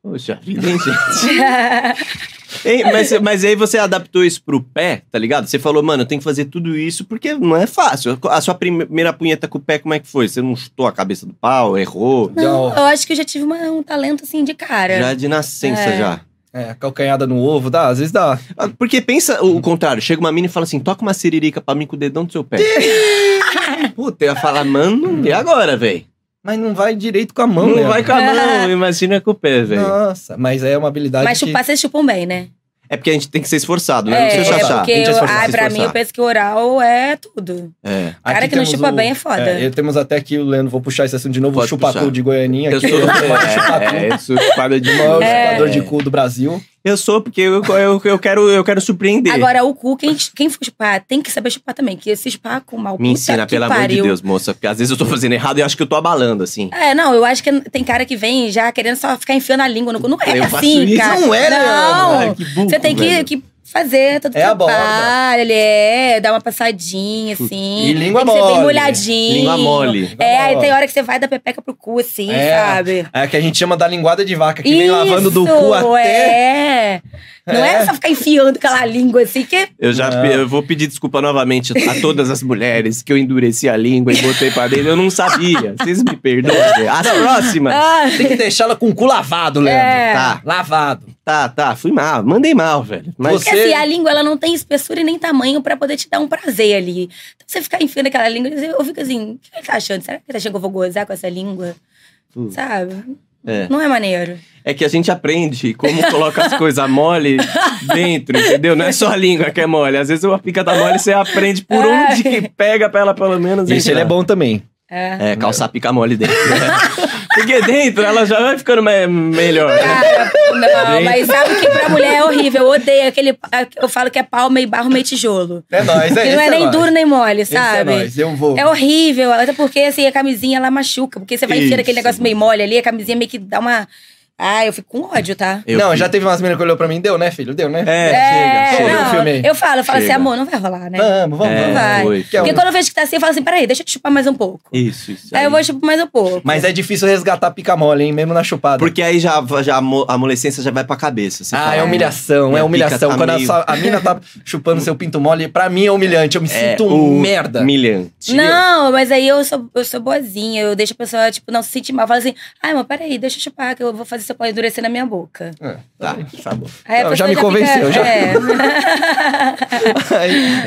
Speaker 1: Poxa vida, hein,
Speaker 3: [LAUGHS]
Speaker 1: gente? Ei, mas, mas aí você adaptou isso pro pé, tá ligado? Você falou, mano, eu tenho que fazer tudo isso porque não é fácil. A sua primeira punheta com o pé, como é que foi? Você não chutou a cabeça do pau, errou?
Speaker 3: Não,
Speaker 4: Dá
Speaker 3: eu acho que eu já tive uma- um talento assim de cara.
Speaker 1: Já de nascença,
Speaker 3: É.
Speaker 1: já.
Speaker 2: É, calcanhada no ovo, dá, às vezes dá.
Speaker 1: Ah, Porque pensa o o contrário. Chega uma mina e fala assim, toca uma siririca pra mim com o dedão do seu
Speaker 3: [LAUGHS]
Speaker 1: pé. Puta, eu ia falar, mano, e agora, velho?
Speaker 2: Mas não vai direito com a mão,
Speaker 1: Não
Speaker 2: Leandro.
Speaker 1: vai com a
Speaker 3: [LAUGHS]
Speaker 1: mão, imagina com o pé, velho.
Speaker 2: Nossa, mas é uma habilidade
Speaker 3: Mas
Speaker 2: que...
Speaker 3: chupar, vocês chupam bem, né?
Speaker 1: É porque a gente tem que ser esforçado, né?
Speaker 3: é,
Speaker 1: não precisa
Speaker 3: é
Speaker 1: achar.
Speaker 3: porque
Speaker 2: tem que se
Speaker 3: eu,
Speaker 2: esforçar,
Speaker 3: ai,
Speaker 1: se
Speaker 3: pra mim,
Speaker 1: esforçar.
Speaker 3: eu penso que oral é tudo.
Speaker 1: É.
Speaker 3: Cara
Speaker 4: Aqui
Speaker 3: que não
Speaker 4: temos
Speaker 3: chupa bem é foda.
Speaker 2: É, e temos até aqui o Leandro, vou puxar esse assunto de novo,
Speaker 1: Pode
Speaker 2: o chupacu
Speaker 1: puxar.
Speaker 2: de Goianinha.
Speaker 1: Eu
Speaker 2: aqui, [LAUGHS]
Speaker 1: sou,
Speaker 2: o maior chupacu,
Speaker 1: é, eu sou chupada de
Speaker 2: o maior
Speaker 1: mão.
Speaker 3: é.
Speaker 2: chupador de cu do Brasil.
Speaker 1: Eu sou porque eu, eu, eu, quero, eu quero surpreender.
Speaker 3: Agora, o cu, quem, quem for chupar, tem que saber chupar também. Que se chupar com mal
Speaker 1: Me
Speaker 3: puta
Speaker 1: ensina,
Speaker 3: que
Speaker 1: pelo amor de
Speaker 3: pariu.
Speaker 1: Deus, moça. Porque às vezes eu tô fazendo errado e eu acho que eu tô abalando, assim.
Speaker 3: É, não, eu acho que tem cara que vem já querendo só ficar enfiando a língua no cu. Não é
Speaker 1: Eu faço
Speaker 3: assim,
Speaker 1: isso.
Speaker 3: cara.
Speaker 1: Não é,
Speaker 3: Não.
Speaker 1: Ai, que burro,
Speaker 3: Você tem que,
Speaker 1: velho.
Speaker 3: que fazer todo o
Speaker 2: É a borda.
Speaker 3: trabalho, é, dar uma passadinha, assim.
Speaker 2: E língua
Speaker 3: tem que ser bem
Speaker 2: mole.
Speaker 3: molhadinho.
Speaker 1: Língua mole.
Speaker 3: É, aí
Speaker 2: mole.
Speaker 3: tem hora que você vai da pepeca pro cu, assim,
Speaker 2: É.
Speaker 3: sabe?
Speaker 2: É a que a gente chama da linguada de vaca, que vem lavando do
Speaker 3: Isso,
Speaker 2: cu até...
Speaker 3: É. Não é.
Speaker 2: É.
Speaker 3: só ficar enfiando aquela língua assim, que.
Speaker 1: Eu já
Speaker 2: Não.
Speaker 1: pe- eu vou pedir desculpa novamente a todas as mulheres que eu endureci a língua e botei pra dentro. Eu não sabia. Vocês me
Speaker 3: [LAUGHS]
Speaker 1: perdoem. As próximas.
Speaker 3: Ah,
Speaker 2: Tem que deixá-la com o cu lavado, Leandro.
Speaker 3: É.
Speaker 1: Tá.
Speaker 2: Lavado.
Speaker 1: Tá, tá. Fui mal. Mandei mal, velho. Mas
Speaker 3: Porque
Speaker 2: Você-
Speaker 3: assim, a língua ela não tem espessura e nem tamanho pra poder te dar um prazer ali. Então você ficar enfiando aquela língua, eu fico assim, o que ele tá achando? Será que ele tá achando que eu vou gozar com essa língua?
Speaker 1: Hum.
Speaker 3: Sabe?
Speaker 1: é.
Speaker 3: Não é maneiro.
Speaker 1: É que a gente aprende como coloca as coisas mole dentro, entendeu? Não é só a língua que é mole. Às vezes a pica tá mole, você aprende por
Speaker 3: Ai.
Speaker 1: onde que pega pra ela, pelo menos.
Speaker 2: Isso,
Speaker 1: entrar.
Speaker 2: ele é bom também.
Speaker 1: [LAUGHS]
Speaker 3: É.
Speaker 1: É, calçar a pica mole dentro. [LAUGHS] Porque dentro ela já vai ficando me- melhor. né?
Speaker 3: Cara, não, mas sabe que pra mulher é horrível. Eu odeio aquele. Eu falo que é pau, meio barro, meio tijolo.
Speaker 4: É nóis, é
Speaker 3: que não
Speaker 4: esse
Speaker 3: é nem
Speaker 4: nóis.
Speaker 3: duro nem mole,
Speaker 4: Esse é
Speaker 3: sabe?
Speaker 4: nóis, eu vou.
Speaker 3: É horrível, até porque assim, a camisinha ela machuca, porque você vai enfiando aquele
Speaker 1: Isso.
Speaker 3: negócio meio mole ali, a camisinha meio que dá uma. Ah, eu fico com ódio, tá?
Speaker 1: Eu
Speaker 2: não,
Speaker 1: fiz.
Speaker 2: já teve umas meninas que olhou pra mim, deu, né, filho? Deu, né?
Speaker 1: É, chega, chega.
Speaker 2: não. Eu filmei.
Speaker 3: Eu falo, eu falo assim,
Speaker 1: Chega.
Speaker 3: amor, não vai rolar, né?
Speaker 2: Vamos, vamos,
Speaker 1: É,
Speaker 3: Não
Speaker 2: vamos.
Speaker 3: vai.
Speaker 1: foi,
Speaker 2: Que é
Speaker 3: Porque
Speaker 2: um-
Speaker 3: quando eu vejo que tá assim, eu falo assim, peraí, deixa eu te chupar mais um pouco.
Speaker 1: Isso, isso.
Speaker 3: Aí eu vou chupar mais um pouco.
Speaker 2: Mas é difícil resgatar a pica mole, hein? Mesmo na chupada.
Speaker 1: Porque aí já, já a mo- a adolescência já vai pra cabeça. você
Speaker 2: Ah,
Speaker 1: fala,
Speaker 2: é humilhação,
Speaker 1: Minha
Speaker 2: é humilhação.
Speaker 1: pica tá
Speaker 2: Quando a,
Speaker 1: meio-
Speaker 2: sua- a mina
Speaker 1: [LAUGHS]
Speaker 2: tá chupando seu pinto mole, pra mim é humilhante. Eu me
Speaker 1: é
Speaker 2: sinto um
Speaker 1: o
Speaker 2: merda.
Speaker 1: Humilhante.
Speaker 3: Não, mas aí eu sou, eu sou boazinha, eu deixo a pessoa, tipo, não se sentir mal. Fala assim, ai, amor, peraí, deixa eu chupar, que eu vou fazer seu pau endurecer na minha boca.
Speaker 2: É,
Speaker 1: Tá.
Speaker 2: tá bom.
Speaker 3: Aí a
Speaker 2: Não,
Speaker 3: pessoa
Speaker 2: já me convenceu,
Speaker 3: fica-
Speaker 2: já.
Speaker 3: É.
Speaker 2: Aí,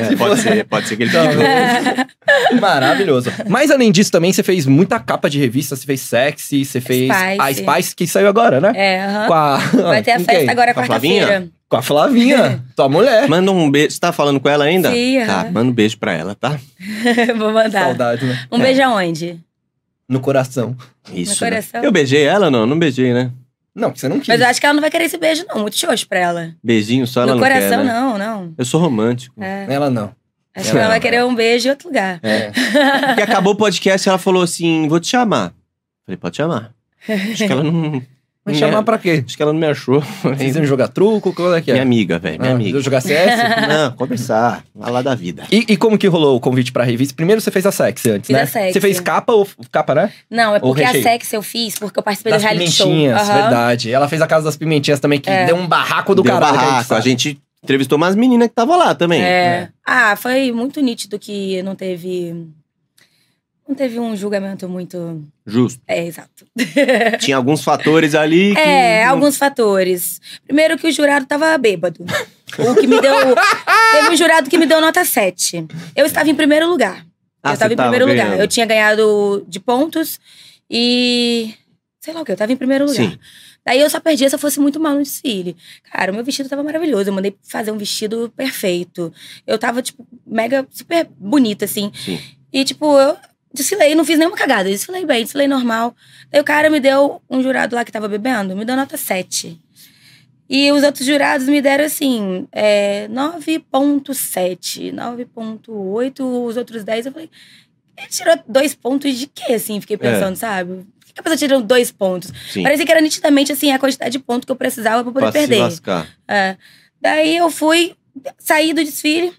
Speaker 1: [LAUGHS] É,
Speaker 2: se
Speaker 1: pode
Speaker 2: for-
Speaker 1: ser, pode ser que ele
Speaker 2: Tá
Speaker 1: fique [LAUGHS] louco.
Speaker 2: [LAUGHS] Maravilhoso. Mas além disso, também você fez muita capa de revista, você fez sexy, você fez a
Speaker 3: Spice.
Speaker 2: Spice que saiu agora, né?
Speaker 3: [LAUGHS] É, aham.
Speaker 2: Com a.
Speaker 3: Vai ter
Speaker 2: [LAUGHS]
Speaker 3: a
Speaker 2: com
Speaker 3: festa
Speaker 2: quem?
Speaker 3: agora
Speaker 1: Com a Flavinha?
Speaker 3: quarta-feira.
Speaker 2: Com a
Speaker 3: [LAUGHS]
Speaker 2: Flavinha, tua mulher.
Speaker 1: Manda um beijo. Você tá falando com ela ainda?
Speaker 3: Sim,
Speaker 1: Tá,
Speaker 3: aham.
Speaker 1: manda um beijo pra ela, tá?
Speaker 3: [LAUGHS] vou mandar.
Speaker 2: Saudade, né?
Speaker 3: Um beijo aonde?
Speaker 2: No coração.
Speaker 1: Isso.
Speaker 3: Meu
Speaker 1: né?
Speaker 3: coração.
Speaker 1: Eu beijei ela ou não? Não beijei, né?
Speaker 2: Não, que você não quis.
Speaker 3: Mas eu acho que ela não vai querer esse beijo, não. Muito xoxo pra ela.
Speaker 1: Beijinho só ela
Speaker 3: no
Speaker 1: não quer,
Speaker 3: coração,
Speaker 1: né?
Speaker 3: não, não.
Speaker 1: Eu sou
Speaker 3: [LAUGHS]
Speaker 1: romântico.
Speaker 3: É.
Speaker 2: Ela não.
Speaker 3: Acho que ela vai querer um beijo em outro lugar.
Speaker 2: É.
Speaker 1: Porque acabou o podcast ela falou assim: vou te chamar. Falei, pode chamar. Acho que ela não.
Speaker 2: Mas
Speaker 1: não
Speaker 2: chamar
Speaker 1: me-
Speaker 2: pra quê?
Speaker 1: Acho que ela não me
Speaker 2: [LAUGHS]
Speaker 1: achou.
Speaker 2: Vocês iam jogar truco? Qual é que é?
Speaker 1: Minha amiga, velho. Minha
Speaker 2: Ah,
Speaker 1: amiga.
Speaker 2: iam jogar CS?
Speaker 3: [LAUGHS]
Speaker 1: Não, conversar. Falar da vida.
Speaker 2: E, e como que rolou o convite pra revista? Primeiro você fez a sexy antes,
Speaker 3: Fiz
Speaker 2: né?
Speaker 3: a sexy.
Speaker 2: Você fez capa ou capa, né?
Speaker 3: Não, é
Speaker 2: Ou
Speaker 3: porque a
Speaker 2: recheio.
Speaker 3: sex eu fiz porque eu participei
Speaker 2: das
Speaker 3: do reality show.
Speaker 2: pimentinhas,
Speaker 3: Aham. É.
Speaker 2: verdade. Ela fez a casa das pimentinhas também, que deu um barraco do
Speaker 1: Deu
Speaker 2: caralho. que
Speaker 1: barraco. A
Speaker 2: sabe.
Speaker 1: gente entrevistou umas meninas que estavam lá também.
Speaker 3: É. Ah, foi muito nítido que não teve. Não teve um julgamento muito.
Speaker 1: Justo.
Speaker 3: É, exato.
Speaker 1: Tinha alguns fatores ali que.
Speaker 3: É,
Speaker 1: não-
Speaker 3: alguns fatores. Primeiro que o jurado tava bêbado. O que me deu. teve um jurado que me deu nota 7. Eu estava em primeiro lugar.
Speaker 1: Ah,
Speaker 3: eu estava
Speaker 1: você
Speaker 3: em primeiro lugar.
Speaker 1: ganhando.
Speaker 3: Eu tinha ganhado de pontos e. Sei lá o que, eu tava em primeiro um lugar.
Speaker 1: Sim.
Speaker 3: Daí eu só perdi se eu fosse muito mal no desfile. Cara, o meu vestido tava maravilhoso. Eu mandei fazer um vestido perfeito. Eu tava, tipo, mega, super bonita, assim.
Speaker 1: Sim.
Speaker 3: E, tipo, eu desfilei, não fiz nenhuma cagada. Eu desfilei bem, desfilei normal. Daí o cara me deu um jurado lá que tava bebendo, me deu nota 7. E os outros jurados me deram assim, é, 9.7, 9.8, os outros 10. Eu falei, ele tirou dois pontos de quê, assim? Fiquei pensando, sabe? Por que que a pessoa tirou dois pontos?
Speaker 1: Sim.
Speaker 3: Parecia que era nitidamente, assim, a quantidade de ponto que eu precisava pra poder
Speaker 1: pra se
Speaker 3: perder.
Speaker 1: lascar.
Speaker 3: É. Daí eu fui, saí do desfile,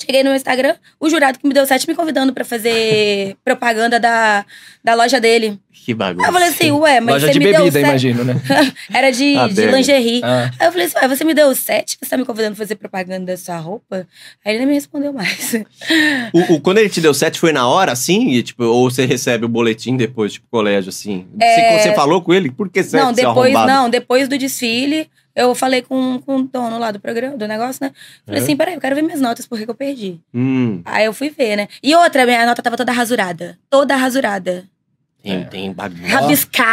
Speaker 3: cheguei no meu Instagram, o jurado que me deu sete me convidando pra
Speaker 1: [LAUGHS]
Speaker 3: fazer propaganda da, da loja dele.
Speaker 1: Que
Speaker 3: Aí
Speaker 1: bagulho.
Speaker 3: eu falei assim, ué, mas
Speaker 2: Loja
Speaker 3: você
Speaker 2: de
Speaker 3: me
Speaker 2: bebida,
Speaker 3: deu sete.
Speaker 2: imagino, né?
Speaker 3: Era de,
Speaker 1: Ah,
Speaker 3: de
Speaker 1: dele.
Speaker 3: lingerie.
Speaker 2: Ah.
Speaker 3: Aí eu falei assim, ué, você me deu sete? Você tá me convidando pra fazer propaganda da sua roupa? Aí ele nem me respondeu mais.
Speaker 1: O, o- quando ele te deu sete foi na hora, assim? E, tipo, ou você recebe o boletim depois, tipo, colégio, assim? Você, você falou com ele? Por que sete,
Speaker 3: É. não,
Speaker 1: seu
Speaker 3: depois,
Speaker 1: arrombado?
Speaker 3: não, depois do desfile, eu falei com, com o dono lá do programa, do negócio, né? Falei
Speaker 1: É.
Speaker 3: assim, peraí, eu quero ver minhas notas, porque que eu perdi.
Speaker 1: Hum,
Speaker 3: Aí eu fui ver, né? E outra, minha nota tava toda rasurada. Toda rasurada.
Speaker 2: É.
Speaker 1: tem, tem bagunça. É,
Speaker 2: Chama
Speaker 3: Rabiscada. Toda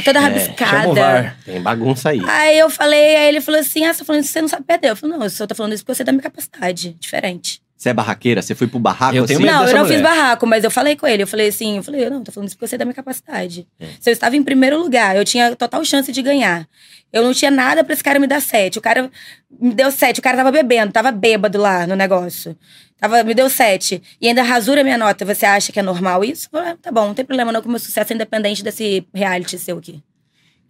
Speaker 2: o VAR.
Speaker 3: rabiscada.
Speaker 1: Tem bagunça aí.
Speaker 3: Aí eu falei, aí ele falou assim: Ah, você tá falando isso, você não sabe perder. Eu falei, não, eu só tô falando isso porque eu sei da minha capacidade. Diferente.
Speaker 1: Você é barraqueira? Você foi pro barraco
Speaker 2: Eu
Speaker 1: assim?
Speaker 2: tenho medo
Speaker 3: não, eu
Speaker 2: dessa
Speaker 3: não
Speaker 2: mulher.
Speaker 3: fiz barraco, mas eu falei com ele. Eu falei assim, eu falei, eu não, tô falando isso porque eu sei da minha capacidade.
Speaker 1: É.
Speaker 3: Se eu estava em primeiro lugar, eu tinha total chance de ganhar. Eu não tinha nada pra esse cara me dar sete. O cara me deu sete, o cara tava bebendo, tava bêbado lá no negócio. Tava, me deu sete. E ainda rasura minha nota. Você acha que é normal isso? Eu falei, ah, tá bom, não tem problema não com o meu sucesso é independente desse reality seu aqui.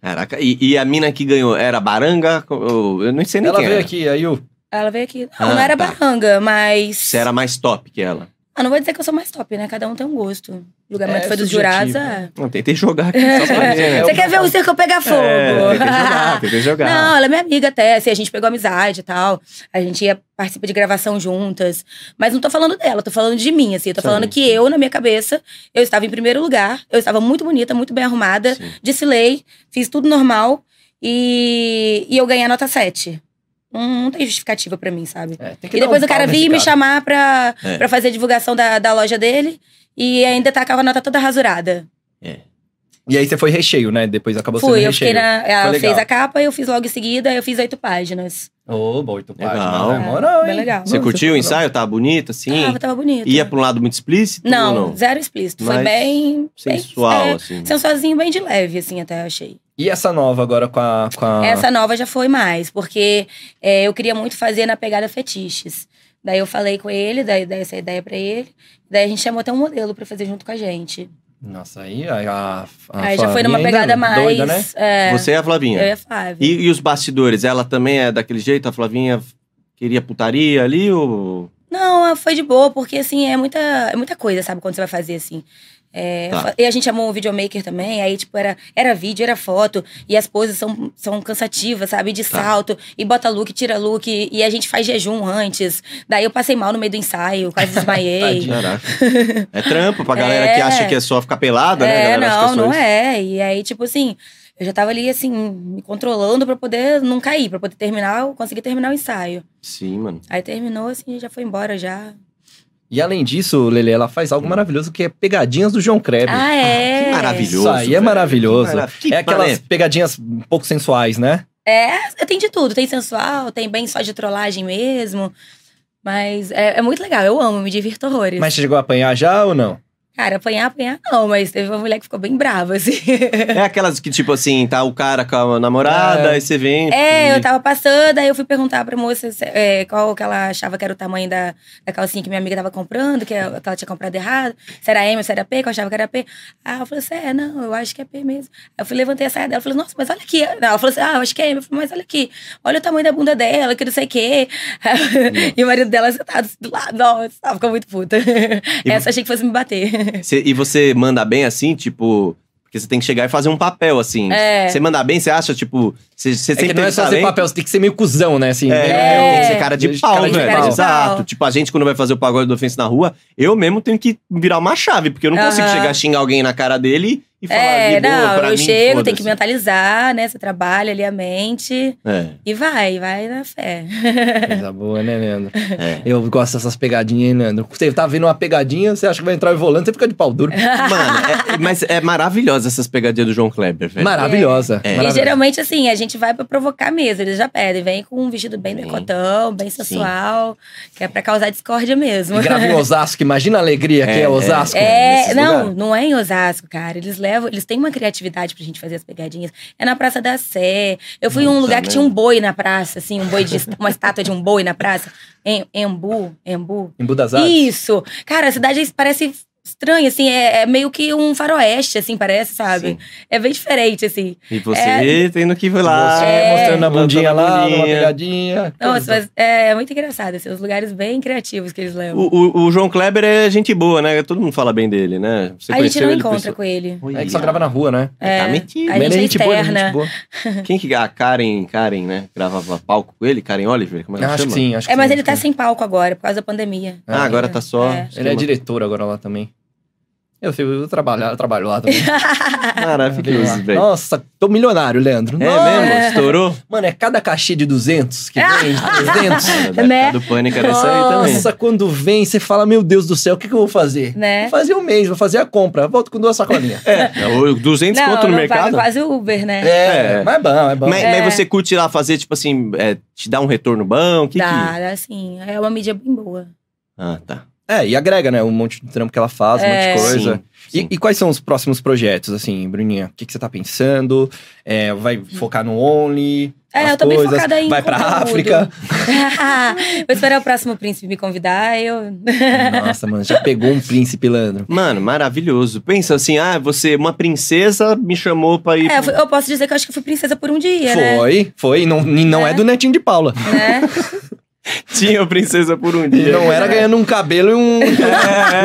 Speaker 1: Caraca, e, e a mina que ganhou era baranga? Eu, eu não sei nem
Speaker 2: Ela
Speaker 1: quem
Speaker 2: veio
Speaker 1: era.
Speaker 2: aqui, aí o.
Speaker 3: Ela veio aqui. Não,
Speaker 1: Ah,
Speaker 3: não era
Speaker 1: tá.
Speaker 3: baranga, mas.
Speaker 1: Você era mais top que ela.
Speaker 3: Ah, não vou dizer que eu sou mais top, né? Cada um tem um gosto. O julgamento
Speaker 2: É
Speaker 3: foi dos
Speaker 2: subjetivo,
Speaker 3: jurados. é.
Speaker 1: Não, tentei jogar aqui só
Speaker 3: [LAUGHS]
Speaker 1: pra ver.
Speaker 2: É
Speaker 3: Você
Speaker 2: o-
Speaker 3: quer ver o circo pegar fogo?
Speaker 1: É, tentei
Speaker 3: [LAUGHS]
Speaker 1: jogar, tentei jogar.
Speaker 3: Não, ela é minha amiga até, assim, a gente pegou amizade e tal. A gente ia participar de gravação juntas. Mas não tô falando dela, tô falando de mim, assim. Eu tô
Speaker 1: Sim,
Speaker 3: falando que
Speaker 1: sim.
Speaker 3: eu, na minha cabeça, eu estava em primeiro lugar. Eu estava muito bonita, muito bem arrumada.
Speaker 1: Sim.
Speaker 3: Desfilei, fiz tudo normal. E, e eu ganhei a nota 7. Não, não tem justificativa pra mim, sabe?
Speaker 2: É, tem que
Speaker 3: E
Speaker 2: dar
Speaker 3: depois
Speaker 2: um
Speaker 3: o cara
Speaker 2: pau nesse
Speaker 3: vinha me
Speaker 2: cara.
Speaker 3: chamar pra,
Speaker 1: É.
Speaker 3: pra fazer a divulgação da, da loja dele. E ainda tacava a nota toda rasurada.
Speaker 2: E aí você foi recheio, né? Depois acabou sendo
Speaker 3: Fui, eu
Speaker 2: recheio.
Speaker 3: fiquei na. Ela
Speaker 2: legal.
Speaker 3: fez a capa, eu fiz logo em seguida, eu fiz oito páginas.
Speaker 2: Ô, bom, então pá,
Speaker 1: Legal.
Speaker 2: na moral,
Speaker 3: Bem
Speaker 2: hein?
Speaker 3: legal.
Speaker 1: Você
Speaker 2: Não,
Speaker 1: curtiu o
Speaker 2: foi-
Speaker 1: ensaio? Tava bonito, assim?
Speaker 3: Tava, tava bonita.
Speaker 1: Ia pra um lado muito explícito?
Speaker 3: Não,
Speaker 1: ou não?
Speaker 3: zero explícito. Foi
Speaker 1: Mas
Speaker 3: bem.
Speaker 1: Sensual,
Speaker 3: bem, é,
Speaker 1: assim.
Speaker 3: Sensualzinho, bem de leve, assim, até achei.
Speaker 2: E essa nova agora com a. Com a...
Speaker 3: Essa nova já foi mais, porque é, eu queria muito fazer na pegada fetiches. Daí eu falei com ele, daí dei essa ideia pra ele. Daí a gente chamou até um modelo pra fazer junto com a gente.
Speaker 2: Nossa, aí a. a, a
Speaker 1: Ah,
Speaker 3: Aí já foi numa
Speaker 2: Flavinha
Speaker 3: pegada
Speaker 2: ainda
Speaker 3: mais.
Speaker 2: Doida, né?
Speaker 3: é,
Speaker 1: Você e a Flavinha.
Speaker 3: eu e a Flávia.
Speaker 1: E, e os bastidores? Ela também é daquele jeito? A Flavinha queria putaria ali ou...
Speaker 3: Não, ah, foi de boa, porque assim, é muita, é muita coisa, sabe, quando você vai fazer assim. É,
Speaker 1: Tá.
Speaker 3: fa- E a gente chamou o videomaker também, aí, tipo, era, era vídeo, era foto, e as poses são, são cansativas, sabe? De
Speaker 1: Tá.
Speaker 3: salto, e bota look, tira look, e a gente faz jejum antes. Daí eu passei mal no meio do ensaio, quase desmaiei.
Speaker 1: [LAUGHS]
Speaker 2: Tadinha.
Speaker 1: Caraca. é trampo pra galera que
Speaker 3: É.
Speaker 1: acha que é só ficar pelada, né? A
Speaker 3: é,
Speaker 1: galera acha que
Speaker 3: não,
Speaker 1: é só
Speaker 3: não
Speaker 1: isso.
Speaker 3: é. E aí, tipo assim, eu já tava ali, assim, me controlando pra poder não cair, pra poder terminar, conseguir terminar o ensaio.
Speaker 1: Sim, mano.
Speaker 3: Aí terminou, assim, já foi embora já.
Speaker 2: E além disso, Lele, ela faz algo maravilhoso que é pegadinhas do João Krebs.
Speaker 3: Ah, é.
Speaker 1: Que maravilhoso.
Speaker 2: Isso aí é
Speaker 1: velho.
Speaker 2: maravilhoso.
Speaker 1: Que maravilha.
Speaker 2: é aquelas
Speaker 1: Valeu.
Speaker 2: pegadinhas um pouco sensuais, né?
Speaker 3: É, tem de tudo. Tem sensual, tem bem só de trollagem mesmo. Mas é, é muito legal, eu amo, me divirto horrores.
Speaker 2: Mas você chegou a apanhar já ou não?
Speaker 3: Cara, apanhar, apanhar não, mas teve uma mulher que ficou bem brava, assim.
Speaker 1: É aquelas que, tipo assim, tá o cara com a namorada,
Speaker 2: É.
Speaker 1: aí você vem.
Speaker 3: É,
Speaker 1: e-
Speaker 3: eu tava passando, aí eu fui perguntar pra moça se- é, qual que ela achava que era o tamanho da, da calcinha que minha amiga tava comprando, que ela que ela tinha comprado errado. Se era M ou se era P, que eu achava que era P. Ah, ela falou assim, é, não, eu acho que é P mesmo. Aí eu fui, levantei a saia dela, falei, nossa, mas olha aqui. Não, ela falou assim, ah, eu acho que é M. Eu falei, mas olha aqui, olha o tamanho da bunda dela, que não sei o quê.
Speaker 1: Hum.
Speaker 3: [LAUGHS] e o marido dela sentado do lado, nossa, ela ficou muito puta. Essa eu achei que fosse me bater.
Speaker 1: Cê- e você manda bem assim, tipo. Porque você tem que chegar e fazer um papel, assim.
Speaker 3: É.
Speaker 1: Você manda bem, você acha, tipo. Você você
Speaker 2: É
Speaker 1: sempre
Speaker 2: que não é
Speaker 1: teve
Speaker 2: só fazer
Speaker 1: talento.
Speaker 2: papel, você tem que ser meio cuzão, né? Assim,
Speaker 1: É,
Speaker 3: É.
Speaker 1: tem que ser cara de
Speaker 2: Cara
Speaker 1: pau,
Speaker 2: de
Speaker 1: velho.
Speaker 2: pau.
Speaker 1: Exato. Tipo, a gente, quando vai fazer o pagode do ofensa na rua, eu mesmo tenho que virar uma chave, porque eu não consigo
Speaker 3: Aham.
Speaker 1: chegar a xingar alguém na cara dele e falar,
Speaker 3: é,
Speaker 1: de boa,
Speaker 3: não,
Speaker 1: pra
Speaker 3: eu
Speaker 1: mim,
Speaker 3: chego, tem
Speaker 1: foda-se."
Speaker 3: que mentalizar, né? Você trabalha ali a mente
Speaker 1: É,
Speaker 3: e vai, vai
Speaker 1: [LAUGHS]
Speaker 3: na fé.
Speaker 2: Coisa boa, né, Leandro?
Speaker 1: é.
Speaker 2: Eu gosto dessas pegadinhas, hein, Leandro? Você tá vendo uma pegadinha, você acha que vai entrar o volante, você fica de pau
Speaker 3: [LAUGHS]
Speaker 2: duro.
Speaker 1: Mano, é- mas é maravilhosa essas pegadinhas do João Kleber, velho.
Speaker 2: Maravilhosa.
Speaker 1: É.
Speaker 3: E
Speaker 2: maravilhosa.
Speaker 3: geralmente, assim, a gente vai pra provocar mesmo. Eles já pedem. Vem com um vestido bem
Speaker 1: Vem.
Speaker 3: decotão, bem sensual. Que é pra causar discórdia mesmo.
Speaker 2: E grava em Osasco, um imagina a alegria que
Speaker 1: É,
Speaker 2: é Osasco.
Speaker 1: é.
Speaker 3: [LAUGHS] É,
Speaker 1: nesses
Speaker 3: não,
Speaker 1: lugares.
Speaker 3: não é em Osasco, cara. Eles levo. Eles têm uma criatividade pra gente fazer as pegadinhas. É na Praça da Sé. Eu fui em um
Speaker 1: Nossa,
Speaker 3: lugar que
Speaker 1: né?
Speaker 3: tinha um boi na praça, assim, um boi de. uma estátua de um boi na praça. Em, embu, Embu.
Speaker 2: Em Budazar?
Speaker 3: Isso! Cara, a cidade parece estranha, assim, é, é meio que um faroeste, assim, parece, sabe?
Speaker 1: Sim.
Speaker 3: É bem diferente, assim.
Speaker 1: E você
Speaker 3: É.
Speaker 1: tendo que ir lá.
Speaker 2: Você mostrando a
Speaker 1: levantando
Speaker 2: bundinha
Speaker 1: a
Speaker 2: lá, numa
Speaker 1: bundinha.
Speaker 2: pegadinha.
Speaker 3: Nossa, mas é, é muito engraçado, assim, os lugares bem criativos que eles levam.
Speaker 1: O, o- o João Kleber é gente boa, né? Todo mundo fala bem dele, né? Você
Speaker 3: a gente
Speaker 1: conheceu
Speaker 3: não
Speaker 1: ele
Speaker 3: encontra
Speaker 1: pessoa-
Speaker 3: com ele.
Speaker 1: Olha,
Speaker 2: É que só grava na rua, né?
Speaker 1: É, tá
Speaker 3: É,
Speaker 1: mentindo.
Speaker 3: a
Speaker 2: Ele
Speaker 3: gente é
Speaker 2: gente boa, ele é
Speaker 3: externa.
Speaker 2: gente boa.
Speaker 1: Quem que... A Karen, Karen, né? Gravava palco com ele? Karen Oliver, como é que ela
Speaker 2: Acho que
Speaker 1: chama?
Speaker 2: sim, acho que
Speaker 3: É, mas
Speaker 2: sim, né?
Speaker 3: ele
Speaker 2: acho
Speaker 3: tá
Speaker 2: que sim.
Speaker 3: sem palco agora, por causa da pandemia.
Speaker 1: Ah, agora tá só...
Speaker 3: É.
Speaker 2: Ele é diretor agora lá também. Eu, sei, eu, trabalho, eu trabalho lá
Speaker 3: [LAUGHS]
Speaker 2: também.
Speaker 3: Ah,
Speaker 2: é
Speaker 1: Maravilhoso, velho.
Speaker 2: Nossa, tô milionário, Leandro.
Speaker 1: É
Speaker 2: Nossa.
Speaker 1: mesmo? Estourou?
Speaker 2: Mano, é cada cachê de 200 que
Speaker 3: [LAUGHS]
Speaker 2: vem, de 300.
Speaker 3: Né?
Speaker 1: Do pânico era isso aí também.
Speaker 2: Nossa, quando vem, você fala, meu Deus do céu, o que, que eu vou fazer?
Speaker 3: Né?
Speaker 2: Vou fazer um mês, vou fazer a compra, volto com duas sacolinhas. é,
Speaker 1: É, o 200
Speaker 3: não,
Speaker 1: conto no
Speaker 3: não
Speaker 1: mercado?
Speaker 3: paga quase o Uber, né?
Speaker 1: É.
Speaker 2: mas é bom, é bom.
Speaker 1: Mas,
Speaker 3: É.
Speaker 1: mas você curte lá fazer, tipo assim, é, te dá um retorno bom? Que
Speaker 3: dá,
Speaker 1: que...
Speaker 3: dá assim. É uma mídia bem boa.
Speaker 1: Ah, tá.
Speaker 2: É, e agrega, né, um monte de trampo que ela faz, um monte
Speaker 3: É.
Speaker 2: de coisa.
Speaker 1: Sim, sim.
Speaker 2: E, e quais são os próximos projetos, assim, Bruninha? O que, que você tá pensando? É, vai focar no Only?
Speaker 3: É,
Speaker 2: nas
Speaker 3: eu tô bem
Speaker 2: coisas?
Speaker 3: focada em
Speaker 2: Vai pra
Speaker 3: conteúdo.
Speaker 2: África?
Speaker 3: [LAUGHS] Vou esperar o próximo príncipe me convidar, eu...
Speaker 2: Nossa, mano, já pegou um príncipe, Leandro.
Speaker 1: Mano, maravilhoso. Pensa assim, ah, você, uma princesa me chamou pra ir...
Speaker 3: [LAUGHS] É, eu fui- eu posso dizer que eu acho que eu fui princesa por um dia, né?
Speaker 2: Foi, foi. E não, e não é.
Speaker 3: É.
Speaker 2: do netinho de Paula.
Speaker 3: Né?
Speaker 1: Tinha princesa por um
Speaker 2: E
Speaker 1: dia.
Speaker 2: não era ganhando um cabelo e um,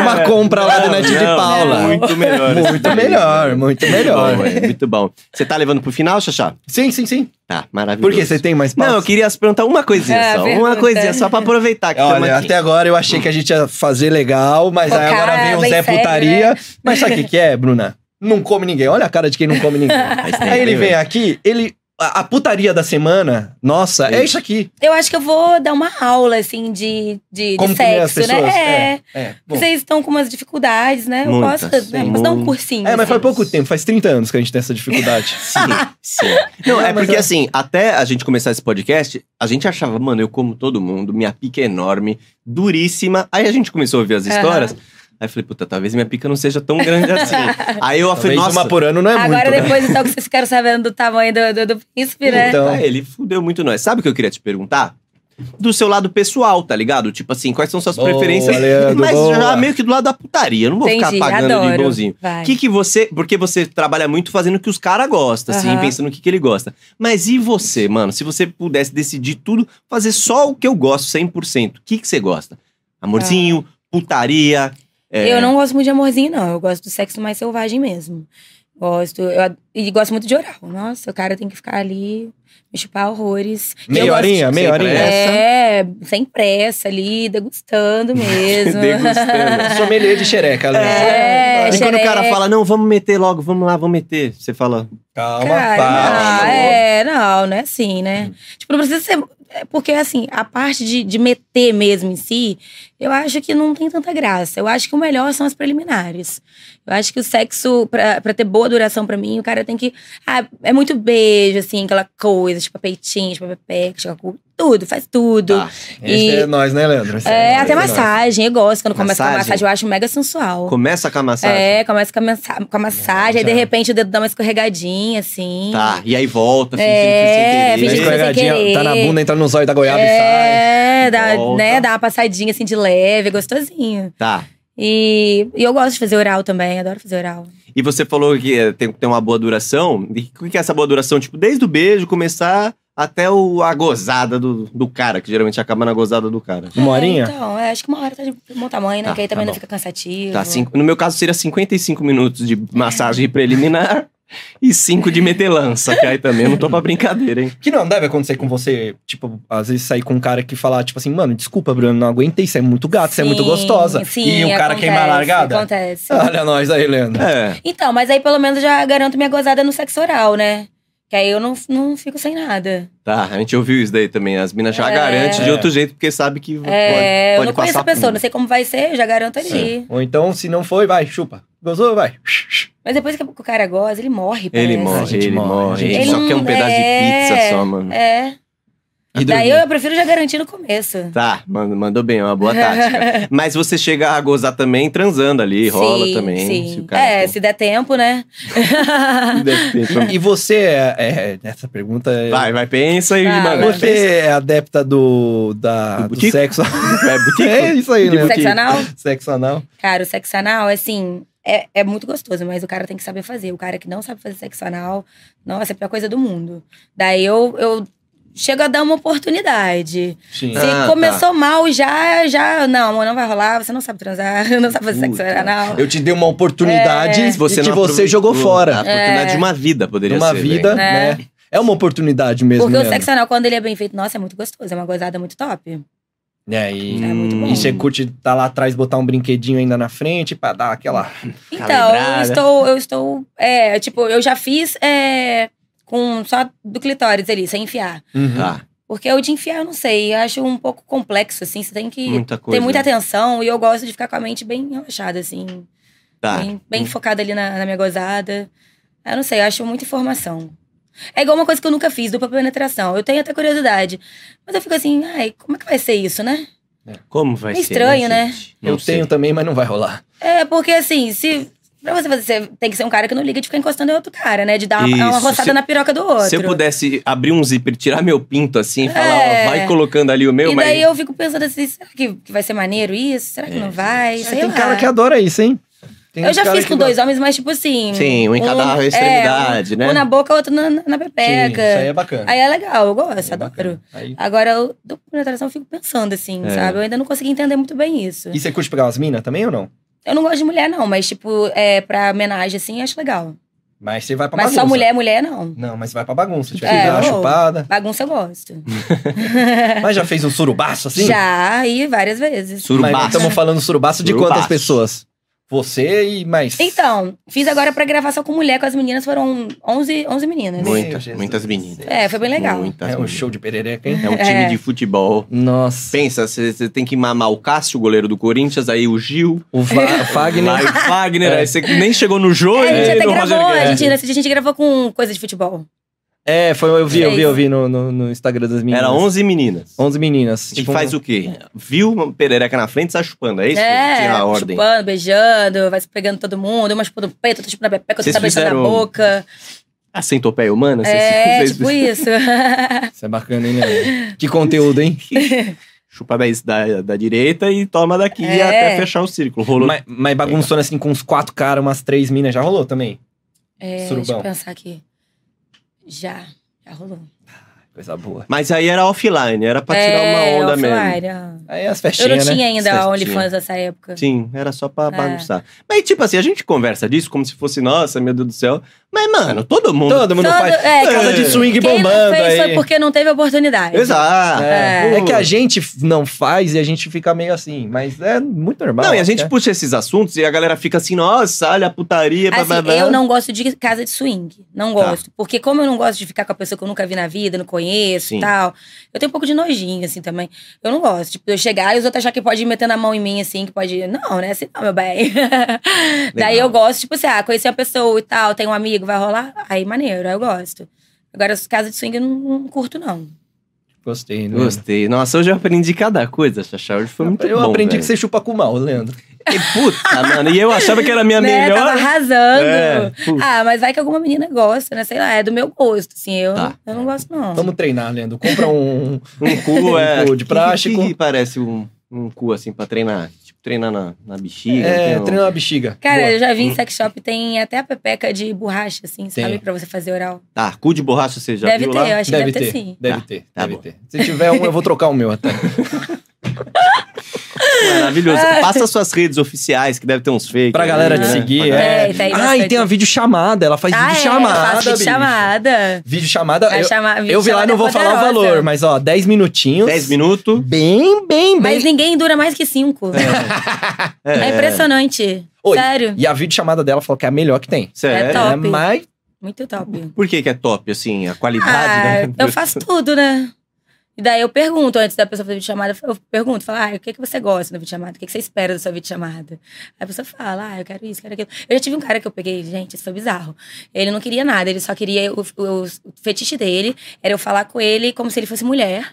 Speaker 2: uma compra lá do netinho de
Speaker 1: É, Não,
Speaker 2: Paula.
Speaker 1: Muito melhor.
Speaker 2: Muito melhor, muito melhor.
Speaker 1: Bom, é, muito bom. Você tá levando pro final, Xaxá?
Speaker 2: Sim, sim, sim.
Speaker 1: Tá, maravilhoso.
Speaker 2: Por quê? Você tem mais
Speaker 1: Não, eu
Speaker 2: pautas?
Speaker 1: queria perguntar uma coisinha
Speaker 3: Ah,
Speaker 1: só. Uma
Speaker 3: pergunta.
Speaker 1: coisinha só pra aproveitar que tamo
Speaker 2: Olha,
Speaker 1: aqui.
Speaker 2: até agora eu achei que a gente ia fazer legal, mas aí
Speaker 3: Focar,
Speaker 2: agora vem o
Speaker 3: bem
Speaker 2: Zé
Speaker 3: sério, né?
Speaker 2: Putaria. Mas sabe o que, que é, Bruna? Não come ninguém. Olha a cara de quem não come
Speaker 3: [LAUGHS]
Speaker 2: ninguém.
Speaker 1: tem,
Speaker 2: aí ele
Speaker 1: tem,
Speaker 2: vem
Speaker 1: velho.
Speaker 2: aqui, ele. A, a putaria da semana, nossa, é isso aqui.
Speaker 3: Eu acho que eu vou dar uma aula, assim, de, de, de
Speaker 2: Como comer as
Speaker 3: sexo, né?
Speaker 2: pessoas,
Speaker 3: É.
Speaker 2: É, bom.
Speaker 3: Vocês estão com umas dificuldades, né? Eu
Speaker 1: Muitas,
Speaker 3: posso, né?
Speaker 1: sim,
Speaker 3: posso dar um
Speaker 1: muito.
Speaker 3: cursinho.
Speaker 2: É, mas
Speaker 3: assim.
Speaker 2: faz pouco tempo, faz 30 anos que a gente tem essa
Speaker 3: [LAUGHS]
Speaker 2: dificuldade.
Speaker 1: Sim, [LAUGHS] sim. Não, é
Speaker 2: Mas
Speaker 1: porque
Speaker 2: eu-
Speaker 1: assim, até a gente começar esse podcast, a gente achava, mano, eu como todo mundo, minha pica é enorme, duríssima. Aí a gente começou a ouvir as
Speaker 3: Aham.
Speaker 1: histórias. Aí eu falei, puta, talvez minha pica não seja tão grande assim. Aí eu falei,
Speaker 2: Talvez
Speaker 1: nossa.
Speaker 2: uma por ano não é muito.
Speaker 3: Agora,
Speaker 2: né?
Speaker 3: depois, então, que vocês ficaram sabendo do tamanho do, do, do príncipe, né?
Speaker 2: Então,
Speaker 1: Ah, ele fudeu muito nós. Sabe o que eu queria te perguntar? Do seu lado pessoal, tá ligado? Tipo assim, quais são suas
Speaker 2: Boa,
Speaker 1: preferências?
Speaker 2: Leandro,
Speaker 1: Mas já
Speaker 2: boa.
Speaker 1: meio que do lado da putaria. Eu não vou
Speaker 3: Entendi,
Speaker 1: ficar pagando
Speaker 3: adoro.
Speaker 1: de bonzinho.
Speaker 3: Vai.
Speaker 1: O que, que você. Porque você trabalha muito fazendo o que os caras gostam, assim,
Speaker 3: Aham.
Speaker 1: pensando no que, que ele gosta. Mas e você, mano? Se você pudesse decidir tudo, fazer só o que eu gosto 100%, o que, que você gosta? Amorzinho, putaria. é,
Speaker 3: Tá. Eu não gosto muito de amorzinho, não. Eu gosto do sexo mais selvagem mesmo. Gosto. Eu, ad- e gosto muito de oral. Nossa, o cara tem que ficar ali, me chupar horrores. E eu
Speaker 2: meia
Speaker 3: gosto-
Speaker 2: horinha, meia
Speaker 1: Sem
Speaker 2: horinha.
Speaker 1: pressa.
Speaker 3: É, sem pressa ali, degustando
Speaker 1: [LAUGHS]
Speaker 3: mesmo.
Speaker 1: Degustando.
Speaker 2: Sommelier de xereca, né?
Speaker 3: É,
Speaker 1: E quando o cara
Speaker 3: xereca.
Speaker 1: fala, não, vamos meter logo, vamos lá, vamos meter. Você fala.
Speaker 2: Calma,
Speaker 3: Cara,
Speaker 2: calma.
Speaker 1: um
Speaker 3: não, é, não, não é assim, né?
Speaker 1: Hum.
Speaker 3: Tipo, não precisa ser. é Porque, assim, a parte de, de meter mesmo em si, eu acho que não tem tanta graça. Eu acho que o melhor são as preliminares. Eu acho que o sexo, pra, pra ter boa duração pra mim, o cara tem que. Ah, é muito beijo, assim, aquela coisa, tipo, peitinho, tipo, pepeca, chupa cu, tudo, faz tudo.
Speaker 1: Tá.
Speaker 2: Esse
Speaker 3: E-
Speaker 2: é nós, né, Leandro? Esse
Speaker 3: É,
Speaker 2: nós,
Speaker 3: até
Speaker 2: esse nós.
Speaker 3: massagem. Eu gosto quando começa com a
Speaker 1: Massagem?
Speaker 3: massagem, eu acho mega sensual.
Speaker 1: Começa com a massagem.
Speaker 3: É, começa com a, mensa- com a massagem, aí de
Speaker 2: Já.
Speaker 3: repente o dedo dá uma escorregadinha, assim.
Speaker 1: Tá, e aí volta, assim, fingindo que você
Speaker 2: Finge
Speaker 3: É,
Speaker 2: que
Speaker 3: fingindo
Speaker 1: querer.
Speaker 3: foi sem querer.
Speaker 2: Tá na bunda, entra nos olhos da goiaba e sai.
Speaker 3: É, dá,
Speaker 1: volta.
Speaker 3: né, dá uma passadinha assim de leve, gostosinho.
Speaker 1: Tá.
Speaker 3: E, e eu gosto de fazer oral também, adoro fazer oral.
Speaker 1: E você falou que é, tem que ter uma boa duração. E o que é essa boa duração? Tipo, desde o beijo começar até o, a gozada do, do cara, que geralmente acaba na gozada do cara.
Speaker 2: Uma horinha?
Speaker 3: É, então, é, acho que uma hora tá de bom tamanho, né?
Speaker 1: Tá,
Speaker 3: que aí também
Speaker 1: tá
Speaker 3: não
Speaker 1: bom.
Speaker 3: fica cansativo.
Speaker 1: Tá, cinco, no meu caso, seria 55 minutos de massagem preliminar [LAUGHS] e 5 de metelança, que aí também eu não tô pra brincadeira, hein?
Speaker 2: Que não deve acontecer com você, tipo, às vezes sair com um cara que falar, tipo assim, mano, desculpa, Bruno, não aguentei, você é muito gato, você é muito
Speaker 3: Sim,
Speaker 2: gostosa.
Speaker 3: Sim,
Speaker 2: e o cara
Speaker 3: acontece,
Speaker 2: queimar a largada.
Speaker 3: Acontece. [LAUGHS]
Speaker 2: Olha nós aí, Leandro.
Speaker 1: É.
Speaker 3: Então, mas aí pelo menos já garanto minha gozada no sexo oral, né? Que aí eu não, não fico sem nada.
Speaker 1: Tá, a gente ouviu isso daí também. As minas já
Speaker 3: É.
Speaker 1: garantem de outro jeito, porque sabe que
Speaker 3: é, eu
Speaker 1: pode, pode
Speaker 3: não conheço
Speaker 1: passar
Speaker 3: a pessoa,
Speaker 1: por-
Speaker 3: não sei como vai ser, eu já garanto ali.
Speaker 2: Ou então, se não foi, vai, chupa. Gozou, vai.
Speaker 3: Mas depois que o cara goza, ele É, morre,
Speaker 1: Ele
Speaker 3: parece.
Speaker 2: A
Speaker 1: morre,
Speaker 2: gente
Speaker 1: ele
Speaker 2: morre, a
Speaker 1: morre.
Speaker 2: gente
Speaker 1: Ele só
Speaker 3: morre.
Speaker 1: quer um pedaço de
Speaker 3: É.
Speaker 1: pizza só, mano.
Speaker 3: É.
Speaker 4: E
Speaker 3: Daí
Speaker 4: dormir.
Speaker 3: eu, eu prefiro já garantir no começo.
Speaker 1: Tá, man- mandou bem, é uma boa
Speaker 3: [LAUGHS]
Speaker 1: tática. Mas você chega a gozar também transando ali, rola
Speaker 3: Sim,
Speaker 1: também.
Speaker 3: Sim.
Speaker 1: se o cara
Speaker 3: é,
Speaker 1: for-
Speaker 3: se der tempo,
Speaker 1: [LAUGHS]
Speaker 3: né?
Speaker 1: Deve ter-
Speaker 4: E você, é, é, essa pergunta é.
Speaker 1: [LAUGHS] Vai, vai, pensa e
Speaker 3: Vai,
Speaker 1: manda.
Speaker 3: vai.
Speaker 4: Você é adepta do, da,
Speaker 1: Do
Speaker 4: do,
Speaker 1: butico?
Speaker 4: sexo.
Speaker 1: É,
Speaker 2: [LAUGHS]
Speaker 1: butico?
Speaker 4: É isso aí, né?
Speaker 3: Sexo anal?
Speaker 4: Sexo anal.
Speaker 3: Cara, o sexo anal, assim, é, é muito gostoso, mas o cara tem que saber fazer. O cara que não sabe fazer sexo anal, nossa, é a pior coisa do mundo. Daí eu, eu chego a dar uma oportunidade.
Speaker 4: Sim.
Speaker 3: Se
Speaker 1: Ah, tá.
Speaker 3: começou mal, já, já, não, amor, não vai rolar, você não sabe transar, [LAUGHS] não sabe fazer sexo
Speaker 1: Puta.
Speaker 3: anal.
Speaker 4: Eu te dei uma oportunidade
Speaker 3: É.
Speaker 1: Se você
Speaker 4: e que
Speaker 1: não
Speaker 4: você
Speaker 1: aproveitou
Speaker 4: jogou
Speaker 1: A
Speaker 4: fora.
Speaker 1: oportunidade de uma vida
Speaker 4: De
Speaker 1: poderia
Speaker 4: uma
Speaker 1: ser. né?
Speaker 4: vida,
Speaker 3: né?
Speaker 4: né? É uma oportunidade mesmo.
Speaker 3: Porque o
Speaker 4: né?
Speaker 3: sexo anal, quando ele é bem feito, nossa, é muito gostoso, é uma gozada muito top.
Speaker 4: É, e,
Speaker 3: É muito bom.
Speaker 4: e você curte tá lá atrás, botar um brinquedinho ainda na frente pra dar aquela.
Speaker 3: Então, eu
Speaker 1: Calibrada.
Speaker 3: estou, eu estou, é, tipo, eu já fiz é, com só do clitóris ali, sem enfiar.
Speaker 4: Uhum. Ah,
Speaker 1: Tá,
Speaker 3: Porque o de enfiar, eu não sei, eu acho um pouco complexo, assim, você tem que
Speaker 1: muita coisa.
Speaker 3: ter muita atenção e eu gosto de ficar com a mente bem relaxada, assim,
Speaker 1: Tá.
Speaker 3: bem, bem focada ali na, na minha gozada. Eu não sei, eu acho muita informação. É igual uma coisa que eu nunca fiz, dupla penetração. Eu tenho até curiosidade. Mas eu fico assim, ai, como é que vai ser isso, né?
Speaker 1: Como vai
Speaker 3: É
Speaker 1: ser?
Speaker 3: estranho, né?
Speaker 1: gente? Não
Speaker 4: Eu
Speaker 1: sei.
Speaker 4: tenho também, mas não vai rolar.
Speaker 3: É, porque assim, se. Pra você fazer, você tem que ser um cara que não liga de ficar encostando em outro cara, né? De dar uma,
Speaker 1: Isso,
Speaker 3: uma roçada
Speaker 1: se-
Speaker 3: na piroca do outro.
Speaker 1: Se eu pudesse abrir um zíper, tirar meu pinto assim e falar,
Speaker 3: É.
Speaker 1: ó, vai colocando ali o meu,
Speaker 3: e
Speaker 1: mas.
Speaker 3: daí eu fico pensando assim, será que, que vai ser maneiro isso? Será que
Speaker 1: É.
Speaker 3: não vai? Sei
Speaker 4: tem
Speaker 3: lá.
Speaker 4: cara que adora isso, hein? Tem
Speaker 3: Eu já
Speaker 4: cara
Speaker 3: fiz
Speaker 4: que
Speaker 3: com
Speaker 4: gosta.
Speaker 3: dois homens, mas tipo assim.
Speaker 1: Sim, um em cada
Speaker 3: é,
Speaker 1: extremidade,
Speaker 3: um-
Speaker 1: né?
Speaker 3: Um na boca, outro na, na na
Speaker 4: Sim,
Speaker 3: pepeca.
Speaker 4: Isso aí
Speaker 3: aí,
Speaker 4: é bacana.
Speaker 3: é... legal, eu gosto,
Speaker 4: É
Speaker 3: adoro.
Speaker 4: bacana. Aí-
Speaker 3: Agora, eu, do penetração, eu fico pensando assim,
Speaker 1: É.
Speaker 3: sabe? Eu ainda não consegui entender muito bem isso.
Speaker 4: E você curte pegar umas minas também ou não?
Speaker 3: Eu não gosto de mulher, não, mas tipo, é, pra homenagem assim, eu acho legal.
Speaker 4: Mas você vai
Speaker 1: É
Speaker 4: pra
Speaker 3: mas
Speaker 4: bagunça.
Speaker 3: só mulher, mulher não.
Speaker 4: Não, mas você vai pra bagunça. Tipo,
Speaker 3: É,
Speaker 4: dá uma
Speaker 3: eu vou.
Speaker 4: chupada.
Speaker 3: Bagunça eu gosto.
Speaker 4: Mas já fez um surubaço assim?
Speaker 3: Já, e várias vezes.
Speaker 1: Surubaço.
Speaker 4: Mas estamos falando surubaço de
Speaker 1: Surubaço.
Speaker 4: quantas pessoas? Você e mais.
Speaker 3: Então, fiz agora pra gravar só com mulher, com as meninas, foram 11, 11 meninas.
Speaker 4: Muito.
Speaker 1: Muitas,
Speaker 4: Jesus.
Speaker 1: muitas meninas.
Speaker 3: assim, É, foi bem legal.
Speaker 1: Muitas
Speaker 4: É um
Speaker 1: meninas.
Speaker 4: show de perereca, hein?
Speaker 1: É um time
Speaker 3: É.
Speaker 1: de futebol.
Speaker 2: Nossa.
Speaker 1: Pensa, você tem que mamar o Cássio, o goleiro do Corinthians, aí o Gil,
Speaker 2: O Va-
Speaker 4: [LAUGHS]
Speaker 2: Fagner.
Speaker 1: aí o Fagner,
Speaker 2: É.
Speaker 1: aí você nem chegou no jogo. né?
Speaker 3: É, a gente
Speaker 1: e
Speaker 3: até
Speaker 1: no
Speaker 3: gravou,
Speaker 1: Roger
Speaker 3: a
Speaker 1: Guedes.
Speaker 3: gente, nesse dia a gente gravou com coisa de futebol.
Speaker 2: É, foi, eu vi, eu vi,
Speaker 3: Fez.
Speaker 2: eu vi no, no, no Instagram das meninas.
Speaker 1: Era 11 meninas.
Speaker 2: 11 meninas.
Speaker 4: tipo
Speaker 2: Tipo,
Speaker 4: um
Speaker 1: E faz o quê? Viu uma perereca na frente, sai chupando, é isso? Tinha a ordem.
Speaker 3: chupando, beijando, vai se pegando todo mundo, uma chupando o peito, outra chupando a pepeca, outra
Speaker 1: Vocês
Speaker 3: tá beijando
Speaker 1: fizeram-
Speaker 3: a boca.
Speaker 1: A centopeia humana? vocês-
Speaker 3: É,
Speaker 1: [LAUGHS] vocês-
Speaker 3: tipo isso. [LAUGHS]
Speaker 2: Isso é bacana, hein, né? que conteúdo, hein?
Speaker 1: Chupa da, da, da direita e toma daqui
Speaker 3: É.
Speaker 1: até fechar o círculo. Rolou.
Speaker 4: Mas, mas bagunçando assim com uns quatro caras, umas três minas, já rolou também.
Speaker 3: é, deixa
Speaker 4: Surubão.
Speaker 3: eu pensar aqui. Já, já rolou.
Speaker 4: Coisa boa.
Speaker 1: Mas aí era offline, era pra tirar
Speaker 3: É,
Speaker 1: uma onda mesmo.
Speaker 3: offline, ah.
Speaker 4: Aí as
Speaker 3: Eu
Speaker 4: festinhas,
Speaker 3: não tinha
Speaker 4: né?
Speaker 3: ainda a
Speaker 1: Festinha.
Speaker 3: OnlyFans nessa época.
Speaker 1: Sim, era só pra
Speaker 3: É.
Speaker 1: bagunçar. Mas tipo assim, a gente conversa disso como se fosse, nossa, meu Deus do céu. Mas, mano, todo mundo.
Speaker 2: Todo mundo
Speaker 3: Todo-
Speaker 2: faz.
Speaker 3: é,
Speaker 2: casa
Speaker 1: é.
Speaker 2: de swing
Speaker 3: Quem não
Speaker 2: bombando
Speaker 3: fez foi
Speaker 2: aí.
Speaker 3: porque não teve oportunidade.
Speaker 1: Exato.
Speaker 2: É.
Speaker 1: É.
Speaker 2: É que a gente não faz e a gente fica meio assim, mas é muito normal.
Speaker 1: Não, e a gente
Speaker 2: né?
Speaker 1: puxa esses assuntos e a galera fica assim, nossa, olha a putaria, blá,
Speaker 3: Assim,
Speaker 1: blá, blá.
Speaker 3: eu não gosto de casa de swing. Não
Speaker 1: Tipo, Tá.
Speaker 3: gosto. Porque como eu não gosto de ficar com a pessoa que eu nunca vi na vida, não conheço
Speaker 1: Sim.
Speaker 3: e tal, eu tenho um pouco de nojinho, assim, também. Eu não gosto. Tipo, eu chegar e os outros achar que pode ir metendo a mão em mim, assim, que pode. Não, né? Assim, não, meu bem. [LAUGHS] Daí eu gosto, tipo assim, ah, conheci uma pessoa e tal, tem um amigo, vai rolar. Aí maneiro, aí eu gosto. Agora, as casas de swing eu não, não curto, não.
Speaker 4: Gostei, né?
Speaker 1: Gostei. Nossa, hoje eu aprendi cada coisa, Xaxá. Hoje foi muito
Speaker 4: eu
Speaker 1: bom.
Speaker 4: aprendi
Speaker 1: velho.
Speaker 4: que você chupa com o mal, Leandro.
Speaker 1: E, puta, [LAUGHS] mano, e eu achava que era a minha
Speaker 3: né?
Speaker 1: É melhor.
Speaker 3: Tava arrasando.
Speaker 1: É, puta.
Speaker 3: Ah, mas vai que alguma menina gosta, né? Sei lá, é do meu gosto, assim. Eu,
Speaker 1: Tá.
Speaker 3: eu não gosto, não.
Speaker 4: Vamos treinar, Leandro. Compra
Speaker 1: [LAUGHS]
Speaker 4: um.
Speaker 1: Um cu é.
Speaker 4: Um cu de plástico.
Speaker 1: Que, que parece um, um cu assim pra treinar. Tipo, treinar na, na bexiga.
Speaker 4: é,
Speaker 1: tem um-
Speaker 4: treinar a bexiga.
Speaker 3: Cara,
Speaker 4: Boa. Hum.
Speaker 3: eu já vi em sex shop, tem até a pepeca de borracha, assim,
Speaker 4: Tem.
Speaker 3: sabe? Pra você fazer oral.
Speaker 1: Tá, cu de borracha você já
Speaker 3: deve
Speaker 1: viu
Speaker 3: ter,
Speaker 1: lá?
Speaker 3: eu acho
Speaker 4: deve
Speaker 3: que deve ter,
Speaker 4: ter,
Speaker 3: sim.
Speaker 4: deve
Speaker 1: Tá,
Speaker 4: ter,
Speaker 1: tá
Speaker 4: deve
Speaker 1: bom.
Speaker 4: ter. Se tiver um, eu vou trocar o meu até.
Speaker 3: [LAUGHS]
Speaker 1: Maravilhoso. Passa suas redes oficiais, que deve ter uns fake.
Speaker 4: Pra
Speaker 1: aí,
Speaker 4: galera te
Speaker 1: né?
Speaker 4: seguir, é.
Speaker 1: [LAUGHS] Pra galera-
Speaker 3: É, isso aí,
Speaker 2: Ah,
Speaker 3: bastante.
Speaker 2: e tem uma videochamada, ela faz
Speaker 3: Ah, é,
Speaker 2: videochamada.
Speaker 3: eu faço
Speaker 2: bicho.
Speaker 3: videochamada.
Speaker 4: Vídeo chamada.
Speaker 3: Vai
Speaker 4: Eu,
Speaker 3: chamar-
Speaker 4: eu vi lá,
Speaker 3: videochamada
Speaker 4: não
Speaker 3: é
Speaker 4: vou falar o
Speaker 3: poderosa.
Speaker 4: valor, mas ó, 10 minutinhos.
Speaker 1: 10 minutos.
Speaker 2: Bem, bem, bem.
Speaker 3: Mas ninguém dura mais que cinco. É, impressionante.
Speaker 4: Oi,
Speaker 3: Sério.
Speaker 4: E a vídeo chamada dela falou que é a melhor que tem.
Speaker 1: Sério.
Speaker 3: É top.
Speaker 4: É, mas
Speaker 3: Muito top.
Speaker 1: Por que, que é top, assim? A qualidade
Speaker 3: Ah,
Speaker 1: [LAUGHS] né?
Speaker 3: eu faço tudo, né? E daí eu pergunto, antes da pessoa fazer videochamada, eu pergunto, falo, ah, o que, que você gosta da videochamada? O que, que você espera da sua videochamada? Aí a pessoa fala, ah, eu quero isso, quero aquilo. Eu já tive um cara que eu peguei, gente, isso foi bizarro. Ele não queria nada, ele só queria. O, o- o fetiche dele era eu falar com ele como se ele fosse mulher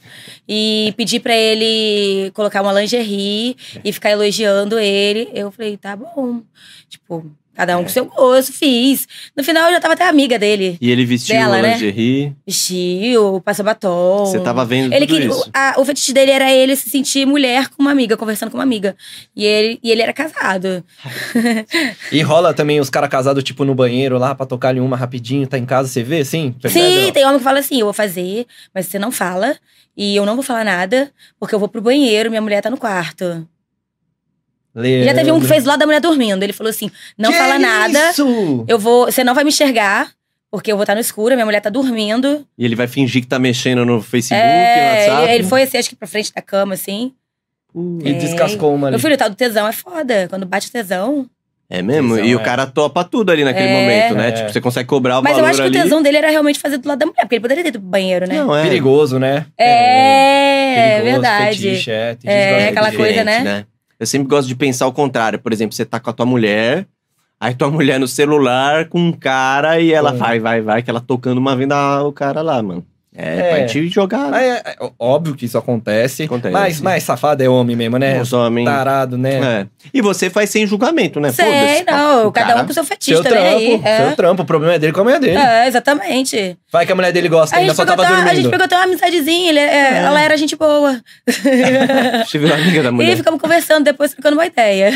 Speaker 3: e pedir pra ele colocar uma lingerie e ficar elogiando ele. Eu falei, tá bom. Tipo, cada um com seu gosto, fiz. No final eu já tava até amiga dele.
Speaker 1: E ele vestiu
Speaker 3: Dela,
Speaker 1: o
Speaker 3: né?
Speaker 1: lingerie.
Speaker 3: Vestiu, passou batom.
Speaker 1: Você tava vendo
Speaker 3: Ele
Speaker 1: tudo
Speaker 3: queria, o,
Speaker 1: isso.
Speaker 3: a- o fetiche dele era ele se sentir mulher com uma amiga, conversando com uma amiga. E ele, e ele era casado.
Speaker 2: E rola também os caras casados, tipo, no banheiro lá pra tocar ali uma rapidinho, tá em casa, você vê, assim?
Speaker 3: Sim, tem homem que fala assim: eu vou fazer, mas você não fala. E eu não vou falar nada, porque eu vou pro banheiro, minha mulher tá no quarto. E já teve um que fez né? lá da mulher dormindo. Ele falou assim: não fala nada,
Speaker 2: Isso!
Speaker 3: eu vou. Você não vai me enxergar, porque eu vou estar no escuro, minha mulher tá dormindo.
Speaker 1: E ele vai fingir que tá mexendo no Facebook,
Speaker 3: é,
Speaker 1: no WhatsApp. Uh,
Speaker 3: ele, ele foi assim, acho que pra frente da cama, assim.
Speaker 2: E
Speaker 3: É.
Speaker 2: descascou uma ali.
Speaker 3: Meu filho, o tal do tesão é foda. Quando bate o tesão.
Speaker 1: É mesmo?
Speaker 2: Tesão,
Speaker 1: e o
Speaker 2: é.
Speaker 1: cara topa tudo ali naquele
Speaker 3: É.
Speaker 1: momento, né?
Speaker 2: É.
Speaker 1: Tipo, você consegue cobrar o
Speaker 3: Mas eu
Speaker 1: valor
Speaker 3: acho que
Speaker 1: ali.
Speaker 3: o tesão dele era realmente fazer do lado da mulher, porque ele poderia ter ido pro banheiro, né?
Speaker 1: Não, é.
Speaker 2: Perigoso, né?
Speaker 3: é, é
Speaker 2: perigoso,
Speaker 3: verdade.
Speaker 2: fetiche, é, tem
Speaker 3: É,
Speaker 2: gente que gosta de
Speaker 3: aquela
Speaker 2: fetiche.
Speaker 3: coisa,
Speaker 1: diferente,
Speaker 3: né?
Speaker 1: Eu sempre gosto de pensar o contrário. Por exemplo, você tá com a tua mulher, aí tua mulher no celular com um cara e ela
Speaker 2: Hum.
Speaker 1: vai, vai, vai, que ela tocando uma venda ah, o cara lá, mano. É,
Speaker 2: É.
Speaker 1: vai te jogar.
Speaker 2: Mas é, é óbvio que isso acontece.
Speaker 1: Acontece.
Speaker 2: Mas mais safado é homem mesmo, né?
Speaker 1: Os homens.
Speaker 2: Tarado, né?
Speaker 1: É. E você faz sem julgamento, né?
Speaker 3: Sei,
Speaker 1: Foda-se,
Speaker 3: não.
Speaker 1: o
Speaker 3: Cada
Speaker 1: cara-
Speaker 3: um com seu fetiche
Speaker 2: Seu
Speaker 3: também aí.
Speaker 2: trampo,
Speaker 3: É.
Speaker 2: seu trampo. O problema é dele com a mulher dele.
Speaker 3: É, exatamente.
Speaker 2: Vai que a mulher dele gosta,
Speaker 3: A
Speaker 2: ainda
Speaker 3: gente,
Speaker 2: só
Speaker 3: pegou
Speaker 2: tava
Speaker 3: até, uma- a gente
Speaker 2: dormindo.
Speaker 3: pegou até uma amizadizinha, ele- é, ela era gente boa.
Speaker 1: Você viu a amiga da
Speaker 3: [LAUGHS] e
Speaker 1: mulher?
Speaker 3: ficamos conversando, depois trocando uma ideia.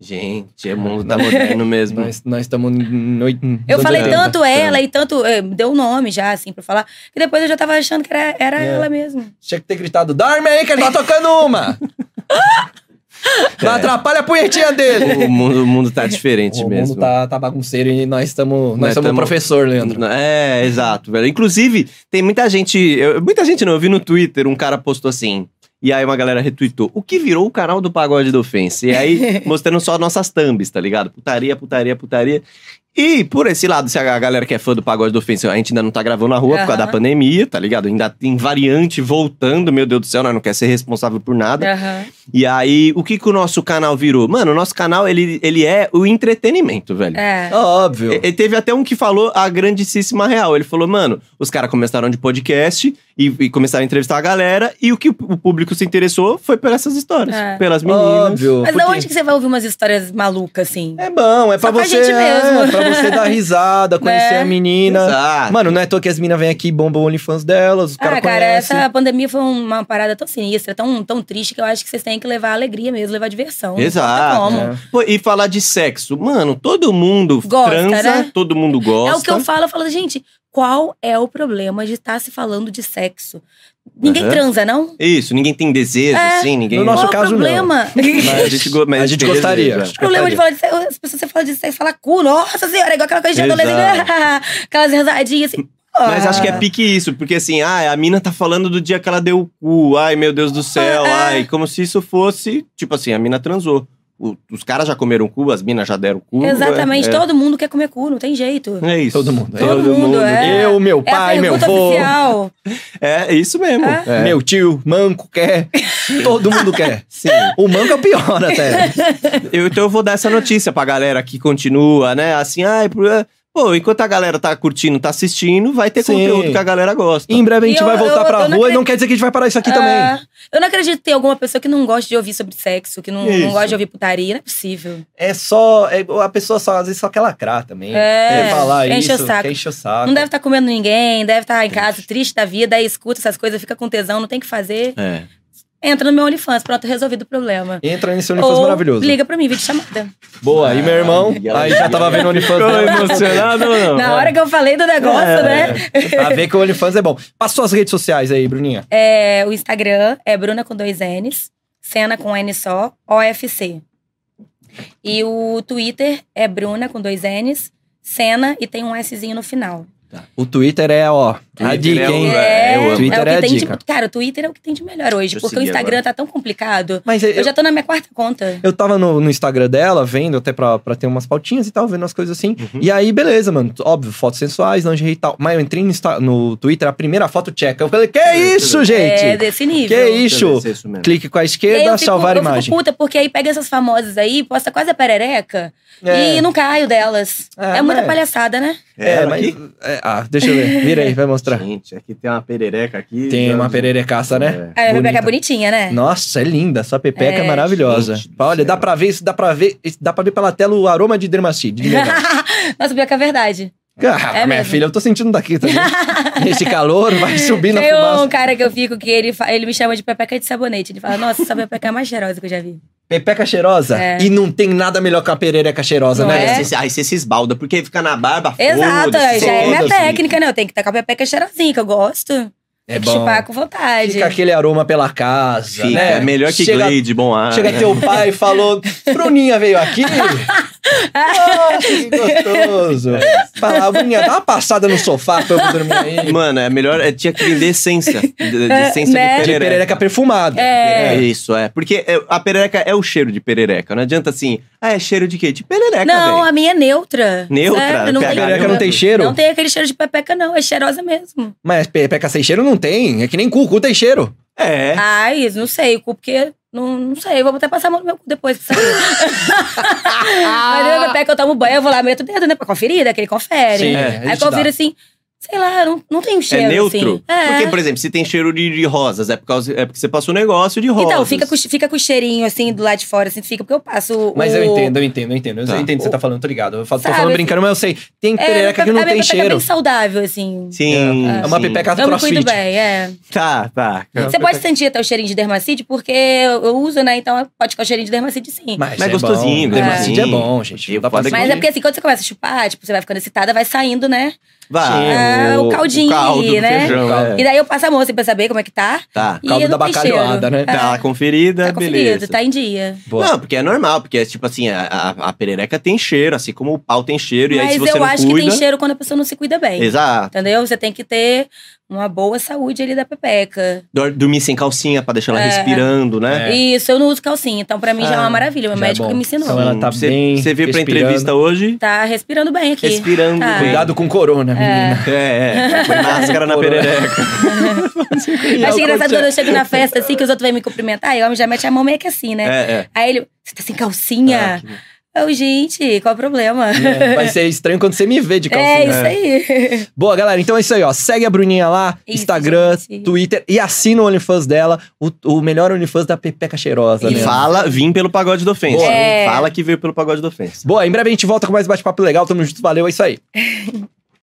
Speaker 1: Gente, o mundo
Speaker 2: [LAUGHS]
Speaker 1: tá moderno mesmo.
Speaker 2: Nós, nós estamos noite.
Speaker 3: Eu falei
Speaker 1: Doideira.
Speaker 3: tanto ela e tanto. eh, Deu um nome já, assim, pra falar. Que depois eu já tava achando que era, era
Speaker 2: É.
Speaker 3: ela mesmo.
Speaker 2: Tinha que ter gritado, dorme aí que ele tá tocando
Speaker 3: [LAUGHS]
Speaker 2: uma!
Speaker 3: É.
Speaker 2: Não atrapalha a punhetinha dele!
Speaker 1: O mundo, o mundo tá diferente
Speaker 2: [LAUGHS] o
Speaker 1: mesmo.
Speaker 2: mundo tá, tá bagunceiro e nós estamos
Speaker 1: Nós
Speaker 2: nós somos
Speaker 1: tamo-
Speaker 2: professor, Leandro.
Speaker 1: É, exato, velho. Inclusive, tem muita gente. eu- muita gente não, eu vi no Twitter, um cara postou assim. E aí uma galera retweetou. O que virou o canal do Pagode do Ofense? E aí, mostrando só nossas thumbs, tá ligado? Putaria, putaria, putaria. E por esse lado, se a galera que é fã do Pagode do Ofense, a gente ainda não tá gravando na rua por causa da
Speaker 3: Aham.
Speaker 1: pandemia, tá ligado? Ainda tem variante voltando, meu Deus do céu, nós não quer ser responsável por nada.
Speaker 3: Aham.
Speaker 1: E aí, o que que o nosso canal virou? Mano, o nosso canal, ele, ele é o entretenimento, velho.
Speaker 3: É.
Speaker 2: Óbvio.
Speaker 1: E, e teve até um que falou a grandíssima real. Ele falou, mano, os caras começaram de podcast e, e começaram a entrevistar a galera. E o que o o público se interessou foi por essas histórias.
Speaker 3: É.
Speaker 1: Pelas meninas.
Speaker 2: Óbvio.
Speaker 3: Mas
Speaker 2: porque-
Speaker 3: da onde que você vai ouvir umas histórias malucas, assim?
Speaker 2: É bom, é pra
Speaker 3: Só pra
Speaker 2: você.
Speaker 3: gente
Speaker 2: É,
Speaker 3: mesmo.
Speaker 2: pra você dar risada, conhecer
Speaker 3: [LAUGHS] Né?
Speaker 2: a menina.
Speaker 1: Exato.
Speaker 2: Mano, não é à toa que as meninas vêm aqui e bombam o OnlyFans delas, os caras
Speaker 3: ah, cara,
Speaker 2: conhecem.
Speaker 3: essa pandemia foi um, uma parada tão sinistra, tão, tão triste, que eu acho que vocês têm que levar alegria mesmo, levar diversão. não
Speaker 1: Exato. né?
Speaker 3: importa como.
Speaker 2: É.
Speaker 1: Pô, e falar de sexo. Mano, todo mundo
Speaker 3: Gosta,
Speaker 1: transa,
Speaker 3: né?
Speaker 1: todo mundo gosta.
Speaker 3: É o que eu falo, eu falo, gente, qual é o problema de estar se falando de sexo? Ninguém
Speaker 1: Aham.
Speaker 3: transa, não?
Speaker 1: Isso, ninguém tem desejo,
Speaker 3: É.
Speaker 1: assim, ninguém.
Speaker 2: No nosso
Speaker 3: qual
Speaker 2: caso,
Speaker 3: é o problema?
Speaker 1: [LAUGHS] Mas a gente, go- mas
Speaker 2: A gente
Speaker 1: tem
Speaker 2: gostaria.
Speaker 1: desejo,
Speaker 3: O problema de falar de sexo, as pessoas falam de sexo, fala cu, nossa senhora, é igual aquela coisa de adolescente, [LAUGHS] aquelas risadinhas assim.
Speaker 1: Mas acho que é
Speaker 3: ah.
Speaker 1: pique isso, porque assim, ah, a mina tá falando do dia que ela deu o cu, ai meu Deus do céu,
Speaker 3: É.
Speaker 1: ai, como se isso fosse, tipo assim, a mina transou. O- os caras já comeram cu, as minas já deram cu.
Speaker 3: Exatamente,
Speaker 1: é,
Speaker 3: todo mundo quer comer cu, não tem jeito.
Speaker 1: É, é isso.
Speaker 2: Todo mundo.
Speaker 1: Todo,
Speaker 3: Todo
Speaker 1: mundo.
Speaker 3: mundo, é.
Speaker 2: Eu, meu
Speaker 3: É a
Speaker 2: pai, meu
Speaker 3: pergunta
Speaker 2: vô,
Speaker 3: oficial.
Speaker 1: É, isso mesmo.
Speaker 3: É.
Speaker 1: É.
Speaker 2: meu tio, manco
Speaker 3: [LAUGHS]
Speaker 2: quer. Todo mundo quer.
Speaker 1: Sim.
Speaker 2: O manco é o pior
Speaker 3: [LAUGHS]
Speaker 2: até.
Speaker 1: Eu, então eu vou dar essa notícia pra galera que continua, né? Assim, ai, pro- pô, enquanto a galera tá curtindo, tá assistindo, vai ter
Speaker 2: Sim.
Speaker 1: conteúdo que a galera gosta.
Speaker 2: E em breve a
Speaker 3: E
Speaker 2: gente
Speaker 3: eu-
Speaker 2: vai voltar
Speaker 3: eu-
Speaker 2: pra
Speaker 3: eu
Speaker 2: rua
Speaker 3: não
Speaker 2: e não quer dizer que a gente vai parar isso aqui também.
Speaker 3: Ah, Eu não acredito que tem alguma pessoa que não gosta de ouvir sobre sexo, que não, não
Speaker 1: Isso.
Speaker 3: gosta de ouvir putaria. Não é possível.
Speaker 2: É só. é- a pessoa só, às vezes só quer lacrar também.
Speaker 3: É,
Speaker 2: Quer falar
Speaker 3: enche o
Speaker 2: isso,
Speaker 3: saco.
Speaker 2: quer encher o saco.
Speaker 3: Não deve estar comendo ninguém, deve estar em casa triste da vida, aí escuta essas coisas, fica com tesão, não tem o que fazer.
Speaker 1: É.
Speaker 3: Entra no meu OnlyFans, pronto, resolvido o problema.
Speaker 2: Entra nesse OnlyFans
Speaker 3: Ou
Speaker 2: maravilhoso.
Speaker 3: liga pra mim, vídeo chamada.
Speaker 2: Boa, e meu irmão,
Speaker 1: Ai,
Speaker 2: aí já tava vendo o OnlyFans né?
Speaker 1: Ficou
Speaker 2: dela.
Speaker 3: [LAUGHS]
Speaker 1: emocionado ou não?
Speaker 3: Na hora que eu falei do negócio,
Speaker 2: É.
Speaker 3: né?
Speaker 2: Pra ver que o OnlyFans é bom. Passa suas redes sociais aí, Bruninha.
Speaker 3: É, o Instagram é Bruna com dois N's, Cena com N só, OFC. E o Twitter é Bruna com dois N's, Cena e tem um Szinho no final.
Speaker 2: O Twitter é, ó, A dica, hein?
Speaker 3: É,
Speaker 1: eu amo.
Speaker 2: Twitter
Speaker 3: o que
Speaker 2: é a
Speaker 3: tem
Speaker 2: dica.
Speaker 3: De, cara, o Twitter é o que tem de melhor hoje.
Speaker 1: Eu
Speaker 3: porque o
Speaker 1: segui
Speaker 3: Instagram
Speaker 1: agora.
Speaker 3: tá tão complicado.
Speaker 2: Mas é,
Speaker 3: Eu, já tô na minha quarta conta.
Speaker 2: Eu tava no, no Instagram dela, vendo até pra, pra ter umas pautinhas e tal, vendo umas coisas assim.
Speaker 1: Uhum.
Speaker 2: E aí, beleza, mano. Óbvio, fotos sensuais, lingerie e tal. Mas eu entrei no, Insta- no Twitter, a primeira foto checa. Eu falei, que isso,
Speaker 3: é
Speaker 2: gente?
Speaker 3: desse nível.
Speaker 2: que
Speaker 1: Deixa eu ver
Speaker 2: isso?
Speaker 1: se é isso mesmo.
Speaker 2: Clique com a
Speaker 3: E aí
Speaker 2: esquerda,
Speaker 3: eu fico,
Speaker 2: salvar
Speaker 3: eu
Speaker 2: imagem.
Speaker 3: fico puta, porque aí pega essas famosas aí, posta quase a perereca
Speaker 2: É.
Speaker 3: e não caio delas.
Speaker 2: É,
Speaker 3: É, muita
Speaker 2: mas-
Speaker 3: palhaçada, né?
Speaker 2: É,
Speaker 1: Ela
Speaker 2: mas.
Speaker 1: aqui?
Speaker 2: é, ah, deixa eu ver. Vira aí, vai mostrar.
Speaker 1: Gente, aqui tem uma perereca aqui.
Speaker 2: Tem
Speaker 1: já-
Speaker 2: uma pererecaça, né?
Speaker 1: É.
Speaker 3: A minha pepeca é
Speaker 2: Bonita.
Speaker 3: bonitinha, né? [LAUGHS]
Speaker 2: Nossa, é linda. Essa pepeca é,
Speaker 3: É,
Speaker 2: maravilhosa.
Speaker 1: gente do
Speaker 2: Olha,
Speaker 1: céu.
Speaker 2: dá pra ver, isso dá pra ver, isso dá pra ver pela tela o aroma de
Speaker 3: [LAUGHS]
Speaker 2: dermacide. de legal.
Speaker 3: Nossa, pior que é verdade.
Speaker 2: Ah,
Speaker 3: É
Speaker 2: minha
Speaker 3: mesmo.
Speaker 2: filha, eu tô sentindo daqui também.
Speaker 3: [LAUGHS]
Speaker 2: Esse calor vai subindo a
Speaker 3: Tem
Speaker 2: Tá fumaça.
Speaker 3: um cara que eu fico que ele, fa- ele me chama de pepeca de sabonete. Ele fala, nossa, essa pepeca é a mais cheirosa que eu já vi.
Speaker 2: Pepeca cheirosa.
Speaker 3: É.
Speaker 2: E não tem nada melhor que a perereca cheirosa,
Speaker 3: Não
Speaker 2: né?
Speaker 3: é?
Speaker 1: Aí você- Aí você se esbalda, porque fica na barba.
Speaker 3: Exato,
Speaker 1: foda-se,
Speaker 3: já é minha
Speaker 1: foda-se.
Speaker 3: técnica, né? Eu tenho que estar com a pepeca cheirosinha, que eu gosto.
Speaker 2: É
Speaker 3: Tem que
Speaker 2: bom.
Speaker 3: chupar com vontade.
Speaker 2: Fica aquele aroma pela casa,
Speaker 1: Fica,
Speaker 2: né?
Speaker 1: é melhor que
Speaker 2: chega,
Speaker 1: Glade, bom ar.
Speaker 2: Chega
Speaker 1: né?
Speaker 2: teu pai e falou, Bruninha veio
Speaker 3: [LAUGHS]
Speaker 2: aqui. Nossa, que gostoso. Fala, Bruninha, dá uma passada no sofá pra eu dormir aí.
Speaker 1: Mano, é melhor. é, tinha que vender
Speaker 3: [LAUGHS]
Speaker 1: essência. De, de
Speaker 3: É,
Speaker 1: essência
Speaker 3: né?
Speaker 1: de
Speaker 2: De
Speaker 1: perereca.
Speaker 2: perereca perfumada.
Speaker 1: É.
Speaker 3: É.
Speaker 1: Isso, é. Porque é, a perereca é o cheiro de perereca. Não adianta assim, ah, é cheiro de quê? De perereca,
Speaker 3: não,
Speaker 1: velho.
Speaker 3: a minha é neutra.
Speaker 1: Neutra?
Speaker 3: É, não
Speaker 1: PH
Speaker 3: tem,
Speaker 2: Perereca não tem cheiro?
Speaker 3: Não tem aquele cheiro de pepeca, não. É cheirosa mesmo.
Speaker 2: Mas pepeca sem cheiro não tem. É que nem cu, cu tem cheiro.
Speaker 1: É.
Speaker 3: Ai, não sei, cu, porque. Não, não sei, eu vou até passar a mão no meu cu depois
Speaker 2: [LAUGHS]
Speaker 3: pra saber. Mas eu, minha pepeca, eu tomo banho, eu vou lá, meto o dedo, né? Pra conferir, daquele confere.
Speaker 2: Sim, É, a
Speaker 3: É, né? Aí
Speaker 2: gente dá.
Speaker 3: confira assim, sei lá, não, não tem um cheiro.
Speaker 1: é neutro.
Speaker 3: Assim. É.
Speaker 1: Porque, por exemplo, se tem cheiro de, de rosas, é, por causa, é porque você passou um negócio de rosas.
Speaker 3: Então, fica com, fica com o cheirinho assim do lado de fora, assim, fica, porque eu passo. o-
Speaker 2: Mas eu entendo, eu entendo, eu entendo. Eu
Speaker 1: Tá.
Speaker 2: entendo o que você tá falando, tô ligado. Eu falo- tô
Speaker 3: Sabe,
Speaker 2: falando
Speaker 3: assim-
Speaker 2: brincando, mas eu sei. Tem
Speaker 3: É,
Speaker 2: perereca que
Speaker 3: a
Speaker 2: não
Speaker 3: minha
Speaker 2: tem
Speaker 3: pepeca é
Speaker 2: cheiro.
Speaker 3: bem saudável, assim.
Speaker 1: Sim.
Speaker 2: É uma
Speaker 1: sim.
Speaker 2: pepeca do
Speaker 3: Eu me cuido
Speaker 2: crossfit.
Speaker 3: bem, é.
Speaker 1: Tá, tá.
Speaker 3: Você pode sentir até o cheirinho de dermacide, porque eu eu uso, né? Então pode ficar o cheirinho de dermacide, sim.
Speaker 2: Mas,
Speaker 1: Mas
Speaker 2: é
Speaker 1: gostosinho,
Speaker 2: bom. Dermacide é
Speaker 1: gostosinho.
Speaker 2: bom, gente. Não dá pra
Speaker 1: Mas
Speaker 3: Mas
Speaker 2: discutir.
Speaker 3: é porque assim, quando você começa a chupar, tipo, você vai ficando excitada, vai saindo, né?
Speaker 1: Vai.
Speaker 3: Ah, o caldinho
Speaker 1: caldo
Speaker 3: ali,
Speaker 1: do
Speaker 3: né?
Speaker 1: feijão, é.
Speaker 3: E daí eu passo a mão assim pra saber como é que tá.
Speaker 1: Tá.
Speaker 3: E
Speaker 2: Caldo
Speaker 3: não
Speaker 2: da
Speaker 3: tem cheiro. É,
Speaker 2: bacalhoada, né?
Speaker 1: Dá uma conferida,
Speaker 3: Tá conferido,
Speaker 1: Ah, beleza.
Speaker 3: tá em dia.
Speaker 2: Boa.
Speaker 1: Não, porque é normal, porque é tipo assim, a, a, a perereca tem cheiro, assim como o pau tem cheiro, e aí
Speaker 3: Mas
Speaker 1: se você
Speaker 3: eu
Speaker 1: não
Speaker 3: acho
Speaker 1: cuida.
Speaker 3: que tem cheiro quando a pessoa não se cuida bem.
Speaker 1: Exato.
Speaker 3: Entendeu? Você tem que ter uma boa saúde ali da pepeca.
Speaker 1: Dor- Dormir sem calcinha pra deixar ela
Speaker 3: É.
Speaker 1: respirando, né?
Speaker 2: É.
Speaker 3: Isso, eu não uso calcinha, então pra mim já é
Speaker 2: Ah,
Speaker 3: uma maravilha. Meu
Speaker 2: já é
Speaker 3: médico
Speaker 2: bom.
Speaker 3: que me ensinou.
Speaker 2: Então ela tá
Speaker 1: Você-
Speaker 2: bem,
Speaker 1: Você veio pra
Speaker 2: respirando.
Speaker 1: entrevista hoje?
Speaker 3: Tá respirando bem aqui.
Speaker 1: Respirando
Speaker 3: Tá.
Speaker 1: bem.
Speaker 2: Cuidado com corona, menina.
Speaker 1: É, é. Põe máscara na
Speaker 2: né?
Speaker 1: perereca.
Speaker 3: Acho engraçado quando eu chego na festa, assim, que os outros vêm me cumprimentar, e o homem já mete a mão meio que assim, né?
Speaker 1: É, é.
Speaker 3: Aí ele, você tá sem calcinha? Eu, gente, qual o problema? [LAUGHS]
Speaker 2: É, Vai ser estranho quando você me vê de calcinha. né?
Speaker 3: É, isso aí.
Speaker 2: Boa, galera. Então é isso aí, ó. Segue a Bruninha lá,
Speaker 3: Isso,
Speaker 2: Instagram,
Speaker 3: gente.
Speaker 2: Twitter e assina o OnlyFans dela, o, o melhor OnlyFans da Pepeca Cheirosa.
Speaker 1: E
Speaker 2: né?
Speaker 1: fala, vim pelo pagode do ofensa.
Speaker 3: Boa. É.
Speaker 1: Fala que veio pelo pagode do ofensa.
Speaker 2: Boa, em breve a gente volta com mais bate-papo legal. Tamo junto, valeu, é isso aí.